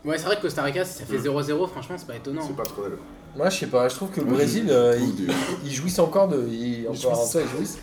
S1: Ouais, c'est vrai que Costa Rica, si ça fait
S3: Mm.
S1: 0-0, franchement, c'est pas étonnant.
S4: C'est pas trop mal.
S2: Moi, je sais pas. Je trouve que le
S3: Moi, je-
S2: Brésil, euh,
S3: je trouve
S2: ils,
S3: du-
S2: ils jouissent encore de. Ils, en
S1: Ils
S2: parenthèse, ils jouissent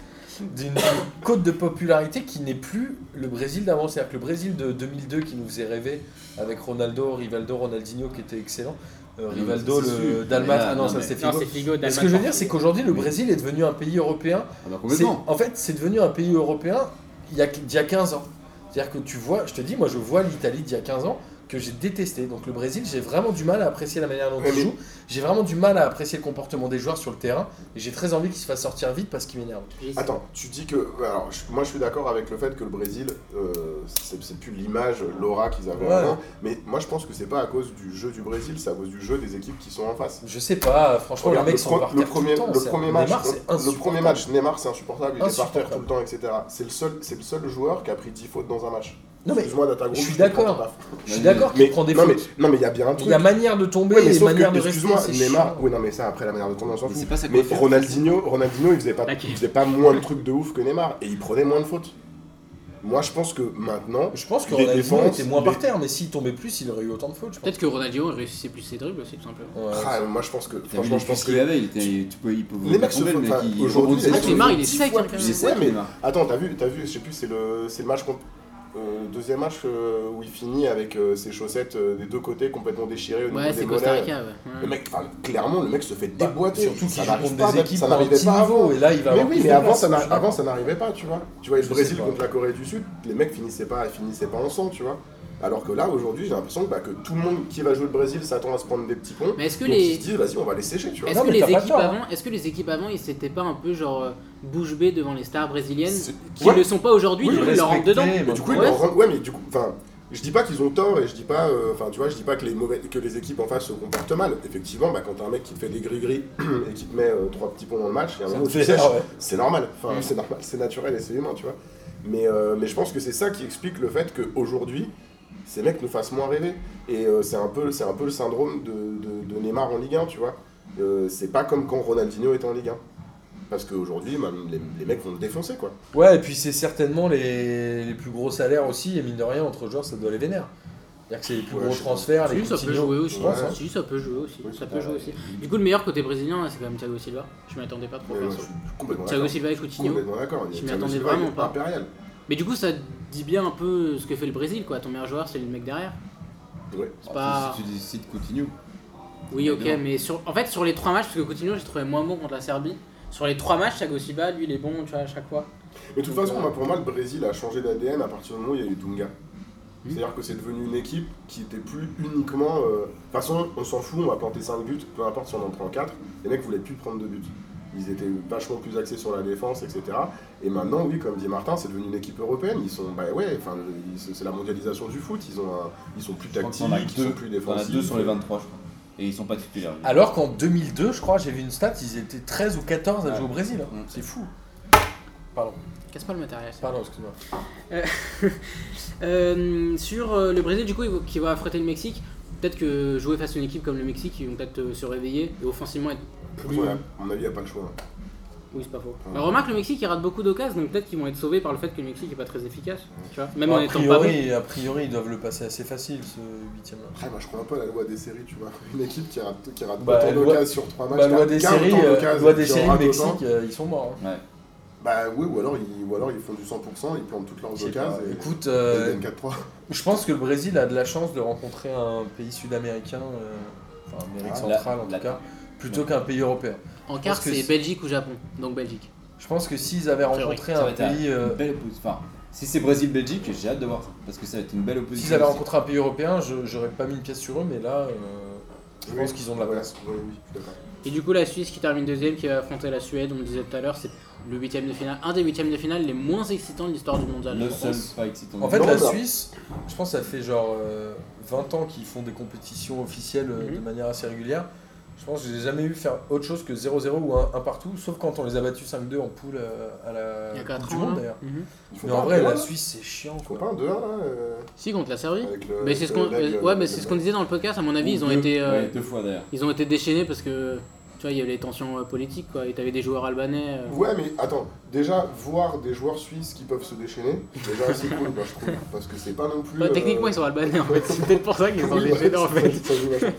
S2: d'une cote de popularité qui n'est plus le Brésil d'avant. C'est-à-dire que le Brésil de 2002 qui nous faisait rêver avec Ronaldo, Rivaldo, Ronaldinho qui était excellent. euh,
S3: Non,
S2: Rivaldo,
S3: mais ça, c'est
S2: le
S3: sûr.
S2: Dalmat.
S3: Mais là,
S2: Ah non,
S3: non,
S2: ça
S3: mais-
S2: c'est
S1: Non,
S2: Figo.
S1: c'est Figo,
S2: Mais
S1: Dalmat,
S2: ce que je veux dire,
S1: Portugais.
S2: c'est qu'aujourd'hui, le
S3: Mais-
S2: Brésil est devenu un pays européen
S3: Ah bah
S2: C'est-
S3: complètement.
S2: En fait, c'est devenu un pays européen il y a, d'il y a 15 ans. C'est-à-dire que tu vois, je te dis, moi je vois l'Italie d'il y a 15 ans, que j'ai détesté. Donc le Brésil, j'ai vraiment du mal à apprécier la manière dont
S4: Oui,
S2: il
S4: mais-
S2: joue. J'ai vraiment du mal à apprécier le comportement des joueurs sur le terrain. Et j'ai très envie qu'ils se fassent sortir vite parce qu'ils m'énervent.
S4: Attends, tu dis que. Alors, je- moi je suis d'accord avec le fait que le Brésil, euh, c'est c'est plus l'image, l'aura qu'ils avaient
S2: Ouais.
S4: avant. Mais moi je pense que c'est pas à cause du jeu du Brésil, c'est à cause du jeu des équipes qui sont en face.
S2: Je sais pas, euh, franchement,
S4: Regarde,
S2: les
S4: le,
S2: mecs
S4: pro-
S2: sont par
S4: le
S2: terre
S4: premier,
S2: tout le temps.
S4: le
S2: C'est-
S4: premier match,
S2: Neymar, c'est
S4: le, premier
S2: insupportable.
S4: match, Neymar c'est insupportable, il est par terre
S2: Insupportable.
S4: tout le temps, etc. C'est le seul, c'est le seul joueur qui a pris 10 fautes dans un match.
S2: Non mais
S4: Excuse-moi Data Group,
S2: je suis
S4: te prends
S2: d'accord.
S4: ton taf.
S2: je suis d'accord qu'il prend des
S4: non, mais,
S2: fautes.
S4: non mais il y a bien un
S2: Mais
S4: truc.
S2: Il y a manière de tomber
S4: Ouais, mais
S2: et
S4: sauf
S2: manière
S4: que,
S2: de rester.
S4: excuse-moi,
S2: c'est
S4: Neymar,
S2: chiant.
S4: oui non mais ça après la manière de tomber on s'en
S3: Mais
S4: fout.
S3: c'est pas sa
S4: Mais
S3: coiffure.
S4: Ronaldinho, Ronaldinho il faisait pas,
S1: Laquelle
S4: il faisait pas moins de trucs de ouf que Neymar et il prenait moins de fautes. Moi je pense que maintenant,
S2: Je pense que
S4: Les
S2: Ronaldinho
S4: défenses,
S2: était moins
S4: les-
S2: par terre, mais s'il tombait plus, il aurait eu autant de fautes, je pense.
S1: Peut-être que Ronaldinho réussissait plus ses dribbles aussi, tout simplement.
S2: Ouais.
S4: ah, moi je pense que
S3: T'as vu
S4: franchement
S3: les
S4: je
S3: cuisses
S4: pense que
S3: qu'il avait, il était, tu peux, il peut
S4: Les mecs se
S3: tomber,
S4: font-
S3: le mec,
S4: enfin,
S3: il
S4: aujourd'hui,
S3: rebondit
S4: les
S1: Ah,
S4: mecs
S3: sur
S4: se
S1: Neymar,
S4: font
S1: il est
S4: dix
S1: sec,
S4: fois
S1: hein, quand
S4: plus-
S1: même.
S3: Il est sec,
S4: Ouais, mais
S3: Neymar.
S4: Attends, t'as vu, t'as vu, je sais plus, c'est le, c'est le match contre. euh, deuxième match euh, où il finit avec euh, ses chaussettes euh, des deux côtés complètement déchirées au niveau
S1: Ouais,
S4: des
S1: c'est
S4: mollets.
S1: Costa Rica, ouais.
S4: Le
S1: Ouais.
S4: mec, enfin, clairement, le mec se fait
S2: Bah,
S4: déboîter.
S2: surtout
S4: ça
S2: qu'il joue
S4: n'arrive
S2: contre
S4: pas,
S2: des équipes
S4: ça
S2: par
S4: n'arrivait
S2: petit
S4: pas avant.
S2: niveau, et là, il va
S4: Mais
S2: avoir
S4: oui,
S2: plus
S4: mais
S2: de
S4: avant
S2: place,
S4: ça, n'a-
S2: je suis
S4: avant,
S2: d'accord.
S4: ça n'arrivait pas, tu vois. Tu vois, et le
S2: Je sais
S4: Brésil
S2: pas.
S4: contre la Corée du Sud, les mecs finissaient pas, finissaient pas ensemble, tu vois. Alors que là, aujourd'hui, j'ai l'impression que, bah, que tout le monde qui va jouer le Brésil s'attend à se prendre des petits ponts.
S1: Mais est-ce que
S4: Donc
S1: les-
S4: ils se disent, vas-y, on va les sécher, tu vois.
S1: Est-ce
S2: Non,
S1: que,
S2: mais
S1: les
S2: t'as pas
S1: équipes
S2: tort, hein.
S1: avant, est-ce que les équipes avant, ils s'étaient pas un peu genre euh, bouche bée devant les stars brésiliennes
S4: C'est-
S1: qui
S4: Ouais.
S1: ne le sont pas aujourd'hui,
S4: Oui,
S1: du coup ils leur rentrent dedans
S2: respecter,
S4: Mais du coup, ils
S1: Ouais.
S4: leur rendent- bah, ouais, mais du coup, enfin, je dis pas qu'ils ont tort et je dis pas, euh, enfin, tu vois, je dis pas que les mauvais, que les équipes en face se comportent mal. Effectivement, bah, quand t'as un mec qui te fait des gris-gris et qui te met euh, trois petits ponts dans le match, il y a un
S2: Ça
S4: moment où
S2: me
S4: tu
S2: fait
S4: sèches.
S2: rire, ouais.
S4: c'est normal. Enfin,
S1: Mm.
S4: c'est normal, c'est naturel et c'est humain, tu vois. Mais, euh, mais je pense que c'est ça qui explique le fait qu'aujourd'hui, ces mecs nous fassent moins rêver. Et euh, c'est un peu, c'est un peu le syndrome de, de- de Neymar en Ligue 1, tu vois. Euh, c'est pas comme quand Ronaldinho était en Ligue 1. Parce qu'aujourd'hui, bah, les, les mecs vont le défoncer, quoi.
S2: Ouais, et puis c'est certainement les, les plus gros salaires aussi, et mine de rien, entre joueurs, ça doit les vénère. C'est-à-dire que c'est les plus
S4: Ouais,
S2: gros
S4: je sais
S2: transferts, les
S1: Si, Ah, ça peut
S2: Coutinho.
S1: jouer aussi.
S4: je pense, hein.
S1: Si, ça peut jouer aussi.
S4: Oui,
S1: ça
S4: c'est
S1: peut
S4: pas
S1: jouer
S4: vrai.
S1: aussi. Du coup, le meilleur côté brésilien, c'est quand même Thiago Silva. Je m'attendais pas trop
S4: Mais,
S1: perso.
S4: ouais, je suis complètement
S1: Thiago
S4: d'accord.
S1: Silva et Coutinho.
S4: Complètement d'accord.
S1: Je
S4: Il-
S1: m'y
S4: Thiago
S1: attendais
S4: Silva, il est
S1: vraiment pas.
S4: Impérial.
S1: Mais du coup, ça dit bien un peu ce que fait le Brésil, quoi. Ton meilleur joueur, c'est le mec derrière.
S4: Ouais.
S1: C'est pas.
S3: Si tu décides Coutinho.
S1: Oui, ok,
S3: Bien.
S1: mais sur... en fait, sur les trois matchs, parce que Coutinho, j'ai trouvé moins bon contre la Serbie. Sur les trois matchs, Thiago Silva, lui, il est bon, tu vois, à chaque fois.
S4: Mais de toute façon, moi, pour moi, le Brésil a changé d'ADN à partir du moment où il y a eu Dunga. C'est-à-dire que c'est devenu une équipe qui était plus uniquement. euh, De toute façon, on s'en fout, on va planter 5 buts, peu importe si on en prend 4. Les mecs voulaient plus prendre de buts. Ils étaient vachement plus axés sur la défense, etc. Et maintenant, oui, comme dit Martin, c'est devenu une équipe européenne. Ils sont, bah ouais, enfin, ils- c'est la mondialisation du foot. Ils ont, un- ils sont plus
S3: Je crois
S4: tactiques,
S3: qu'on en a
S4: ils sont
S3: deux.
S4: plus
S3: On a
S4: défensifs.
S3: deux sur les 23, je crois. Et ils sont pas titulaires.
S2: Alors qu'en 2002, je crois, j'ai vu une stat, ils étaient 13 ou 14 à jouer au Brésil. hein.
S3: Mm.
S2: C'est fou. Pardon,
S1: Casse pas le matériel. ça.
S2: pardon, excuse-moi.
S1: Euh, sur euh, le Brésil, du coup, ils vont- qui va affronter le Mexique, peut-être que jouer face à une équipe comme le Mexique, ils vont peut-être euh, se réveiller et offensivement être plus.
S4: Ouais, à mon avis, il n'y a pas le choix.
S1: Oui, c'est pas faux.
S4: Ouais.
S1: Mais remarque, le Mexique, il rate beaucoup d'occasions, donc peut-être qu'ils vont être sauvés par le fait que le Mexique est pas très efficace. Tu vois, même en
S2: a,
S1: étant pas bon.
S2: priori, a priori, ils doivent le passer assez facile, ce huitième là
S4: Après, moi, je crois un peu à la loi des séries, tu vois. Une équipe qui rate, qui rate
S2: Bah,
S4: autant
S2: loi-
S4: d'occasions sur 3 matchs.
S2: Bah, loi
S4: qu'un-
S2: des
S4: qu'un
S2: séries,
S4: autant
S2: euh,
S4: d'occasions
S2: loi des
S4: qui en
S2: séries
S4: rate
S2: Mexique,
S4: autant.
S2: euh, ils sont morts. hein.
S3: Ouais.
S4: Bah oui, ou alors ils, ou alors ils font du 100%, ils plantent toutes leurs
S2: Je sais
S4: occasions.
S2: pas.
S4: et-
S2: Écoute,
S4: et
S2: euh,
S4: ils gagnent 4-3.
S2: je pense que le Brésil a de la chance de rencontrer un pays sud-américain, euh, enfin Amérique
S4: Ah,
S3: la-
S2: centrale en
S3: la-
S2: tout cas, plutôt qu'un pays européen.
S1: En
S2: Je
S1: quart,
S2: pense que
S1: c'est
S2: c'est-
S1: Belgique ou Japon, donc Belgique.
S2: Je pense que s'ils avaient
S1: priori,
S2: rencontré
S3: Ça va
S2: un
S3: être un-
S2: pays, euh,
S3: une belle opposition. Enfin, si c'est Brésil-Belgique, j'ai hâte de voir ça. Parce que ça va être une belle opposition.
S2: s'ils avaient
S3: aussi.
S2: rencontré un pays européen, je- j'aurais pas mis une pièce sur eux, mais là, euh, je pense
S4: Oui.
S2: qu'ils ont de la
S4: Ouais,
S2: place.
S4: Oui, oui, je suis d'accord.
S1: Et du coup, la Suisse qui termine deuxième, qui va affronter la Suède, on le disait tout à l'heure, c'est le huitième de finale, un des huitièmes de finale les moins excitants de l'histoire du mondial.
S3: Le
S1: je pense.
S3: seul pas excitant.
S2: En fait,
S4: Non,
S2: la
S4: mais-
S2: Suisse, je pense que ça fait genre euh, 20 ans qu'ils font des compétitions officielles euh,
S1: Mhm.
S2: de manière assez régulière. Je pense que j'ai jamais vu faire autre chose que 0-0 ou 1, partout, sauf quand on les a battus 5-2 en poule euh, à la
S1: Il y a
S2: Coupe
S1: quatre
S2: du
S1: ans.
S2: Monde
S1: hein.
S2: d'ailleurs.
S1: Mhm.
S4: Ils font
S2: Mais
S4: pas hein.
S2: en
S4: un
S2: vrai,
S4: deux,
S2: la
S4: là
S2: Suisse, c'est chiant.
S4: Ils font
S2: Quoi.
S4: pas un 2 là euh,
S1: Si, contre la Serbie.
S4: avec le-
S1: Mais c'est ce
S4: le
S1: qu'on
S4: lag,
S1: euh,
S4: euh,
S1: ouais, mais
S4: le-
S1: c'est ce qu'on disait dans le podcast, à mon avis, ils ont été euh,
S3: Ouais, deux fois d'ailleurs.
S1: ils ont été déchaînés parce que tu vois, il y avait les tensions euh, politiques quoi, et t'avais des joueurs albanais euh,
S4: Ouais, mais attends, déjà, voir des joueurs suisses qui peuvent se déchaîner, déjà, c'est cool, moi, je trouve. Parce que c'est pas non plus.
S1: bah, techniquement,
S4: euh,
S1: ils sont albanais en fait, c'est peut-être pour ça qu'ils sont
S4: Oui, ouais,
S1: déchaînés en
S4: c'est
S1: fait.
S4: vrai, ça joue vachement.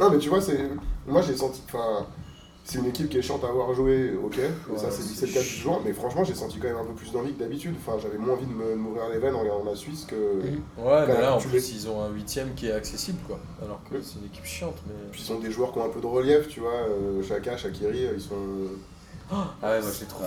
S4: non, mais tu vois, c'est. Moi, j'ai senti. Enfin, c'est une équipe qui est chiante à avoir joué, ok. mais ça, c'est
S2: c'est
S4: c'est le cas du
S2: chiant.
S4: jour. Mais franchement, j'ai senti quand même un peu plus d'envie que d'habitude. Enfin, j'avais moins envie de me- de m'ouvrir les veines en regardant la Suisse que.
S1: Mhm.
S2: Ouais, mais
S4: Quand
S2: là, en
S4: tu
S2: plus, ils ont un huitième qui est accessible, quoi. Alors que
S4: Oui.
S2: c'est une équipe chiante, mais...
S4: Puis, ils euh, sont des joueurs qui ont un peu de relief, tu vois. euh, Chaka, Shakiri, ils sont.
S2: Ah ouais, moi je les trouve
S3: Ouais.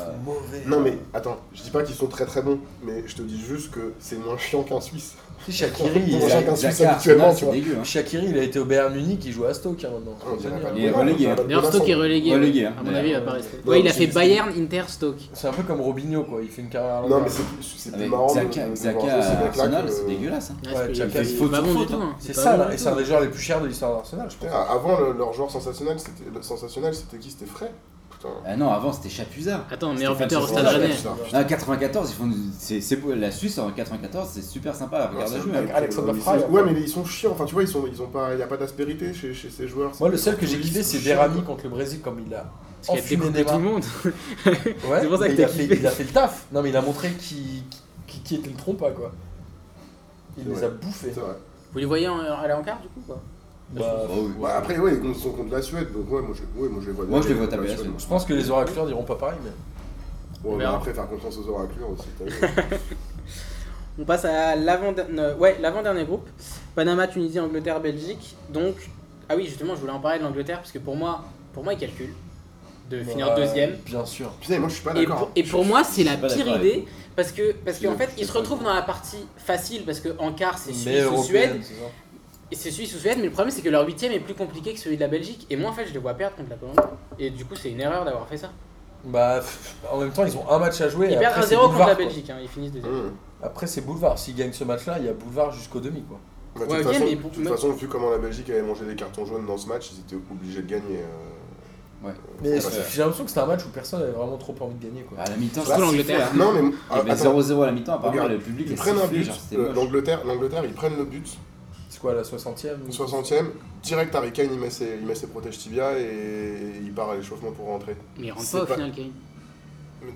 S2: mauvais.
S4: Non mais attends, je dis pas qu'ils sont très très bons, mais je te dis juste que c'est moins chiant qu'un Suisse.
S2: Tu sais, Shaqiri, il
S4: Pour
S2: a-
S4: chaque- qu'un Suisse habituellement,
S3: Arsenal,
S4: tu
S3: c'est
S4: vois.
S3: dégueu. hein.
S2: Shaqiri, il a été au Bayern Munich, il joue à Stoke hein, maintenant.
S4: On dirait pas le
S3: Ah, Il est
S4: Bayern,
S3: relégué,
S4: on dirait
S3: hein.
S4: pas le
S1: D'ailleurs,
S4: Vincent.
S1: Stock est relégué.
S3: Relégué, hein.
S1: À mon avis, il va pas rester.
S4: Ouais,
S1: Ouais, il a
S4: c'est
S1: fait
S4: juste-
S1: Bayern, Inter, Stock.
S2: C'est un peu comme Robinho, quoi. Il fait une carrière à
S4: Non
S2: l'envers.
S4: mais c'est plus- c'est plus
S3: Avec
S4: marrant. euh, de-
S3: Xhaka,
S4: de
S3: Xhaka
S4: voir ça, ces
S3: à
S4: mecs-là
S3: Arsenal,
S4: que-
S3: c'est dégueulasse. hein.
S1: Ouais,
S2: Ouais,
S1: c'est
S2: Xhaka,
S1: pas-
S3: il
S1: c'est
S3: faut
S1: pas
S3: tout
S1: bon
S3: foutre,
S1: du tout. hein.
S2: C'est
S1: pas
S2: ça,
S1: bon
S2: là,
S1: du
S2: et c'est un
S1: tout.
S2: des joueurs les plus chers de l'histoire d'Arsenal, je pense.
S4: Putain, avant le- leur joueur sensationnel, c'était le sensationnel, c'était qui C'était Frey. Putain.
S3: Ah non, avant c'était Chapuzard.
S1: Attends, meilleur
S3: Stéphane
S1: buteur au
S3: Stéphane
S1: stade
S3: Stéphane
S1: rennais.
S4: Stéphane Stéphane.
S3: Ah, 94, ils font du- c'est, c'est beau. la Suisse en 94, c'est super sympa à regarder
S4: Ouais, c'est
S3: jouer.
S4: un mec
S3: hein.
S4: que-
S2: Alexandre
S4: ils
S2: Frey,
S4: sont-
S2: hein.
S4: Ouais, mais ils sont chiants. Enfin, tu vois, ils sont, ils ont pas, il y a pas d'aspérité chez, chez ces joueurs.
S2: Moi, le seul que j'ai
S4: Ils
S2: kiffé,
S4: sont
S2: c'est
S4: chiants.
S2: Berami contre le Brésil, comme il a
S1: Parce qu'il a
S2: enfumé
S1: découpé tout
S2: Neymar.
S1: le monde.
S2: Ouais,
S1: C'est pour ça
S2: mais
S1: que
S2: il, a
S1: t'as
S2: fait,
S1: kiffé.
S2: il a fait le taf. Non, mais il a montré qui, qui, qui était le trompa, quoi. Il
S4: C'est
S2: les
S4: vrai.
S2: a bouffés.
S4: C'est vrai.
S1: Vous les voyez en- euh, aller en quart du coup quoi
S2: Bah,
S3: Bah oui.
S4: Ouais, après, ouais, ils sont contre la Suède, donc ouais, moi je, ouais, moi, je les vois.
S3: Moi, je les
S4: taper
S3: vois
S4: contre
S3: taper la
S2: je pense que les oracleurs diront pas pareil, mais.
S4: Ouais,
S1: On
S4: mais
S1: verra.
S4: après, faire confiance aux oracles aussi. t'as vu.
S1: On passe à l'avant euh, ouais, l'avant-dernier groupe. Panama, Tunisie, Angleterre, Belgique. Donc ah oui, justement, je voulais en parler de l'Angleterre parce que pour moi pour moi ils calculent de finir
S2: Ouais,
S1: deuxième.
S2: Bien sûr.
S4: Putain, moi je suis pas
S1: Et
S4: d'accord.
S1: pour,
S4: hein.
S1: et pour moi, c'est
S3: je
S1: la
S3: suis pas
S1: pire
S3: d'accord avec
S1: idée parce que parce
S3: Je suis
S1: qu'en fait,
S3: d'accord,
S1: ils se
S3: je suis
S1: retrouvent
S3: d'accord.
S1: dans la partie facile parce que en quart, c'est
S2: Mais
S1: Suisse ou Suède.
S2: européenne, c'est ça.
S1: Et c'est Suisse ou Suède, mais le problème c'est que leur huitième est plus compliqué que celui de la Belgique. Et moi en fait je les vois perdre contre la Colombie. Et du coup c'est une erreur d'avoir fait ça.
S2: Bah, pff, en même temps, ils ont un match à jouer.
S1: Ils
S2: et
S1: perdent
S2: après,
S1: 1-0
S2: c'est
S1: contre
S2: boulevard,
S1: la
S2: quoi.
S1: Belgique, hein, ils finissent deuxième.
S4: Mmh.
S2: Après, c'est boulevard. S'ils gagnent ce match-là, il y a boulevard jusqu'au demi, quoi.
S4: Bah, de
S1: Ouais,
S4: toute,
S1: ok,
S4: façon,
S1: mais pour-
S4: de toute façon, vu comment la Belgique avait mangé des cartons jaunes dans ce match, ils étaient obligés de gagner. euh.
S2: Mais
S3: Ah, ouais.
S2: j'ai l'impression que c'était un match où personne n'avait vraiment trop envie de gagner, quoi.
S3: À la mi-temps,
S4: Surtout
S3: ça sifflait,
S1: l'Angleterre.
S3: hein.
S4: Non, mais ah,
S3: Il y avait
S4: attends,
S3: 0-0 à la mi-temps, apparemment
S4: Regarde,
S3: le public
S4: ils
S3: a
S4: prennent un
S3: sifflé,
S4: but.
S3: genre c'était
S4: euh,
S3: moche.
S4: L'Angleterre, l'Angleterre, ils prennent le but.
S2: C'est quoi, la 60ème
S4: 60ème, direct Harry Kane, il met ses, il met ses protèges tibia et il part à l'échauffement pour rentrer.
S1: Mais ils rentrent
S4: C'est
S1: pas au
S4: pas-
S1: final, Kane.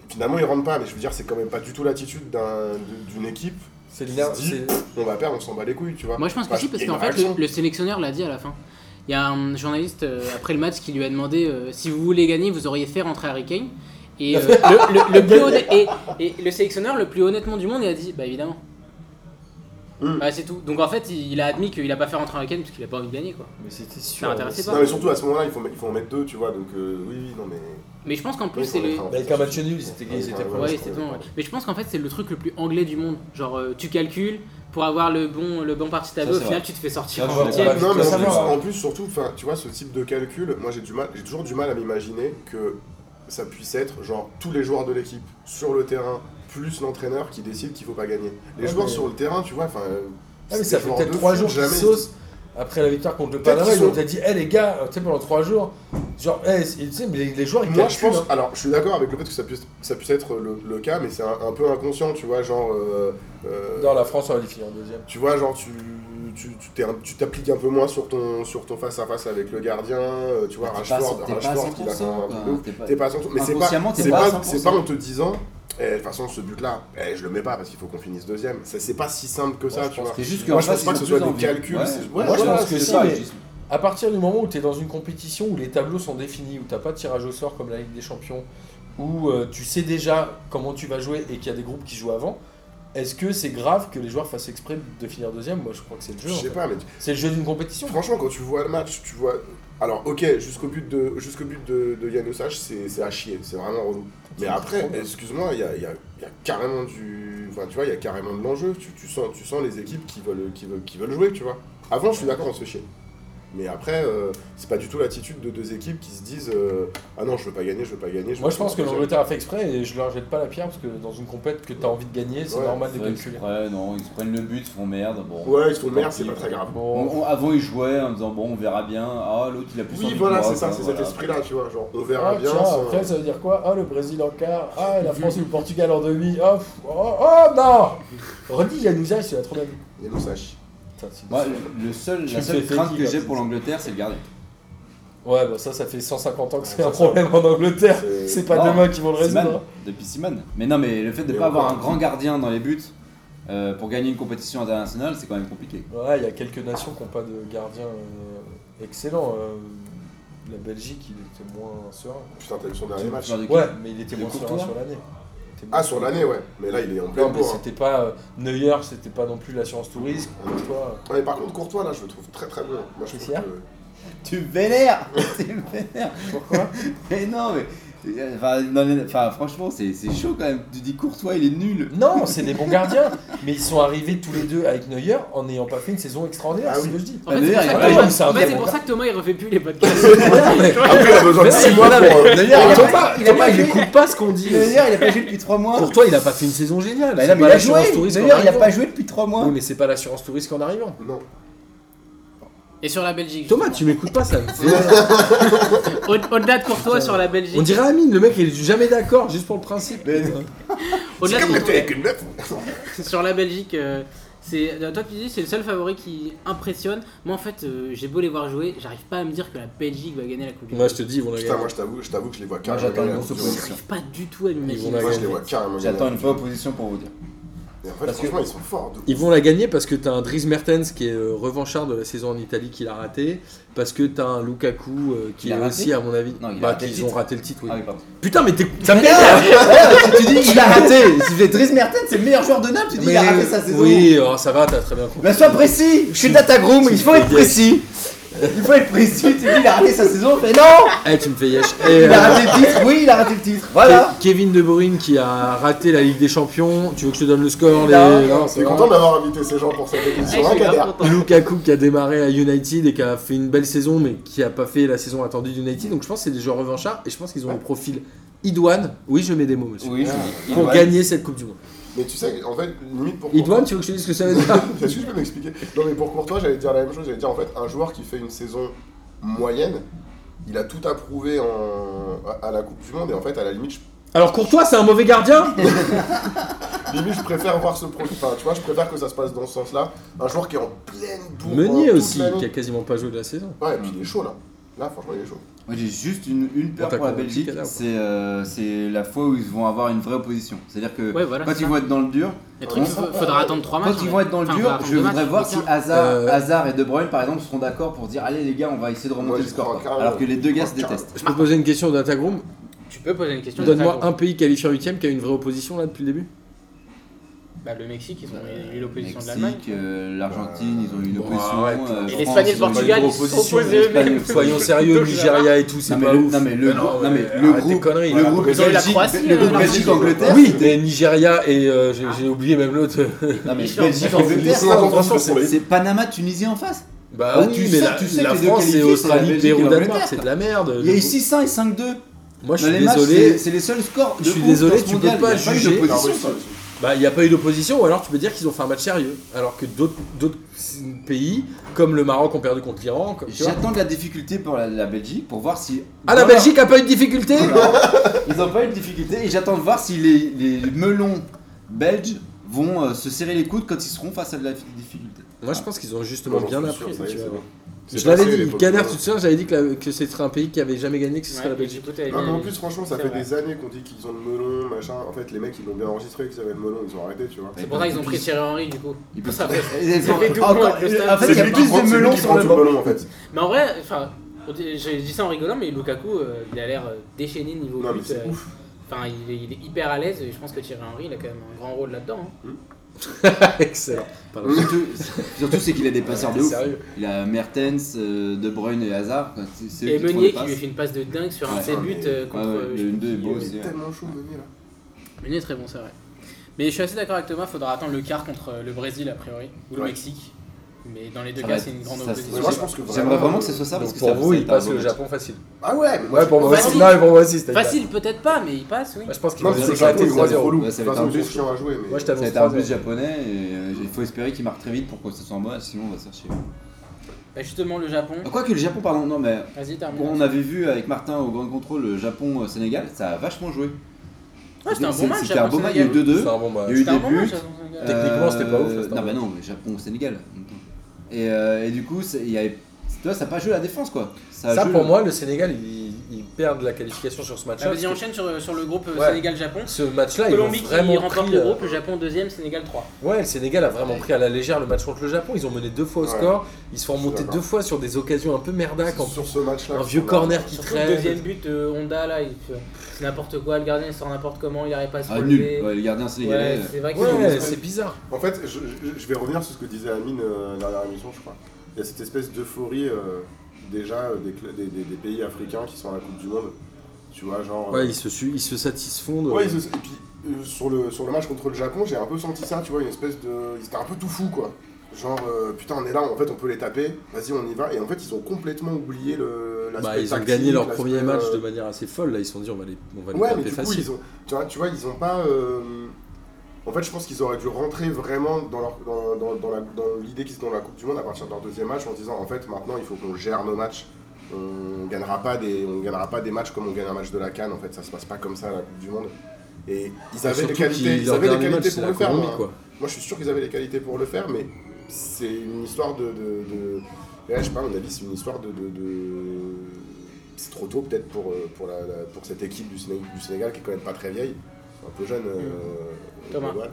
S4: Finalement, il rentre pas, mais je veux dire, c'est quand même pas du tout l'attitude d'un- de- d'une équipe.
S2: C'est le nerf.
S4: Ils se
S2: c'est-
S4: On va perdre, on s'en bat les couilles, tu vois.
S1: Moi je pense que
S4: Enfin,
S1: si, parce
S4: il y a
S1: qu'en
S4: une
S1: fait
S4: réaction.
S1: le, le sélectionneur l'a dit à la fin. Il y a un journaliste euh, après le match qui lui a demandé euh, si vous voulez gagner, vous auriez fait rentrer Harry Kane. Et, euh, le, le- le plus honnête- et, et le sélectionneur, le plus honnêtement du monde, il a dit bah évidemment.
S4: Mm.
S1: Bah c'est tout. Donc en fait, il il a admis qu'il a pas fait rentrer Harry Kane parce qu'il a pas envie de gagner quoi.
S2: Mais c'était
S1: Ça
S2: sûr.
S1: m'intéressait
S2: c'est-
S1: pas.
S4: Non, mais surtout à ce moment-là, il faut, il faut en mettre deux, tu vois. Donc, euh, oui, oui, non, mais.
S1: Mais je pense qu'en plus,
S4: Oui,
S1: c'est
S4: faut en
S1: le.
S4: mettre
S2: Avec un match nul, ils étaient- ils étaient
S1: Ouais,
S4: je
S1: c'est
S4: crois,
S1: bon, ouais.
S4: ouais.
S1: Mais je pense qu'en fait, c'est le truc le plus anglais du monde. Genre, euh, tu calcules pour avoir le bon, le bon parti tableau,
S3: Ça,
S1: au
S3: c'est
S1: final,
S3: vrai.
S1: tu te fais sortir
S3: Ça,
S1: en
S3: je suis d'accord.
S1: huitième.
S4: Non, mais
S2: Ah bah, Ça,
S4: en
S2: ça
S4: plus,
S2: va, hein. ouais.
S4: en plus, surtout, enfin, tu vois, ce type de calcul, moi j'ai du mal, j'ai toujours du mal à m'imaginer que ça puisse être genre tous les joueurs de l'équipe sur le terrain plus l'entraîneur qui décide qu'il faut pas gagner. Les
S2: Ouais,
S4: joueurs
S2: mais-
S4: sur le terrain, tu vois, enfin. euh,
S2: Ah, mais
S4: c'est
S2: ça
S4: des
S2: fait
S4: joueurs
S2: peut-être
S4: de
S2: 3
S4: foot,
S2: jours qu'ils
S4: jamais-
S2: saucent après la victoire contre le
S4: Peut-être
S2: Panama. Ils
S4: qu'ils
S2: ont
S4: sont-
S2: peut-être dit, hé les gars, euh, tu sais, pendant 3 jours, genre, hé, c'est- tu sais, mais les, les joueurs ils
S4: Moi, je
S2: calculent,
S4: pense.
S2: hein.
S4: Alors, je suis d'accord avec le fait que ça puisse, ça puisse être le, le cas, mais c'est un, un peu inconscient, tu vois, genre. euh, euh,
S2: Non, la France aurait dû finir en deuxième.
S4: Tu vois, genre, tu tu- tu t'es un- tu t'appliques un peu moins sur ton sur ton face à face avec le gardien, euh, tu vois,
S2: Bah,
S3: T'es pas à
S4: Rashford,
S3: cent- t'es pas à
S4: Rashford, il a
S3: 100%,
S4: un
S3: quoi.
S4: truc de ouf.
S3: T'es pas-
S4: T'es pas à 100%, mais c'est pas
S3: Inconsciemment, t'es
S4: c'est
S3: pas à
S4: pas,
S3: 100%.
S4: c'est pas en te disant eh, de toute façon ce but là, je le mets pas parce qu'il faut qu'on finisse deuxième. Ça, C'est pas si simple que
S2: Ouais,
S4: ça,
S2: je
S4: tu
S2: pense
S4: vois.
S3: C'est juste
S4: Moi,
S3: qu'en
S4: je pense
S3: face,
S4: pas
S3: ils
S4: que ce
S3: ont
S4: soit
S3: plus
S4: des
S3: envie.
S4: calculs,
S3: Ouais.
S4: c'est- ouais,
S3: Moi, je
S2: voilà,
S3: pense que
S2: c'est
S3: si,
S2: ça,
S3: mais-
S2: mais- À partir du moment où tu es dans une compétition où les tableaux sont définis, où t'as pas de tirage au sort comme la Ligue des Champions, où euh, tu sais déjà comment tu vas jouer et qu'il y a des groupes qui jouent avant, est-ce que c'est grave que les joueurs fassent exprès de finir deuxième Moi je crois que c'est le jeu.
S4: Je
S2: en
S4: sais
S2: fait.
S4: pas, mais
S2: C'est le jeu d'une compétition.
S4: franchement, quand tu vois le match, tu vois. Alors, ok, jusqu'au but de jusqu'au but de, de Yann Ossage, c'est c'est à chier, c'est vraiment relou. Mais après, excuse-moi, il y a, il y a- il y a carrément du. Enfin, tu vois, il y a carrément de l'enjeu. Tu, tu sens, tu sens les équipes qui veulent, qui, veulent, qui veulent jouer, tu vois. Avant, je suis d'accord, on se fait chier. Mais après, euh, c'est pas du tout l'attitude de deux équipes qui se disent euh, Ah non, je veux pas gagner, je veux pas gagner.
S2: Moi je pense que
S4: l'on
S2: l'Angleterre a fait exprès et je leur jette pas la pierre parce que dans une compète que tu as envie de gagner, c'est
S4: Ouais,
S2: normal de
S3: Ouais, ils se
S2: calculer.
S3: prennent- non, ils se prennent le but, ils se font merde. Bon.
S4: Ouais, ils se font
S3: Tant
S4: merde,
S3: pis.
S4: c'est pas très grave.
S2: Bon,
S3: On- on- avant, ils jouaient en disant bon, on verra bien. Ah, l'autre, il a plus
S4: Oui,
S3: envie que
S4: voilà,
S3: moi,
S4: c'est ça,
S3: enfin,
S4: c'est cet
S3: voilà.
S4: esprit-là, tu vois. Genre, on verra
S2: ah,
S4: bien. euh,
S2: tiens,
S4: sans-
S2: après ça veut dire quoi Ah le Brésil en quart, ah la France ou le Portugal en demi, oh, pff, oh, oh, non Redis Yanouza, c'est la troisième.
S4: Et nous sache.
S2: Putain, c'est-
S3: Moi, le- le seul,
S2: Tu
S3: la
S2: me
S3: seule
S2: fais
S3: crainte
S2: fake,
S3: que
S2: là,
S3: j'ai
S2: c'est
S3: pour
S2: ça.
S3: l'Angleterre, c'est le gardien.
S2: Ouais, bah ça, ça fait 150 ans que c'est
S4: Ouais,
S2: un
S4: ça,
S2: problème en Angleterre.
S4: c'est-
S2: C'est pas
S3: Non,
S2: demain qu'ils vont le
S3: Simon,
S2: résoudre.
S3: depuis Simon. Mais non, mais le fait de
S4: Mais
S3: pas avoir un
S4: encore.
S3: grand gardien dans les buts euh, pour gagner une compétition internationale, c'est quand même compliqué.
S2: hein. Ouais, il y a quelques nations qui n'ont pas de gardien euh, excellent. euh, la Belgique, il était moins serein.
S4: Putain, t'as vu son dernier
S3: Tu-
S4: match.
S3: tu vois de qui
S2: Ouais, mais il était
S3: Le
S2: moins serein
S3: Courtois
S2: sur l'année. Il était moins
S4: Ah, sur
S2: serein.
S4: l'année, ouais. Mais là, il est en plein
S2: Non, mais
S4: bourre. hein.
S2: c'était pas. euh, Neuer, c'était pas non plus l'assurance tout risque. Courtois.
S4: hein. Ouais, mais par contre, Courtois, là, je le trouve très très bon. Moi, je
S2: Qu'est-ce
S4: trouve
S2: qu'il y a
S4: que-
S3: Tu vénères Tu vénères
S2: Pourquoi
S3: Mais non, mais Enfin, dans les- enfin, franchement, c'est c'est chaud quand même. Tu dis Courtois, il est nul.
S2: Non, c'est des bons gardiens, mais ils sont arrivés tous les deux avec Neuer en n'ayant pas fait une saison extraordinaire,
S4: Ah
S2: c'est ce
S4: oui.
S2: que je dis.
S1: En
S3: Bah,
S1: fait, c'est
S3: d'ailleurs,
S1: pour ça
S2: il
S1: que
S2: y a-
S1: Thomas-
S2: c'est un
S1: en fait,
S2: très
S1: c'est
S2: bon
S1: pour
S2: gars.
S1: ça que Thomas il refait plus les podcasts.
S4: Après, il a besoin de
S2: Mais
S4: 6
S2: non,
S4: mois
S2: non,
S4: pour. euh,
S2: D'ailleurs,
S1: il a
S2: Thomas, Thomas, il écoute pas ce qu'on dit.
S3: D'ailleurs, il a pas joué depuis 3 mois.
S2: Pour toi, il a pas fait une saison géniale.
S3: Bah,
S2: C'est
S3: non, mais
S2: pas
S3: il a
S2: l'assurance
S3: joué.
S2: touriste
S3: D'ailleurs,
S2: qu'en
S3: il a pas
S2: arrivant.
S3: joué depuis 3 mois.
S2: Oui, mais c'est pas l'assurance touriste qu'en arrivant.
S4: Non.
S1: Et sur la Belgique.
S2: Thomas, tu m'écoutes pas, ça. me fait-
S1: Au- Au-delà de Courtois sur la Belgique.
S2: On dirait Amine, le mec, il est jamais d'accord, juste pour le principe.
S3: Mais-
S1: Au-delà
S4: C'est
S1: de
S4: comme
S1: Courtois.
S4: le thé avec une meuf.
S1: sur la Belgique, euh, c'est euh, toi qui dis c'est le seul favori qui impressionne. Moi en fait, euh, j'ai beau les voir jouer, j'arrive pas à me dire que la Belgique va gagner la Coupe du
S2: Moi,
S1: Monde.
S2: je te dis, ils vont la
S4: Putain, moi
S2: gagner.
S4: je t'avoue, je t'avoue que je les vois
S3: Moi,
S4: carrément.
S3: j'attends
S4: gagner
S3: une
S4: la
S3: grosse
S4: Coupe du Monde.
S3: opposition.
S1: J'arrive pas du tout à
S2: Ils vont
S1: m'imaginer.
S2: la
S4: Moi je les vois carrément. gagner
S3: J'attends
S4: la
S3: une
S4: Coupe
S3: vraie opposition pour vous dire.
S4: du Monde. Et en fait,
S2: Parce que-
S4: franchement, ils sont forts. de-
S2: Ils vont la gagner parce que t'as un Dries Mertens qui est euh, revanchard de la saison en Italie qu'il a raté, parce que t'as un Lukaku euh, qui
S3: Il a
S2: est
S3: raté
S2: aussi, à mon avis,
S3: Non, il a
S2: bah,
S3: raté le
S2: qu'ils ont
S3: titre.
S2: raté le titre. oui.
S3: Ah oui, pardon.
S2: Putain, mais t'es- ça me
S3: Mais
S2: dénerve
S3: non, tu dis il a raté. Si fais Dries Mertens, c'est le meilleur joueur de Naples. Tu dis il a
S2: Mais,
S3: raté sa saison.
S2: Oui, alors ça va, t'as très bien compris.
S3: Bah sois précis. Je suis Datagroom. Il faut être précis. Il faut être précis. Tu dis il a raté sa saison. Mais non.
S2: Eh, tu me fais yesh. Eh,
S3: Il
S2: euh,
S3: a raté le titre. Oui, il a raté le titre. Voilà.
S2: Ke- Kevin De Bruyne qui a raté la Ligue des Champions. Tu veux que je te donne le score
S3: Non,
S2: les-
S4: Je
S2: ça
S4: suis
S2: va.
S4: content d'avoir invité ces gens pour cette
S1: Ah,
S4: émission.
S1: je
S4: Hein,
S1: suis grave
S4: Kader
S1: content.
S2: Lukaku qui a démarré à United et qui a fait une belle saison mais qui a pas fait la saison attendue d'United. Donc je pense que c'est des joueurs revanchards et je pense qu'ils ont le profil idoine. Oui, je mets des mots, monsieur.
S3: Oui.
S2: Pour gagner cette Coupe du Monde.
S4: Mais tu sais, en fait, limite pour.
S2: Idoine, tu veux que je te dise ce que ça veut dire
S4: Est-ce que je peux m'expliquer Non, mais pour Courtois, j'allais dire la même chose. J'allais dire en fait, un joueur qui fait une saison moyenne, il a tout approuvé en... à- à la Coupe du Monde. Et en fait, à la limite, je,
S2: Alors Courtois, c'est un mauvais gardien
S4: limite, je préfère voir ce profil. Enfin, tu vois, je préfère que ça se passe dans ce sens-là. Un joueur qui est en pleine bourre.
S2: Meunier
S4: pendant toute
S2: aussi,
S4: l'année.
S2: qui a quasiment pas joué de la saison.
S4: Ouais, et puis il est chaud là. Là, franchement, il est chaud.
S3: Moi j'ai juste une, une peur
S2: On t'a
S3: pour la
S2: convaincu,
S3: Belgique,
S2: Kadar, ou pas
S3: c'est euh, c'est la fois où ils vont avoir une vraie opposition. C'est-à-dire que
S1: Ouais, voilà,
S3: quand
S1: c'est
S3: ils
S1: ça.
S3: vont être dans le dur,
S1: Les trucs,
S4: Quand-
S1: faudra attendre 3 matchs.
S3: quand ils
S1: hein,
S3: vont être dans le
S1: enfin, faudra
S3: dur,
S1: attendre
S3: je
S1: deux
S3: voudrais
S1: matchs,
S3: voir
S1: je
S3: si
S1: veux dire.
S3: Hazard,
S2: Euh,
S3: Hazard et De Bruyne par exemple seront d'accord pour dire allez les gars on va essayer de remonter
S4: Moi,
S3: le
S4: j'y
S3: score.
S4: crois
S3: quoi.
S4: carrément.
S3: Alors que les deux gars se
S4: Je crois
S3: détestent.
S2: Je peux poser une question d'Atagroom.
S1: Tu peux poser une question.
S2: Donne-moi
S1: Zlatan.
S2: un pays qualifié en 8 qui a une vraie opposition là depuis le début.
S1: Bah, le Mexique, ils ont
S3: Euh,
S1: eu l'opposition de l'Allemagne.
S3: Mexique, euh, l'Argentine, ils ont eu une
S2: Bah,
S3: opposition.
S2: ouais,
S3: euh,
S1: Et
S3: France,
S1: l'Espagne et le
S3: ils ont eu une
S1: Portugal, ils
S3: grosse
S1: se sont
S3: opposition.
S1: opposés.
S3: L'Espagne,
S1: mais-
S2: Soyons sérieux, le Nigeria et tout, c'est
S3: Non, mais
S2: pas
S3: le-
S2: ouf.
S3: non, mais le groupe- non, mais
S2: euh,
S3: le
S2: arrête tes
S3: groupe-
S2: conneries.
S3: Le groupe
S1: Ils ont eu la
S3: Belgique-
S1: Croatie,
S3: le groupe
S1: euh,
S3: Belgique-Angleterre.
S2: Ah Oui, mais Nigeria et euh,
S3: Ah.
S2: j'ai j'ai oublié même l'autre.
S3: Non mais
S1: Michel,
S3: Belgique-Angleterre.
S4: Michel, Michel,
S3: franchement,
S4: Michel,
S3: c'est- C'est Panama-Tunisie en face.
S2: Bah,
S3: Bah,
S2: oui,
S3: tu
S2: mais
S3: sais-
S2: la,
S3: tu sais
S2: la
S3: que les deux
S2: France et
S3: qualifiés, c'est la
S2: Australie,
S3: Belgique et
S2: Pérou,
S3: l'Angleterre,
S2: Danemark, c'est de la merde.
S3: Il y a eu 6-1 et 5-2.
S2: Moi je
S3: Dans
S2: suis
S3: les matchs,
S2: désolé.
S3: c'est- c'est les seuls scores.
S2: Je
S3: de
S2: suis
S3: ouf
S2: désolé,
S3: dans ce
S2: tu peux
S3: mondial.
S2: pas
S3: Il y a eu
S2: juger.
S3: d'opposition,
S4: Alors, oui,
S3: quoi.
S2: Bah, il n'y a pas eu d'opposition, ou alors tu peux dire qu'ils ont fait un match sérieux. Alors que d'autres d'autres pays, comme le Maroc, ont perdu contre l'Iran. comme- tu vois.
S3: J'attends de la difficulté pour la, la Belgique pour voir si.
S2: Ah, la
S3: Voilà.
S2: Belgique a pas eu de difficulté
S3: Ils n'ont pas eu de difficulté et j'attends de voir si les, les melons belges vont euh, se serrer les coudes quand ils seront face à de la difficulté.
S2: Moi je pense qu'ils ont justement bien appris.
S4: Ça y
S2: tu
S4: est, c'est
S2: vois.
S4: bon. C'est
S2: Je l'avais
S4: passé, les
S2: dit, Canard,
S4: pauvres.
S2: tu te souviens, j'avais dit que, la- que c'était un pays qui avait jamais gagné, que
S3: Ah,
S2: ce serait
S1: Ouais,
S2: la Belgique.
S1: écoute, elle
S4: Non, Ah, mais en
S1: est-
S4: plus, franchement, ça
S1: C'est
S4: fait
S1: vrai.
S4: des années qu'on dit qu'ils ont le melon, machin. En fait, les mecs, ils l'ont bien enregistré qu'ils avaient le melon, ils ont arrêté, tu vois.
S1: C'est pour ça qu'ils ont pris Thierry Henry du coup.
S3: Eh ben, Ils peuvent-
S1: Ça,
S3: Ils
S1: Ça
S3: ont-
S1: fait tout
S3: encore-
S1: le monde, le stade.
S3: En fait,
S1: C'est
S3: il y a
S1: lui
S4: qui
S3: plus
S4: prend-
S3: de
S4: c'est lui
S3: melons
S4: qui
S3: sur
S4: prend
S3: le
S4: tout
S3: banc.
S4: melon, en fait.
S1: Mais en vrai, enfin, on dit- j'ai dit ça en rigolant, mais Lukaku, euh, il a l'air euh, déchaîné niveau
S4: Non, mais
S1: but,
S4: c'est
S1: euh, Enfin, il, est- il est hyper à l'aise et je pense que Thierry Henry, il a quand même un grand rôle là-dedans. hein.
S2: Excellent. Pardon.
S3: Surtout, surtout, c'est qu'il a des passeurs de
S2: C'est
S3: ouf.
S2: sérieux.
S3: Il a Mertens, euh, De Bruyne et Hazard. quoi. C'est- c'est eux
S1: Et
S3: qui font les
S1: Meunier qui
S3: passes.
S1: lui fait une passe de dingue sur un
S3: Ouais,
S1: de ses
S4: mais-
S1: buts euh,
S3: Ouais, ouais,
S1: contre. euh, je
S3: le
S1: sais plus
S3: 1-2 est
S1: qui,
S3: beau
S1: euh,
S3: aussi.
S4: C'est tellement chaud, Meunier, là.
S1: Meunier est très bon, c'est vrai. Mais je suis assez d'accord avec Thomas, faudra attendre le quart contre euh, le Brésil a priori, ou le
S4: Ouais.
S1: Mexique. Mais dans les deux
S3: Ça
S1: cas,
S3: va
S1: c'est une
S3: être-
S1: grande
S3: ça, c'est-
S4: Mais
S1: opposition.
S4: moi, je pense que
S3: J'aimerais vraiment que ce soit ça parce
S2: Donc
S3: que
S2: pour
S3: ça-
S2: vous,
S3: ça
S2: il
S3: va être un
S2: passe
S3: beau
S2: le
S3: match.
S2: Japon facile.
S4: Ah ouais, mais
S2: Ouais, pour moi
S1: Facile.
S2: aussi. Non, mais pour moi aussi, c'était
S1: Facile peut-être pas, mais il passe, oui.
S2: Bah, je pense qu'ils
S4: Non,
S2: vont
S4: mais
S2: les
S4: c'est pas
S2: éclater.
S4: ils vont
S2: ça,
S4: être
S2: zéro.
S4: relous.
S3: Ouais,
S4: De
S3: ça
S4: toute
S3: va être
S4: façon,
S3: un
S4: ils
S3: peu
S4: sont chiants à jouer, mais.
S2: Moi, je
S3: Ça va
S2: t'avance.
S3: être un but
S2: 3-0.
S3: japonais et euh, il faut espérer qu'il marque très vite pour que ce soit un bon match, sinon on va se faire chier.
S1: Bah, justement, le Japon.
S3: Ah, Quoique le Japon, pardon, non mais
S1: Vas-y,
S3: bon,
S1: termine. Ah,
S3: on avait vu avec Martin au Grand Contrôle le Japon-Sénégal, ça a vachement joué.
S1: Ouais, c'était un bon
S3: C'est-
S1: match.
S3: C'était un bon match, il y a eu
S1: Japon-Sénégal.
S3: 2-2.
S2: C'est un bon match.
S3: Il y a eu
S1: C'était un
S3: des
S1: bon
S3: buts.
S1: match. Japon-Sénégal.
S3: Euh,
S2: Techniquement, c'était pas ouf, là, c'était un
S3: Non,
S2: bon
S3: bah non, mais Japon-Sénégal. en même temps. Et, euh, et du coup, c'est- il y avait. Toi, ça n'a pas joué la défense quoi. a
S2: Ça,
S3: joué
S2: pour
S3: le-
S2: moi, le Sénégal, ils, ils perdent la qualification sur ce
S1: Ah,
S2: match-là.
S1: Vas-y,
S2: parce que
S1: enchaîne sur, sur le groupe euh,
S2: Ouais.
S1: Sénégal-Japon.
S2: Ce match-là, ils ont
S1: Colombie qui
S2: vraiment
S1: remporte
S2: pris.
S1: le
S2: euh,
S1: groupe, le Japon deuxième, Sénégal 3.
S2: Ouais, le Sénégal a vraiment pris à la légère le match contre le Japon. Ils ont mené deux fois au
S4: Ouais.
S2: score. Ils se font remonter
S4: d'accord.
S2: deux fois sur des occasions un peu merdaques. en
S4: Sur ce match-là.
S2: Un vieux corner qui
S1: Surtout le
S2: traîne.
S1: deuxième but, euh, Honda là, il fait- c'est n'importe quoi, le gardien il sort n'importe comment, il arrive pas à se
S3: Ah,
S1: relever.
S3: nul. Ouais, le gardien
S1: Ouais,
S3: sénégalais.
S1: c'est vrai que
S2: Ouais,
S1: c'est
S2: c'est bizarre.
S4: En fait, je, je- je vais revenir sur ce que disait Amine euh, la dernière émission, je crois. Il y a cette espèce d'euphorie euh, déjà euh, des, cl- des- des- des pays africains qui sont à la Coupe du Monde. Tu vois, genre.
S2: Ouais, ils se, su- ils se satisfont de.
S4: Ouais, ils se- et puis euh, sur, le, sur le match contre le Japon, j'ai un peu senti ça, tu vois, une espèce de. Ils étaient un peu tout fous, quoi. Genre, euh, putain, on est là, en fait, on peut les taper, vas-y, on y va. Et en fait, ils ont complètement oublié le. l'aspect
S2: Bah, ils ont
S4: tactique,
S2: gagné leur
S4: l'aspect,
S2: premier match
S4: euh,
S2: de manière assez folle. Là, ils se sont dit, on va les, on va les
S4: Ouais, mais
S2: taper
S4: du coup,
S2: facile.
S4: ils ont, tu, vois, tu vois, ils ont pas. euh, En fait, je pense qu'ils auraient dû rentrer vraiment dans, leur, dans, dans, dans la- dans l'idée qu'ils sont dans la Coupe du Monde à partir de leur deuxième match en se disant en fait, maintenant, il faut qu'on gère nos matchs. On gagnera pas des, on gagnera pas des matchs comme on gagne un match de la Cannes. En fait, ça se passe pas comme ça la Coupe du Monde. Et ils avaient les
S2: Surtout qu'ils-
S4: qualités, ils
S2: leur
S4: avaient les
S2: dernier match,
S4: qualités
S2: c'est
S4: pour
S2: la
S4: le faire. hein.
S2: Colombie,
S4: moi.
S2: quoi.
S4: Moi, je suis sûr qu'ils avaient les qualités pour le faire, mais c'est une histoire de. de, de- ouais, je sais pas, à mon avis, c'est une histoire de. de- de- C'est trop tôt, peut-être, pour, euh, pour, la, la- pour cette équipe du Sénégal, du Sénégal qui est quand même pas très vieille. Un peu jeune. euh, au
S1: Thomas.
S4: global.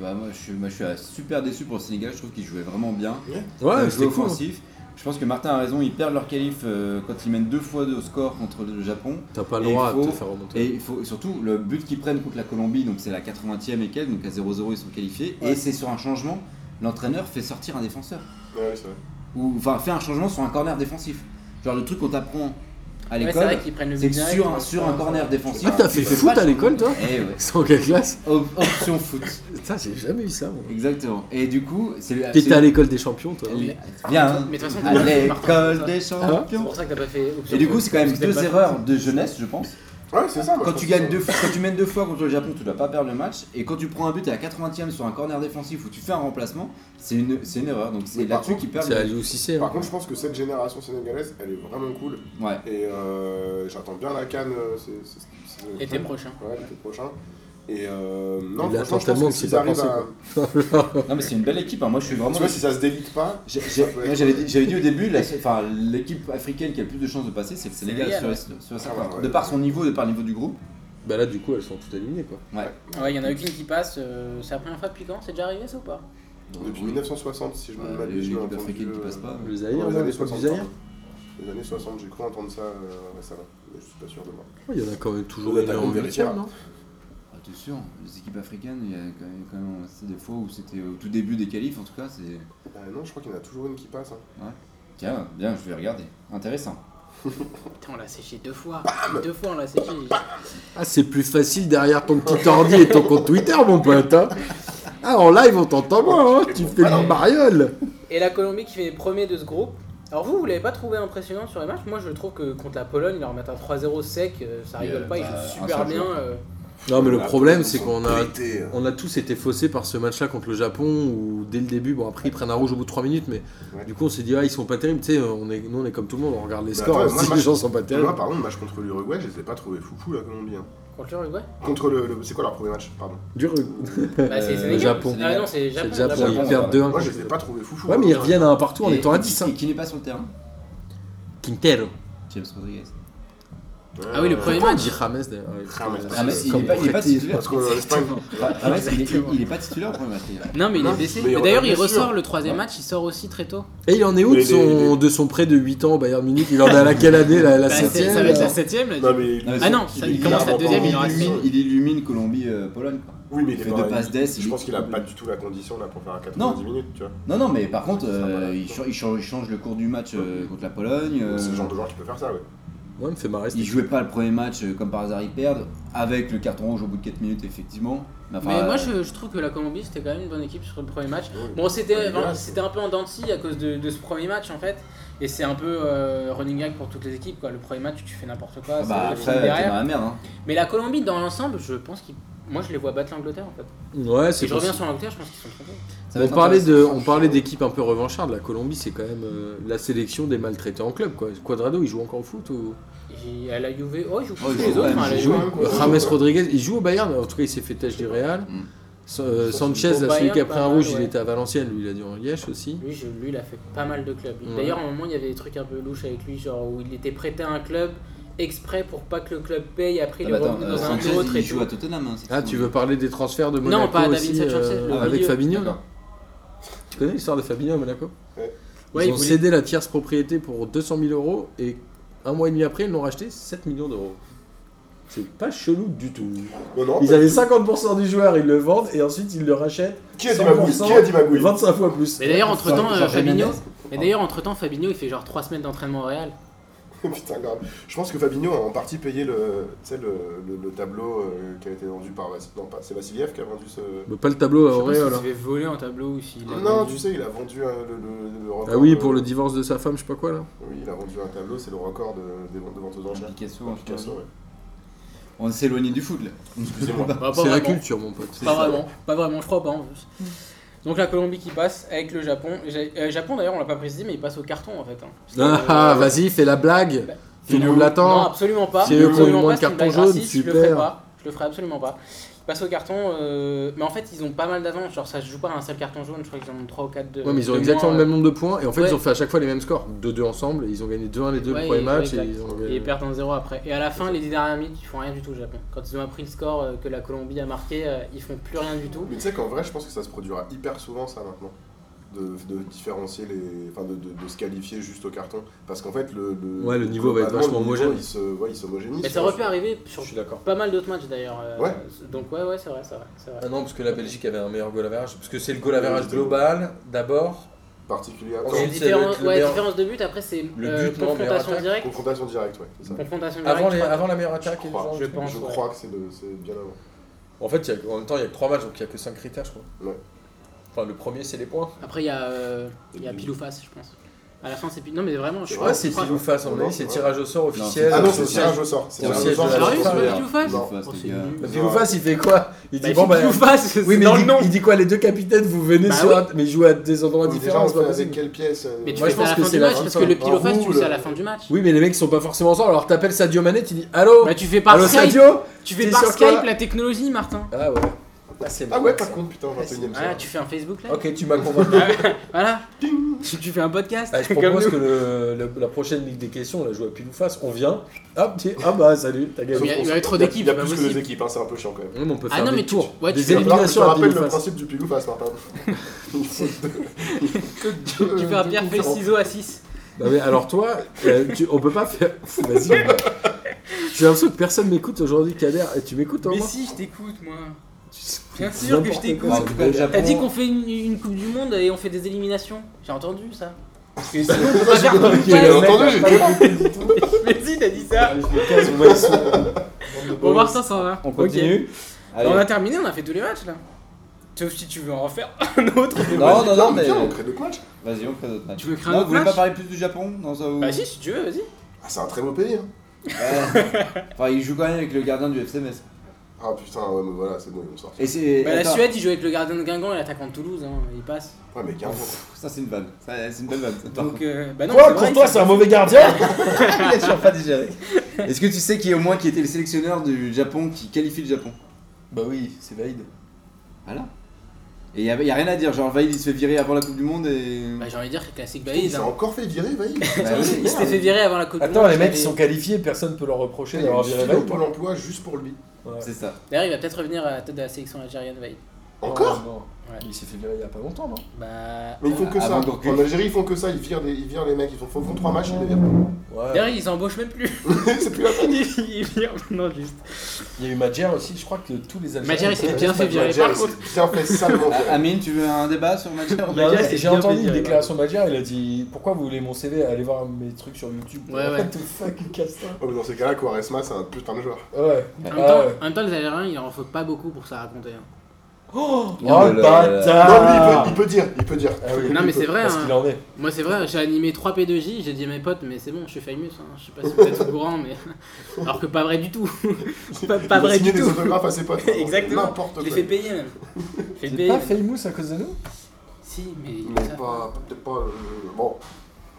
S3: Bah, moi, je suis, moi, je suis euh, super déçu pour le Sénégal. Je trouve qu'ils jouaient vraiment bien.
S2: Ouais,
S3: Euh,
S2: c'était cool. hein.
S3: jouer
S4: hein.
S3: offensif. Je pense que Martin a raison. Ils perdent leur qualif euh, quand ils mènent deux fois de score contre le Japon.
S2: hein. T'as pas le
S3: Et
S2: droit
S3: il faut-
S2: à te faire remonter.
S3: Et il faut, surtout, le but qu'ils prennent contre la Colombie, donc c'est la 80e et quelques, donc à 0-0 ils sont qualifiés.
S1: Ouais.
S3: Et c'est sur un changement, l'entraîneur fait sortir un défenseur.
S4: Ouais, c'est vrai.
S3: Ou enfin fait un changement sur un corner défensif. Genre le truc qu'on t'apprend à
S1: Ouais, c'est
S3: l'école,
S1: vrai qu'ils prennent le
S3: c'est
S1: but
S3: que
S1: direct,
S3: sur un,
S1: ouais,
S3: sur
S1: c'est
S3: un
S1: ça.
S3: corner défensif.
S2: Ah, t'as fait
S3: tu fais
S2: foot
S3: pas de
S2: à l'école,
S3: changement.
S2: toi
S3: Eh ouais.
S2: Sans quelle classe
S3: Op- Option foot.
S2: Putain, j'ai jamais eu ça, moi.
S3: Exactement. Et du coup, c'est le.
S2: T'étais à
S3: c'est-
S2: l'école des champions, toi. hein.
S3: Bien, hein.
S1: Mais de toute façon,
S3: à
S1: t'as- Martin,
S3: l'école
S1: c'est
S3: des
S1: pour ça. C'est
S3: champions.
S1: pour ça que t'as pas fait. option
S3: Et du coup,
S1: foot,
S3: c'est quand même
S1: parce que t'aimes
S3: deux
S1: pas le
S3: erreurs
S1: foot.
S3: de jeunesse, je pense.
S4: Ouais, c'est ça. moi,
S3: Quand
S4: je
S3: tu,
S4: pense que
S3: gagnes deux, quand tu mènes deux fois contre le Japon, tu dois pas perdre le match. Et quand tu prends un but à la 80ème sur un corner défensif où tu fais un remplacement, c'est une, c'est une erreur. Donc c'est
S4: Mais par
S3: là-dessus
S4: contre,
S3: qu'ils perdent.
S2: C'est à
S3: le-
S2: Aliou Cissé.
S4: Par
S2: hein.
S4: contre, je pense que cette génération sénégalaise, elle est vraiment cool.
S3: Ouais.
S4: Et euh, j'attends bien la Cannes. euh, c'est- c'est- c'est- c'est-
S1: L'été prochain.
S4: Ouais, l'été prochain. Et euh, non,
S2: Il l'attend
S4: franchement, je
S2: tellement
S4: pense
S2: que
S4: que
S2: c'est
S4: s'ils
S2: pas
S4: arrivent
S2: pensé,
S4: à.
S2: quoi.
S3: Non, mais c'est une belle équipe. hein. Moi, je suis
S4: Tu
S3: vraiment.
S4: vois, si ça se délite pas,
S3: J'ai- j'ai-
S4: Ça peut être-
S3: moi, j'avais dit, j'avais dit au début, la- enfin, l'équipe africaine qui a le plus de chances de passer, c'est le Sénégal,
S1: Sénégal,
S3: sur, sur
S4: Ah,
S3: certains-
S4: ouais, ouais.
S3: de par son niveau, de par le niveau du groupe.
S2: Bah là, du coup, elles sont toutes éliminées, quoi.
S1: Ouais, il y en a aucune qui passe. euh, c'est la première fois depuis quand C'est déjà arrivé ça ou pas
S4: depuis 1960, si je
S3: Ouais,
S4: me mets pas de
S3: les
S4: bêtises, j'ai
S3: équipes
S4: entendu,
S3: africaines qui
S4: euh,
S3: passent pas.
S2: Le
S4: Dans
S2: Zahir,
S4: les
S2: là,
S4: années
S2: l'époque du
S4: 60.
S2: Zahir.
S4: Les années 60, j'ai cru entendre ça euh, récemment, mais je suis pas sûr de moi.
S2: Oh, Il y en a quand même toujours
S4: Ouais,
S2: une
S4: t'as
S2: en
S4: compris,
S2: huitième,
S4: Richard.
S2: non
S3: Attention, les équipes africaines, il y a quand même, quand même c'est des fois où c'était au tout début des qualifs, en tout cas, c'est.
S4: Euh, non, je crois qu'il y en a toujours une qui passe. hein.
S3: Tiens, bien, je vais regarder. Intéressant.
S1: Putain, on l'a séché deux fois. Deux fois, on l'a séché.
S2: Ah, c'est plus facile derrière ton petit ordi et ton compte Twitter, mon pote. hein. Ah, en live, on t'entend moins, hein. Tu fais une mariole.
S1: Et la Colombie qui fait premier de ce groupe. Alors vous, vous l'avez pas trouvé impressionnant sur les matchs Moi, je trouve que contre la Pologne, ils leur mettent un 3-0 sec, euh, ça
S3: Et,
S1: rigole
S3: euh,
S1: pas, ils
S3: bah,
S1: jouent
S3: un
S1: super
S3: seul
S1: bien.
S3: joueur.
S1: euh.
S2: Non, mais le
S4: Voilà,
S2: problème,
S4: Ah, ils
S2: c'est
S4: sont
S2: qu'on a,
S4: pétés, hein.
S2: on a tous été faussés par ce match-là contre le Japon, où dès le début, bon, après, ils prennent un rouge au bout de 3 minutes, mais
S4: Ouais.
S2: du coup, on s'est dit, ah, ils sont pas terribles. Tu sais, on est, nous, on est comme tout le monde, on regarde les
S4: Bah,
S2: scores,
S4: attends,
S2: on
S4: moi,
S2: se dit,
S4: le
S2: les
S4: match-
S2: gens sont pas terribles.
S4: Moi, par contre, le match contre l'Uruguay, je les ai pas trouvés foufou, la Colombie. hein.
S1: Contre l'Uruguay
S4: Contre le, le- C'est quoi leur premier match Pardon.
S2: Dur.
S1: Bah, c'est
S3: Euh,
S1: Sénégal.
S2: le Japon.
S1: Ah non, c'est Japon.
S2: C'est le Japon,
S3: Japon,
S2: ils
S3: ouais.
S2: perdent 2-1.
S4: Moi, je les ai pas trouvés foufou. hein.
S2: Ouais, mais ils reviennent à un partout en
S3: Et-
S2: étant à
S3: et
S2: 10.
S3: qui-
S2: hein.
S3: Et qui n'est pas sur le terrain
S2: Quintero.
S3: James Rodriguez.
S1: Ah oui, le premier
S2: Pourquoi on
S1: match.
S2: dit Rames d'ailleurs
S4: Rames.
S2: Ouais,
S3: Ah, mais il
S2: comme
S3: n'est pas, il est pas
S2: traité.
S3: titulaire.
S4: Parce euh, qu'en Espagne.
S3: Ah ouais, il est- il- il est pas titulaire au premier match. d'ailleurs.
S1: Non, mais il
S4: Non,
S1: est blessé.
S4: mais il
S1: Mais D'ailleurs,
S4: revient
S1: il
S4: bien sûr.
S1: ressort le troisième match, il sort aussi très tôt.
S2: Et il en est où de
S4: Mais les-
S2: son,
S4: les-
S2: de son prêt de 8 ans au Bayern Munich Il en est à laquelle année La, la
S1: Bah, c'est-
S2: septième
S1: ça va être la
S2: alors
S1: septième. là,
S4: Non,
S1: du coup.
S4: mais.
S1: Ah non,
S3: c'est-
S1: ça,
S4: il
S3: est-
S4: commence la
S3: est-
S4: deuxième,
S3: il
S4: il en reste
S3: illumine,
S4: un.
S3: il illumine Colombie-Pologne.
S4: Oui, mais
S3: Il
S4: il
S3: fait
S4: est pas-
S3: deux passes d'ess, il
S4: Je
S3: est-
S4: pense qu'il a pas du tout la condition là pour faire 90 minutes, tu vois.
S3: non, non, mais par contre,
S4: Ça va,
S3: euh,
S4: là.
S3: il, cha- il cha- il change le cours du match euh, contre la Pologne. euh,
S4: C'est le genre de joueur qui peut faire ça, ouais.
S2: Ouais, il me fait marrer.
S3: Ils
S2: ce-
S3: jouaient pas le premier match euh, comme par hasard ils perdent avec le carton rouge au bout de 4 minutes effectivement. enfin,
S1: Mais moi,
S3: euh,
S1: je, je trouve que la Colombie, c'était quand même une bonne équipe sur le premier match.
S4: Ouais.
S1: Bon, c'était
S4: dégueulasse.
S1: enfin, c'était un peu en dents de scie à cause de, de ce premier match, en fait. Et c'est un peu euh, running gag pour toutes les équipes. Quoi. Le premier match, tu fais n'importe quoi.
S3: ah
S1: ça
S3: bah,
S1: finit
S3: après t'es
S1: derrière.
S3: dans la merde hein.
S1: Mais la Colombie, dans l'ensemble, je pense qu'ils. Moi, je les vois battre l'Angleterre en fait.
S2: Ouais,
S1: Si
S2: c'est
S1: je reviens
S2: possible.
S1: sur l'Angleterre, je pense qu'ils sont trompés.
S3: Ça va
S2: On
S3: être
S2: parlait, de,
S3: intéressant.
S2: on parlait d'équipes un peu revanchardes. La Colombie, c'est quand même euh, la sélection des maltraités en club. Quoi. Quadrado, il joue encore au foot ou...
S1: Et à la Juve, oh, ils jouent plus
S3: Oh, ils
S1: que
S3: jouent
S1: les autres.
S3: quand
S1: hein,
S3: même,
S1: la
S3: ils
S1: Juve.
S4: jouent. Ouais,
S2: Rames
S4: ouais.
S2: Rodriguez, il joue au Bayern. En tout cas, il s'est fait têche du Real.
S3: Mm.
S2: Sa- euh,
S4: Ça,
S2: Sanchez,
S1: c'est
S2: là,
S1: au
S2: celui qui a
S1: Bayern,
S2: pris
S1: pas
S2: un
S1: mal,
S2: rouge, il
S1: ouais.
S2: était à Valenciennes. Lui, il a dû en Lièche aussi.
S1: Lui, je- lui, il a fait pas mal de clubs.
S2: Ouais.
S1: D'ailleurs, à un moment, il y avait des trucs un peu louches avec lui, genre où il était prêté à un club exprès pour pas que le club paye. Après,
S3: Ah
S1: il
S3: bah,
S1: est
S3: attends,
S1: revenu
S3: euh,
S1: dans un
S3: Sanchez,
S1: autre et
S3: il joue
S1: tout.
S3: à Tottenham. hein, cette
S2: Ah, tu
S3: saison.
S2: veux parler des transferts de
S1: Non,
S2: Monaco
S1: pas David
S2: aussi,
S1: Sanchez,
S2: euh,
S1: le
S2: avec
S1: milieu.
S2: Fabinho là
S3: D'accord.
S2: Tu connais l'histoire de Fabinho à Monaco
S4: Ouais.
S2: Ils
S1: Ouais, il
S2: ont
S1: voulait-
S2: cédé la tierce propriété pour 200 000 euros et un mois et demi après, ils l'ont racheté 7 millions d'euros. C'est pas chelou du tout.
S4: Non, non.
S2: Ils avaient 50% du joueur, ils le vendent et ensuite ils le rachètent
S4: Qui a dit magouille Qui a dit magouille
S2: 25 fois plus.
S1: Mais d'ailleurs, entre temps,
S3: Jorge
S1: Fabinho.
S3: Mendes.
S1: Mais d'ailleurs, entre temps, Fabinho, il fait genre 3 semaines d'entraînement au Real.
S4: Putain, grave. Je pense que Fabinho a en partie payé le, tu sais, le, le- le tableau euh, qui a été vendu par. Vas- Non, pas, c'est Vassiliev qui a vendu ce.
S2: Mais pas le tableau à
S1: Je sais pas
S2: Auréole.
S1: s'il
S2: hein.
S1: s'est fait voler en tableau ou s'il a
S4: Non,
S1: vendu.
S4: tu sais, il a vendu euh, le, le- le record.
S2: Ah oui,
S4: de-
S2: pour le divorce de sa femme, je sais pas quoi là.
S4: Oui, il a vendu un tableau, c'est le record de, des ventes de ventes aux enchères.
S3: Picasso,
S4: Pour Picasso, ouais.
S3: On s'est éloigné du foot là.
S4: Excusez-moi.
S1: Bah, pas
S2: C'est la
S1: vraiment.
S2: culture, mon pote.
S1: Pas vraiment, pas vraiment, je crois pas en plus. Donc la Colombie qui passe avec le Japon. Et j'ai- euh, Japon d'ailleurs on l'a pas précisé mais il passe au carton en fait. hein. Parce que,
S2: Ah,
S1: euh,
S2: ah, vas-y, fais la blague.
S1: Bah,
S2: Fais-nous
S1: Non
S2: l'attendre.
S1: absolument pas.
S2: C'est eux qui ont
S1: Absolument
S2: le moins
S1: pas,
S2: de
S1: c'est une
S2: cartons
S1: blague
S2: jaunes,
S1: raciste, Je le ferai
S2: super.
S1: pas, je le ferai absolument pas. Il passe au carton, euh, mais en fait ils ont pas mal d'avance, genre ça se joue pas à un seul carton jaune, je crois qu'ils en ont 3 ou 4 de.
S2: Ouais, mais ils ont
S1: Euh, de
S2: exactement
S1: moins,
S2: le même nombre de points et en fait
S1: ouais.
S2: ils ont fait à chaque fois les mêmes scores. 2-2 ensemble, et ils ont gagné 2-1 les deux
S1: Ouais,
S2: premiers
S1: et-
S2: matchs
S1: ouais,
S2: et ils
S1: exact.
S2: ont
S1: euh, Et
S2: gagné.
S1: ils perdent en 0 après. Et à la fin, les 10 dernières minutes, ils font rien du tout au Japon. Quand ils ont appris le score euh, que la Colombie a marqué, euh, ils font plus rien du tout.
S4: Mais tu sais qu'en vrai, je pense que ça se produira hyper souvent, ça, maintenant. De, de différencier les. Enfin, de, de- de se qualifier juste au carton. Parce qu'en fait, le.
S2: Ouais, le niveau va être
S4: globalement,
S2: vachement
S4: le niveau,
S2: homogène.
S4: Il se, ouais, il s'homogénise.
S1: Mais ça aurait pu arriver sur
S2: suis d'accord.
S1: pas mal d'autres matchs d'ailleurs. euh,
S4: Ouais.
S1: Donc ouais, ouais, c'est vrai, c'est vrai. c'est vrai.
S2: Ah non, parce que la Belgique avait un meilleur goal average. Parce que c'est le goal
S4: average
S2: average global d'abord.
S4: Particulièrement.
S1: C'est
S2: Ensuite, ça doit
S1: différen-
S2: être le
S1: ouais,
S2: meilleur-
S1: différence de but, après c'est
S2: Le
S1: euh,
S2: but, non, meilleur
S1: confrontation
S2: attaque.
S1: directe.
S4: Confrontation directe, ouais, c'est ça.
S1: Confrontation directe.
S2: Avant, les,
S1: je crois.
S2: avant la meilleure attaque
S4: Je
S2: et le genre
S4: crois,
S2: de
S4: je,
S1: je pense,
S4: je
S1: ouais.
S4: crois que c'est de- c'est bien avant.
S2: En fait, il y a- en même temps, il y a que 3 matchs, donc il n'y a que 5 critères, je crois.
S4: Ouais.
S2: Enfin, le premier, c'est les points.
S1: Après, il y a, euh, il y a pile ou face, je pense. À la fin, c'est pile. Non, mais vraiment, je
S4: C'est
S2: Je
S1: crois
S2: crois
S4: vrai,
S2: que c'est
S1: je crois-
S2: pile ou face, à mon
S4: Non,
S2: avis, c'est
S4: non.
S2: tirage au sort officiel.
S3: c'est-
S4: Ah non, c'est
S2: social.
S4: tirage au sort.
S2: C'est
S4: tirage au
S2: siège
S4: sort.
S2: de la
S1: Sérieux,
S2: FIFA,
S1: c'est pas
S2: là.
S1: pile ou face
S4: Non.
S1: Oh, c'est nul.
S2: Le pile ou face, il fait quoi Il
S1: Bah,
S2: dit
S1: il
S2: bon,
S1: fait
S2: bah.
S1: pile ou face, c'est
S2: Oui, mais
S1: dans
S2: il
S1: le
S2: dit,
S1: nom.
S2: il dit quoi Les deux capitaines, vous venez
S1: Bah
S2: sur
S1: oui.
S2: un- mais jouez à des endroits
S4: Mais
S2: différents,
S4: Déjà, on
S2: c'est
S4: fait
S2: pas
S4: avec
S2: possible.
S4: quelle pièce euh,
S1: Mais tu
S2: Moi,
S1: fais
S2: je
S1: ça à
S2: pense
S1: la
S2: que
S1: fin
S2: c'est
S1: du
S2: la
S1: match,
S2: fin,
S1: parce que le pile ou
S4: un
S1: face, tu le
S4: roule.
S1: sais à la fin du match.
S2: Oui, mais les mecs sont pas forcément ensemble, alors t'appelles Sadio Mané, tu dis Allô
S1: Bah, tu fais par
S2: Allô
S1: Skype,
S2: Sadio
S1: tu fais
S2: T'es
S1: par
S2: sur
S1: Skype
S2: quoi
S1: la technologie, Martin.
S2: Ah ouais. Ah, c'est
S4: Ah ouais,
S2: marrant,
S4: par
S2: ça.
S4: contre, putain, 21ème
S1: Voilà, tu fais un Facebook là.
S2: Ok, tu m'as convaincu.
S1: Voilà. Tu tu fais un podcast.
S2: Ah, je
S1: comme
S2: propose
S1: nous.
S2: que le- le- la prochaine Ligue des questions, on la joue à pile ou face. On vient, hop, tu- ah bah salut, t'as
S1: Mais
S2: gagné.
S1: il y avait trop d'équipes,
S4: Il y a
S1: c'est
S4: plus
S1: pas
S4: que deux
S1: possible.
S4: équipes, hein, c'est un peu chiant quand même.
S2: Oui, mais on peut
S1: Ah
S2: faire
S1: non,
S2: des
S1: mais tu-
S2: tours.
S1: ouais, tu
S2: des
S1: fais pas-
S4: Alors, je te
S2: éliminations à pile
S4: rappelle
S2: ou
S4: le
S2: face.
S4: principe du pilou face, Martin. Il faut deux-
S1: Tu fais un pierre, feuille, ciseaux à 6.
S2: Non, mais alors toi, euh, tu- on peut pas faire. Vas-y. on va. J'ai l'impression que personne m'écoute aujourd'hui, Kader. Et tu m'écoutes au
S1: Mais
S2: moins
S1: si, je t'écoute, moi.
S2: C'est
S1: Bien sûr que je
S2: n'importe
S1: t'écoute.
S2: quoi.
S3: En tout cas, le Japon-
S1: T'as dit qu'on fait une, une Coupe du Monde et on fait des éliminations. J'ai entendu ça. Parce que sinon, on peut pas faire tout
S2: Ok, le
S1: le
S2: mec,
S1: match.
S4: entendu,
S2: j'ai pas écouté du tout.
S1: Vas-y, t'as dit ça.
S2: Je le casse, vous voyez ça.
S1: Bon, voir ça, ça va.
S3: On continue Allez.
S1: On a terminé, on a fait tous les matchs là. Sauf si tu veux en refaire un autre.
S3: Non, non, non,
S4: mais
S3: mais.
S4: viens, on crée d'autres matchs.
S3: Vas-y, on crée d'autres matchs.
S1: Tu veux créer un
S3: Non, vous
S1: autre
S3: voulez pas
S1: match
S3: parler plus du Japon dans ça où...
S1: Bah si, si tu veux, vas-y.
S4: Ah, c'est un très beau pays. hein.
S3: Ouais. Enfin, il joue quand même avec le gardien du FC Metz.
S4: Ah putain, ouais, mais voilà, c'est bon, ils vont sortir.
S3: Et c'est.
S1: Bah, la
S3: attends,
S1: Suède, il joue avec le gardien de Guingamp et l'attaquant de Toulouse, hein, il passe.
S4: Ouais, mais Guingamp.
S3: Ça, c'est une vanne. Ça, C'est une bonne vanne. ça.
S1: Donc, euh, bah non,
S2: Quoi,
S1: c'est vrai,
S2: Courtois,
S1: ça-
S2: c'est un mauvais gardien
S3: Il a toujours pas digéré. Est-ce que tu sais qui au moins qui était le sélectionneur du Japon qui qualifie le Japon
S2: Bah oui, c'est valide.
S3: Voilà. Et il y, a- y a rien à dire, genre Vaïd il se fait virer avant la Coupe du Monde et.
S1: Bah j'ai envie de dire que classique
S4: Il
S1: Baïd.
S4: s'est
S1: hein.
S4: encore fait virer, Vaïd.
S3: Bah oui.
S1: Il s'était fait virer avant la Coupe du
S2: Attends,
S1: Monde,
S2: les mecs,
S1: j'avais-
S2: ils sont qualifiés, personne peut leur reprocher
S4: Il y a
S2: d'avoir
S4: eu
S2: viré
S4: fil au
S2: Valide.
S4: Pôle emploi juste pour lui.
S3: C'est ça.
S1: D'ailleurs, il va peut-être revenir à la tête de la sélection algérienne, Vaïd.
S4: Encore
S2: Non, non.
S1: Ouais.
S2: Il s'est fait virer il y a pas longtemps, non
S1: Bah.
S4: Mais ils
S2: Euh,
S4: font que ça.
S3: Avant Gourcuff.
S4: En Algérie, ils font que ça. Ils virent, des- ils virent les mecs. Ils font, font trois matchs, ils les virent.
S1: D'ailleurs, ils embauchent même plus.
S4: c'est plus la peine.
S1: Ils virent maintenant juste.
S2: Il y a eu Madjer aussi, je crois que tous les
S1: Madjer,
S2: Algériens.
S1: il s'est bien fait virer.
S4: Madjer,
S1: Par
S4: il
S1: contre-
S4: s'est bien fait salement
S3: Ah,
S4: virer.
S3: Amine, tu veux un débat sur Mathieu
S2: Il y a-
S1: Madjer, il s'est
S2: Bah, J'ai
S1: bien fait
S2: entendu une
S1: virer,
S2: déclaration de Madjer, il a dit Pourquoi vous voulez mon CV Allez voir mes trucs sur YouTube.
S1: Ouais, ouais.
S2: What the fuck, il casse ça
S4: Oh, mais dans ces cas-là, Quaresma, c'est un putain de joueur.
S2: Ouais.
S1: En même,
S2: Ah
S1: temps,
S2: ouais.
S1: en même temps, les Algériens, il en faut pas beaucoup pour ça raconter. hein.
S2: Oh,
S3: Non, mais
S2: le
S3: le-
S2: Ah.
S4: Non, lui,
S2: bâtard
S4: il peut, il peut dire. Il peut dire.
S2: Ah oui.
S1: Non, mais c'est vrai,
S2: Parce
S1: hein.
S2: qu'il en est.
S1: Moi, c'est vrai, j'ai animé 3 P2J, j'ai dit à mes potes, mais c'est bon, je suis famous. hein. Je sais pas si vous êtes au courant, mais. Alors que pas vrai du tout. pas pas
S4: Il va
S1: vrai
S4: signer
S1: du
S4: des
S1: tout.
S4: autographes à ses potes. vraiment, c'est
S1: Exactement.
S4: N'importe
S1: Je
S4: quoi.
S1: l'ai fait payer même. Je l'ai
S2: T'es
S1: payé.
S2: pas famous à cause de nous
S1: Si, mais.
S4: Mais
S1: ça-
S4: pas, peut-être pas. euh, bon,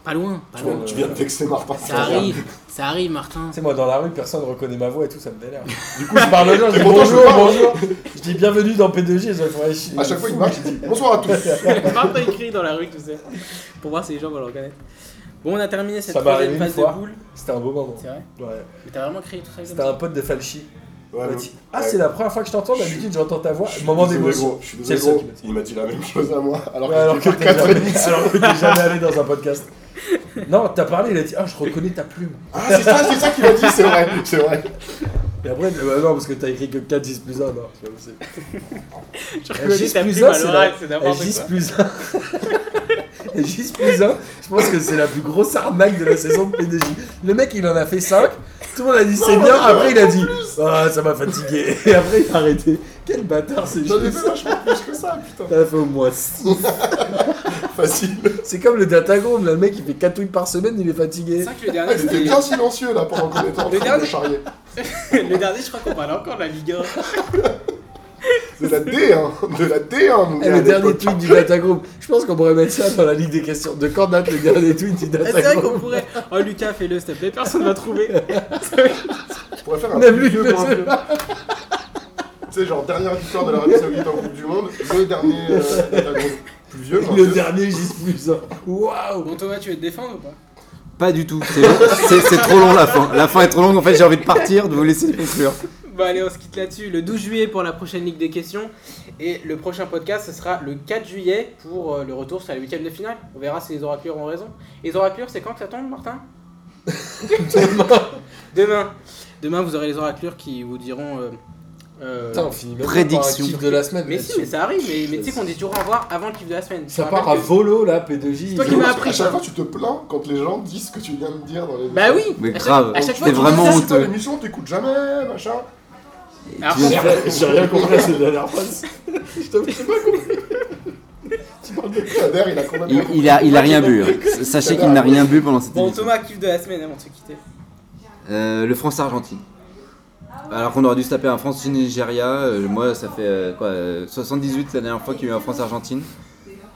S1: Pas loin, pas
S4: tu
S1: loin.
S4: viens, tu viens de vexer Martin.
S1: Ça arrive, ça arrive, Martin.
S2: Tu sais, moi dans la rue, personne reconnaît ma voix et tout, ça me vénère. Du coup, je parle aux gens, je dis
S4: Et pourtant, je
S2: bonjour,
S4: parle.
S2: bonjour. Je dis bienvenue dans P2J, je faudrait chier.
S4: À chaque fois, il marche, il dit bonsoir à tous.
S1: Martin écrit dans la rue, tout ça. Pour voir si les gens vont le reconnaître. Bon, on a terminé cette
S2: Ça m'est
S1: troisième
S2: arrivé une
S1: phase de
S2: fois.
S1: poule.
S2: C'était un beau moment.
S1: C'est vrai
S2: Ouais.
S1: Mais t'as vraiment créé tout ça comme
S2: C'était
S1: ça
S2: un pote de Falchi. Il
S4: Ouais,
S2: m'a
S4: mais-
S2: dit, Ah,
S4: ouais.
S2: c'est la première fois que je t'entends, d'habitude j'entends ta voix. Moment
S4: Je suis désolé,
S2: d'émotion.
S4: gros, Je suis
S2: C'est
S4: désolé,
S2: le seul qui m'a
S4: gros.
S2: dit.
S4: Il m'a dit la même chose à moi. Alors
S2: Ouais, alors que
S4: que
S2: t'es
S4: j'ai quatre
S2: jamais,
S4: minutes.
S2: alors que t'es jamais allé dans un podcast. Non, t'as parlé, il a dit Ah, je reconnais ta plume.
S4: Ah, c'est ça, c'est ça qu'il m'a dit, c'est vrai. C'est vrai.
S2: Et après, il dit, bah non, parce que t'as écrit que 4 10 plus 1. Non, c'est pas possible.
S1: Tu
S2: Eh,
S1: reconnais
S2: Gis
S1: ta
S2: plus
S1: plume
S2: un,
S1: à
S2: c'est
S1: l'oral,
S2: la-
S1: c'est
S2: Eh,
S1: n'importe
S2: 10
S1: quoi.
S2: plus 1. Et Gilles Pézin, je pense que c'est la plus grosse arnaque de la saison de PDJ. Le mec, il en a fait 5. Tout le monde a dit c'est bien. Après, il a dit Ah, ça m'a fatigué. Et après, il a arrêté. Quel bâtard, c'est
S4: J'en ai
S2: Gilles.
S4: fait vachement plus que ça, putain.
S2: T'en as fait au moins six.
S4: Facile.
S2: C'est comme le Datagrom, là, le mec il fait 4 tweets par semaine, il est fatigué.
S1: C'est vrai que le
S4: Ah,
S1: dernier,
S4: Ils étaient
S1: c'était-
S4: bien silencieux là pendant qu'on était
S1: Le
S4: en train de
S1: dernier-
S4: me charrier.
S1: le dernier, je crois qu'on parlait encore de la Ligue 1.
S4: De la D1, de la D1, mon
S2: Eh,
S4: gars. à
S2: le dernier
S4: l'époque.
S2: tweet du Datagroup, je pense qu'on pourrait mettre ça dans la ligue des questions. De quand date le dernier tweet du
S1: Ah, C'est vrai
S2: Datagroup
S1: qu'on pourrait. Oh Lucas, fais-le s'il te plaît, personne va trouver.
S4: Je pourrais faire un
S2: Même
S4: petit
S2: lui,
S4: vieux
S2: je
S4: pour un
S2: sais
S4: vieux. Tu sais, genre dernière victoire de l'Arabie Saoudite en Coupe du Monde, le dernier euh, Datagroup. plus vieux. hein, moins
S2: Le
S4: vieux.
S2: dernier Gis Waouh
S1: Bon, Thomas, tu veux te défendre ou pas
S3: Pas du tout, c'est long. C'est- c'est trop long la fin. La fin est trop longue, en fait j'ai envie de partir, de vous laisser conclure.
S1: Bon, Bah, allez, on se quitte là-dessus. Le 12 juillet pour la prochaine Ligue des questions. Et le prochain podcast, ce sera le 4 juillet pour euh, le retour sur la huitième de finale. On verra si les oraclures ont raison. Et les oraclures, c'est quand que ça tombe, Martin Demain. Demain, vous aurez les oraclures qui vous diront. euh, euh,
S2: Putain, on finit même
S3: Prédiction.
S2: pas par un kiff de la semaine.
S1: mais
S2: là-dessus.
S1: si, mais ça arrive. Mais, mais tu sais qu'on dit toujours au revoir avant le kiff de la semaine.
S2: Ça
S1: Je te
S2: part à
S1: rappelle que-
S2: volo là, P2J.
S1: toi
S2: ils
S1: qui
S2: ont-
S1: m'as-
S4: À
S1: appris
S4: chaque
S1: ça.
S4: fois, tu te plains quand les gens disent ce que tu viens de dire dans les.
S1: Bah oui
S3: Mais
S1: à chaque-
S3: grave,
S1: à chaque fois,
S3: t'es
S1: tu dis
S3: vraiment
S1: ça, c'est
S4: C'est pas
S3: honteux.
S4: l'émission, t'écoutes jamais, machin.
S1: Alors,
S3: Tu viens-
S2: J'ai rien compris à cette dernière phrase. Je t'avoue, j'ai pas
S4: Kader, il a complètement.
S3: Il, il a, il a rien bu. hein. Sachez qu'il n'a rien bu pendant cette
S1: Bon,
S3: émission.
S1: Thomas, kiff de la semaine avant de se quitter.
S3: Euh, le France-Argentine. Alors qu'on aurait dû se taper un France-Nigeria. euh, moi, ça fait euh, quoi euh, 78 la dernière fois qu'il y a eu un France-Argentine.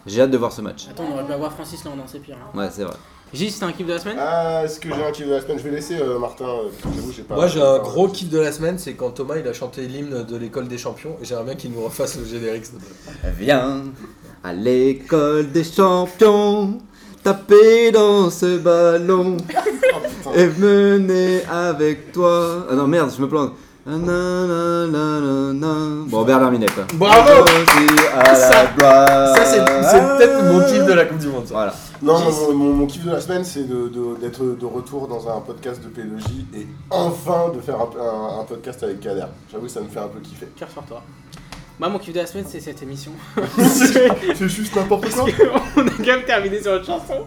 S3: J'ai hâte de voir ce match.
S1: Attends, on aurait pu avoir Francis Landin, c'est pire. hein.
S3: Ouais, c'est vrai.
S1: Gilles, c'était un kiff de la semaine
S4: Ah, est-ce que j'ai un kiff de la semaine Je vais laisser euh, Martin. euh, j'avoue, j'ai pas.
S2: Moi j'ai un gros kiff de la semaine, c'est quand Thomas il a chanté l'hymne de l'école des champions et j'aimerais bien qu'il nous refasse le générique. s'il te plaît.
S3: Viens à l'école des champions. Taper dans ce ballon
S4: Oh, putain.
S3: et mener avec toi. Ah non, merde, je me plante. Ah, Nanananana. Bon, Bernard Minet, quoi.
S2: Bravo
S3: Aussi à
S2: Ça-
S3: la gloire.
S2: Ça c'est c'est
S1: Euh,
S2: peut-être mon kiff de la Coupe du Monde. ça.
S3: Voilà.
S4: Non, mon, mon- mon kiff de la semaine, c'est de- de- d'être de, retour dans un podcast de pédagogie et enfin de faire un, un- un podcast avec Kader. J'avoue, ça me fait un peu kiffer.
S1: Cœur sur toi. Moi, mon kiff de la semaine, c'est cette émission.
S4: C'est juste n'importe quoi.
S1: on a quand même terminé sur une chanson.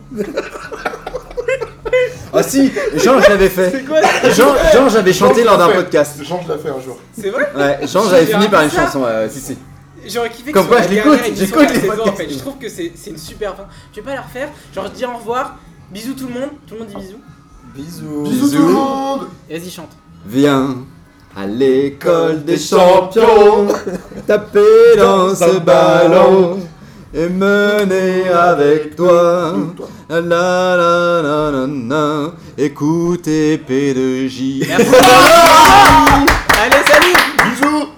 S3: Ah si, Jean, je l'avais fait.
S1: C'est quoi ça
S3: Jean, Jean j'avais chanté
S4: Jean,
S3: lors d'un
S4: je l'ai fait.
S3: podcast.
S4: Jean, je l'ai fait un jour.
S1: C'est vrai
S3: Ouais, Jean, j'avais
S1: J'ai
S3: fini par une
S1: raté ça.
S3: chanson. ouais, ouais, si, si.
S1: J'aurais kiffé que
S3: Comme
S1: ce
S3: quoi,
S1: soit
S3: je
S1: la
S3: l'écoute,
S1: dernière émission de la
S3: j'écoute les
S1: saison, en
S3: podcasts.
S1: fait. Je trouve que c'est c'est une super fin. Je vais pas la refaire. Genre, je dis au revoir. Bisous tout le monde. Tout le monde dit bisous.
S2: Bisous.
S4: Bisous tout le monde
S1: Et Vas-y, chante.
S3: Viens à l'école des champions, taper dans ce ballon et mener avec toi. La la la la la la. Écoutez P2J.
S1: Allez, salut
S4: Bisous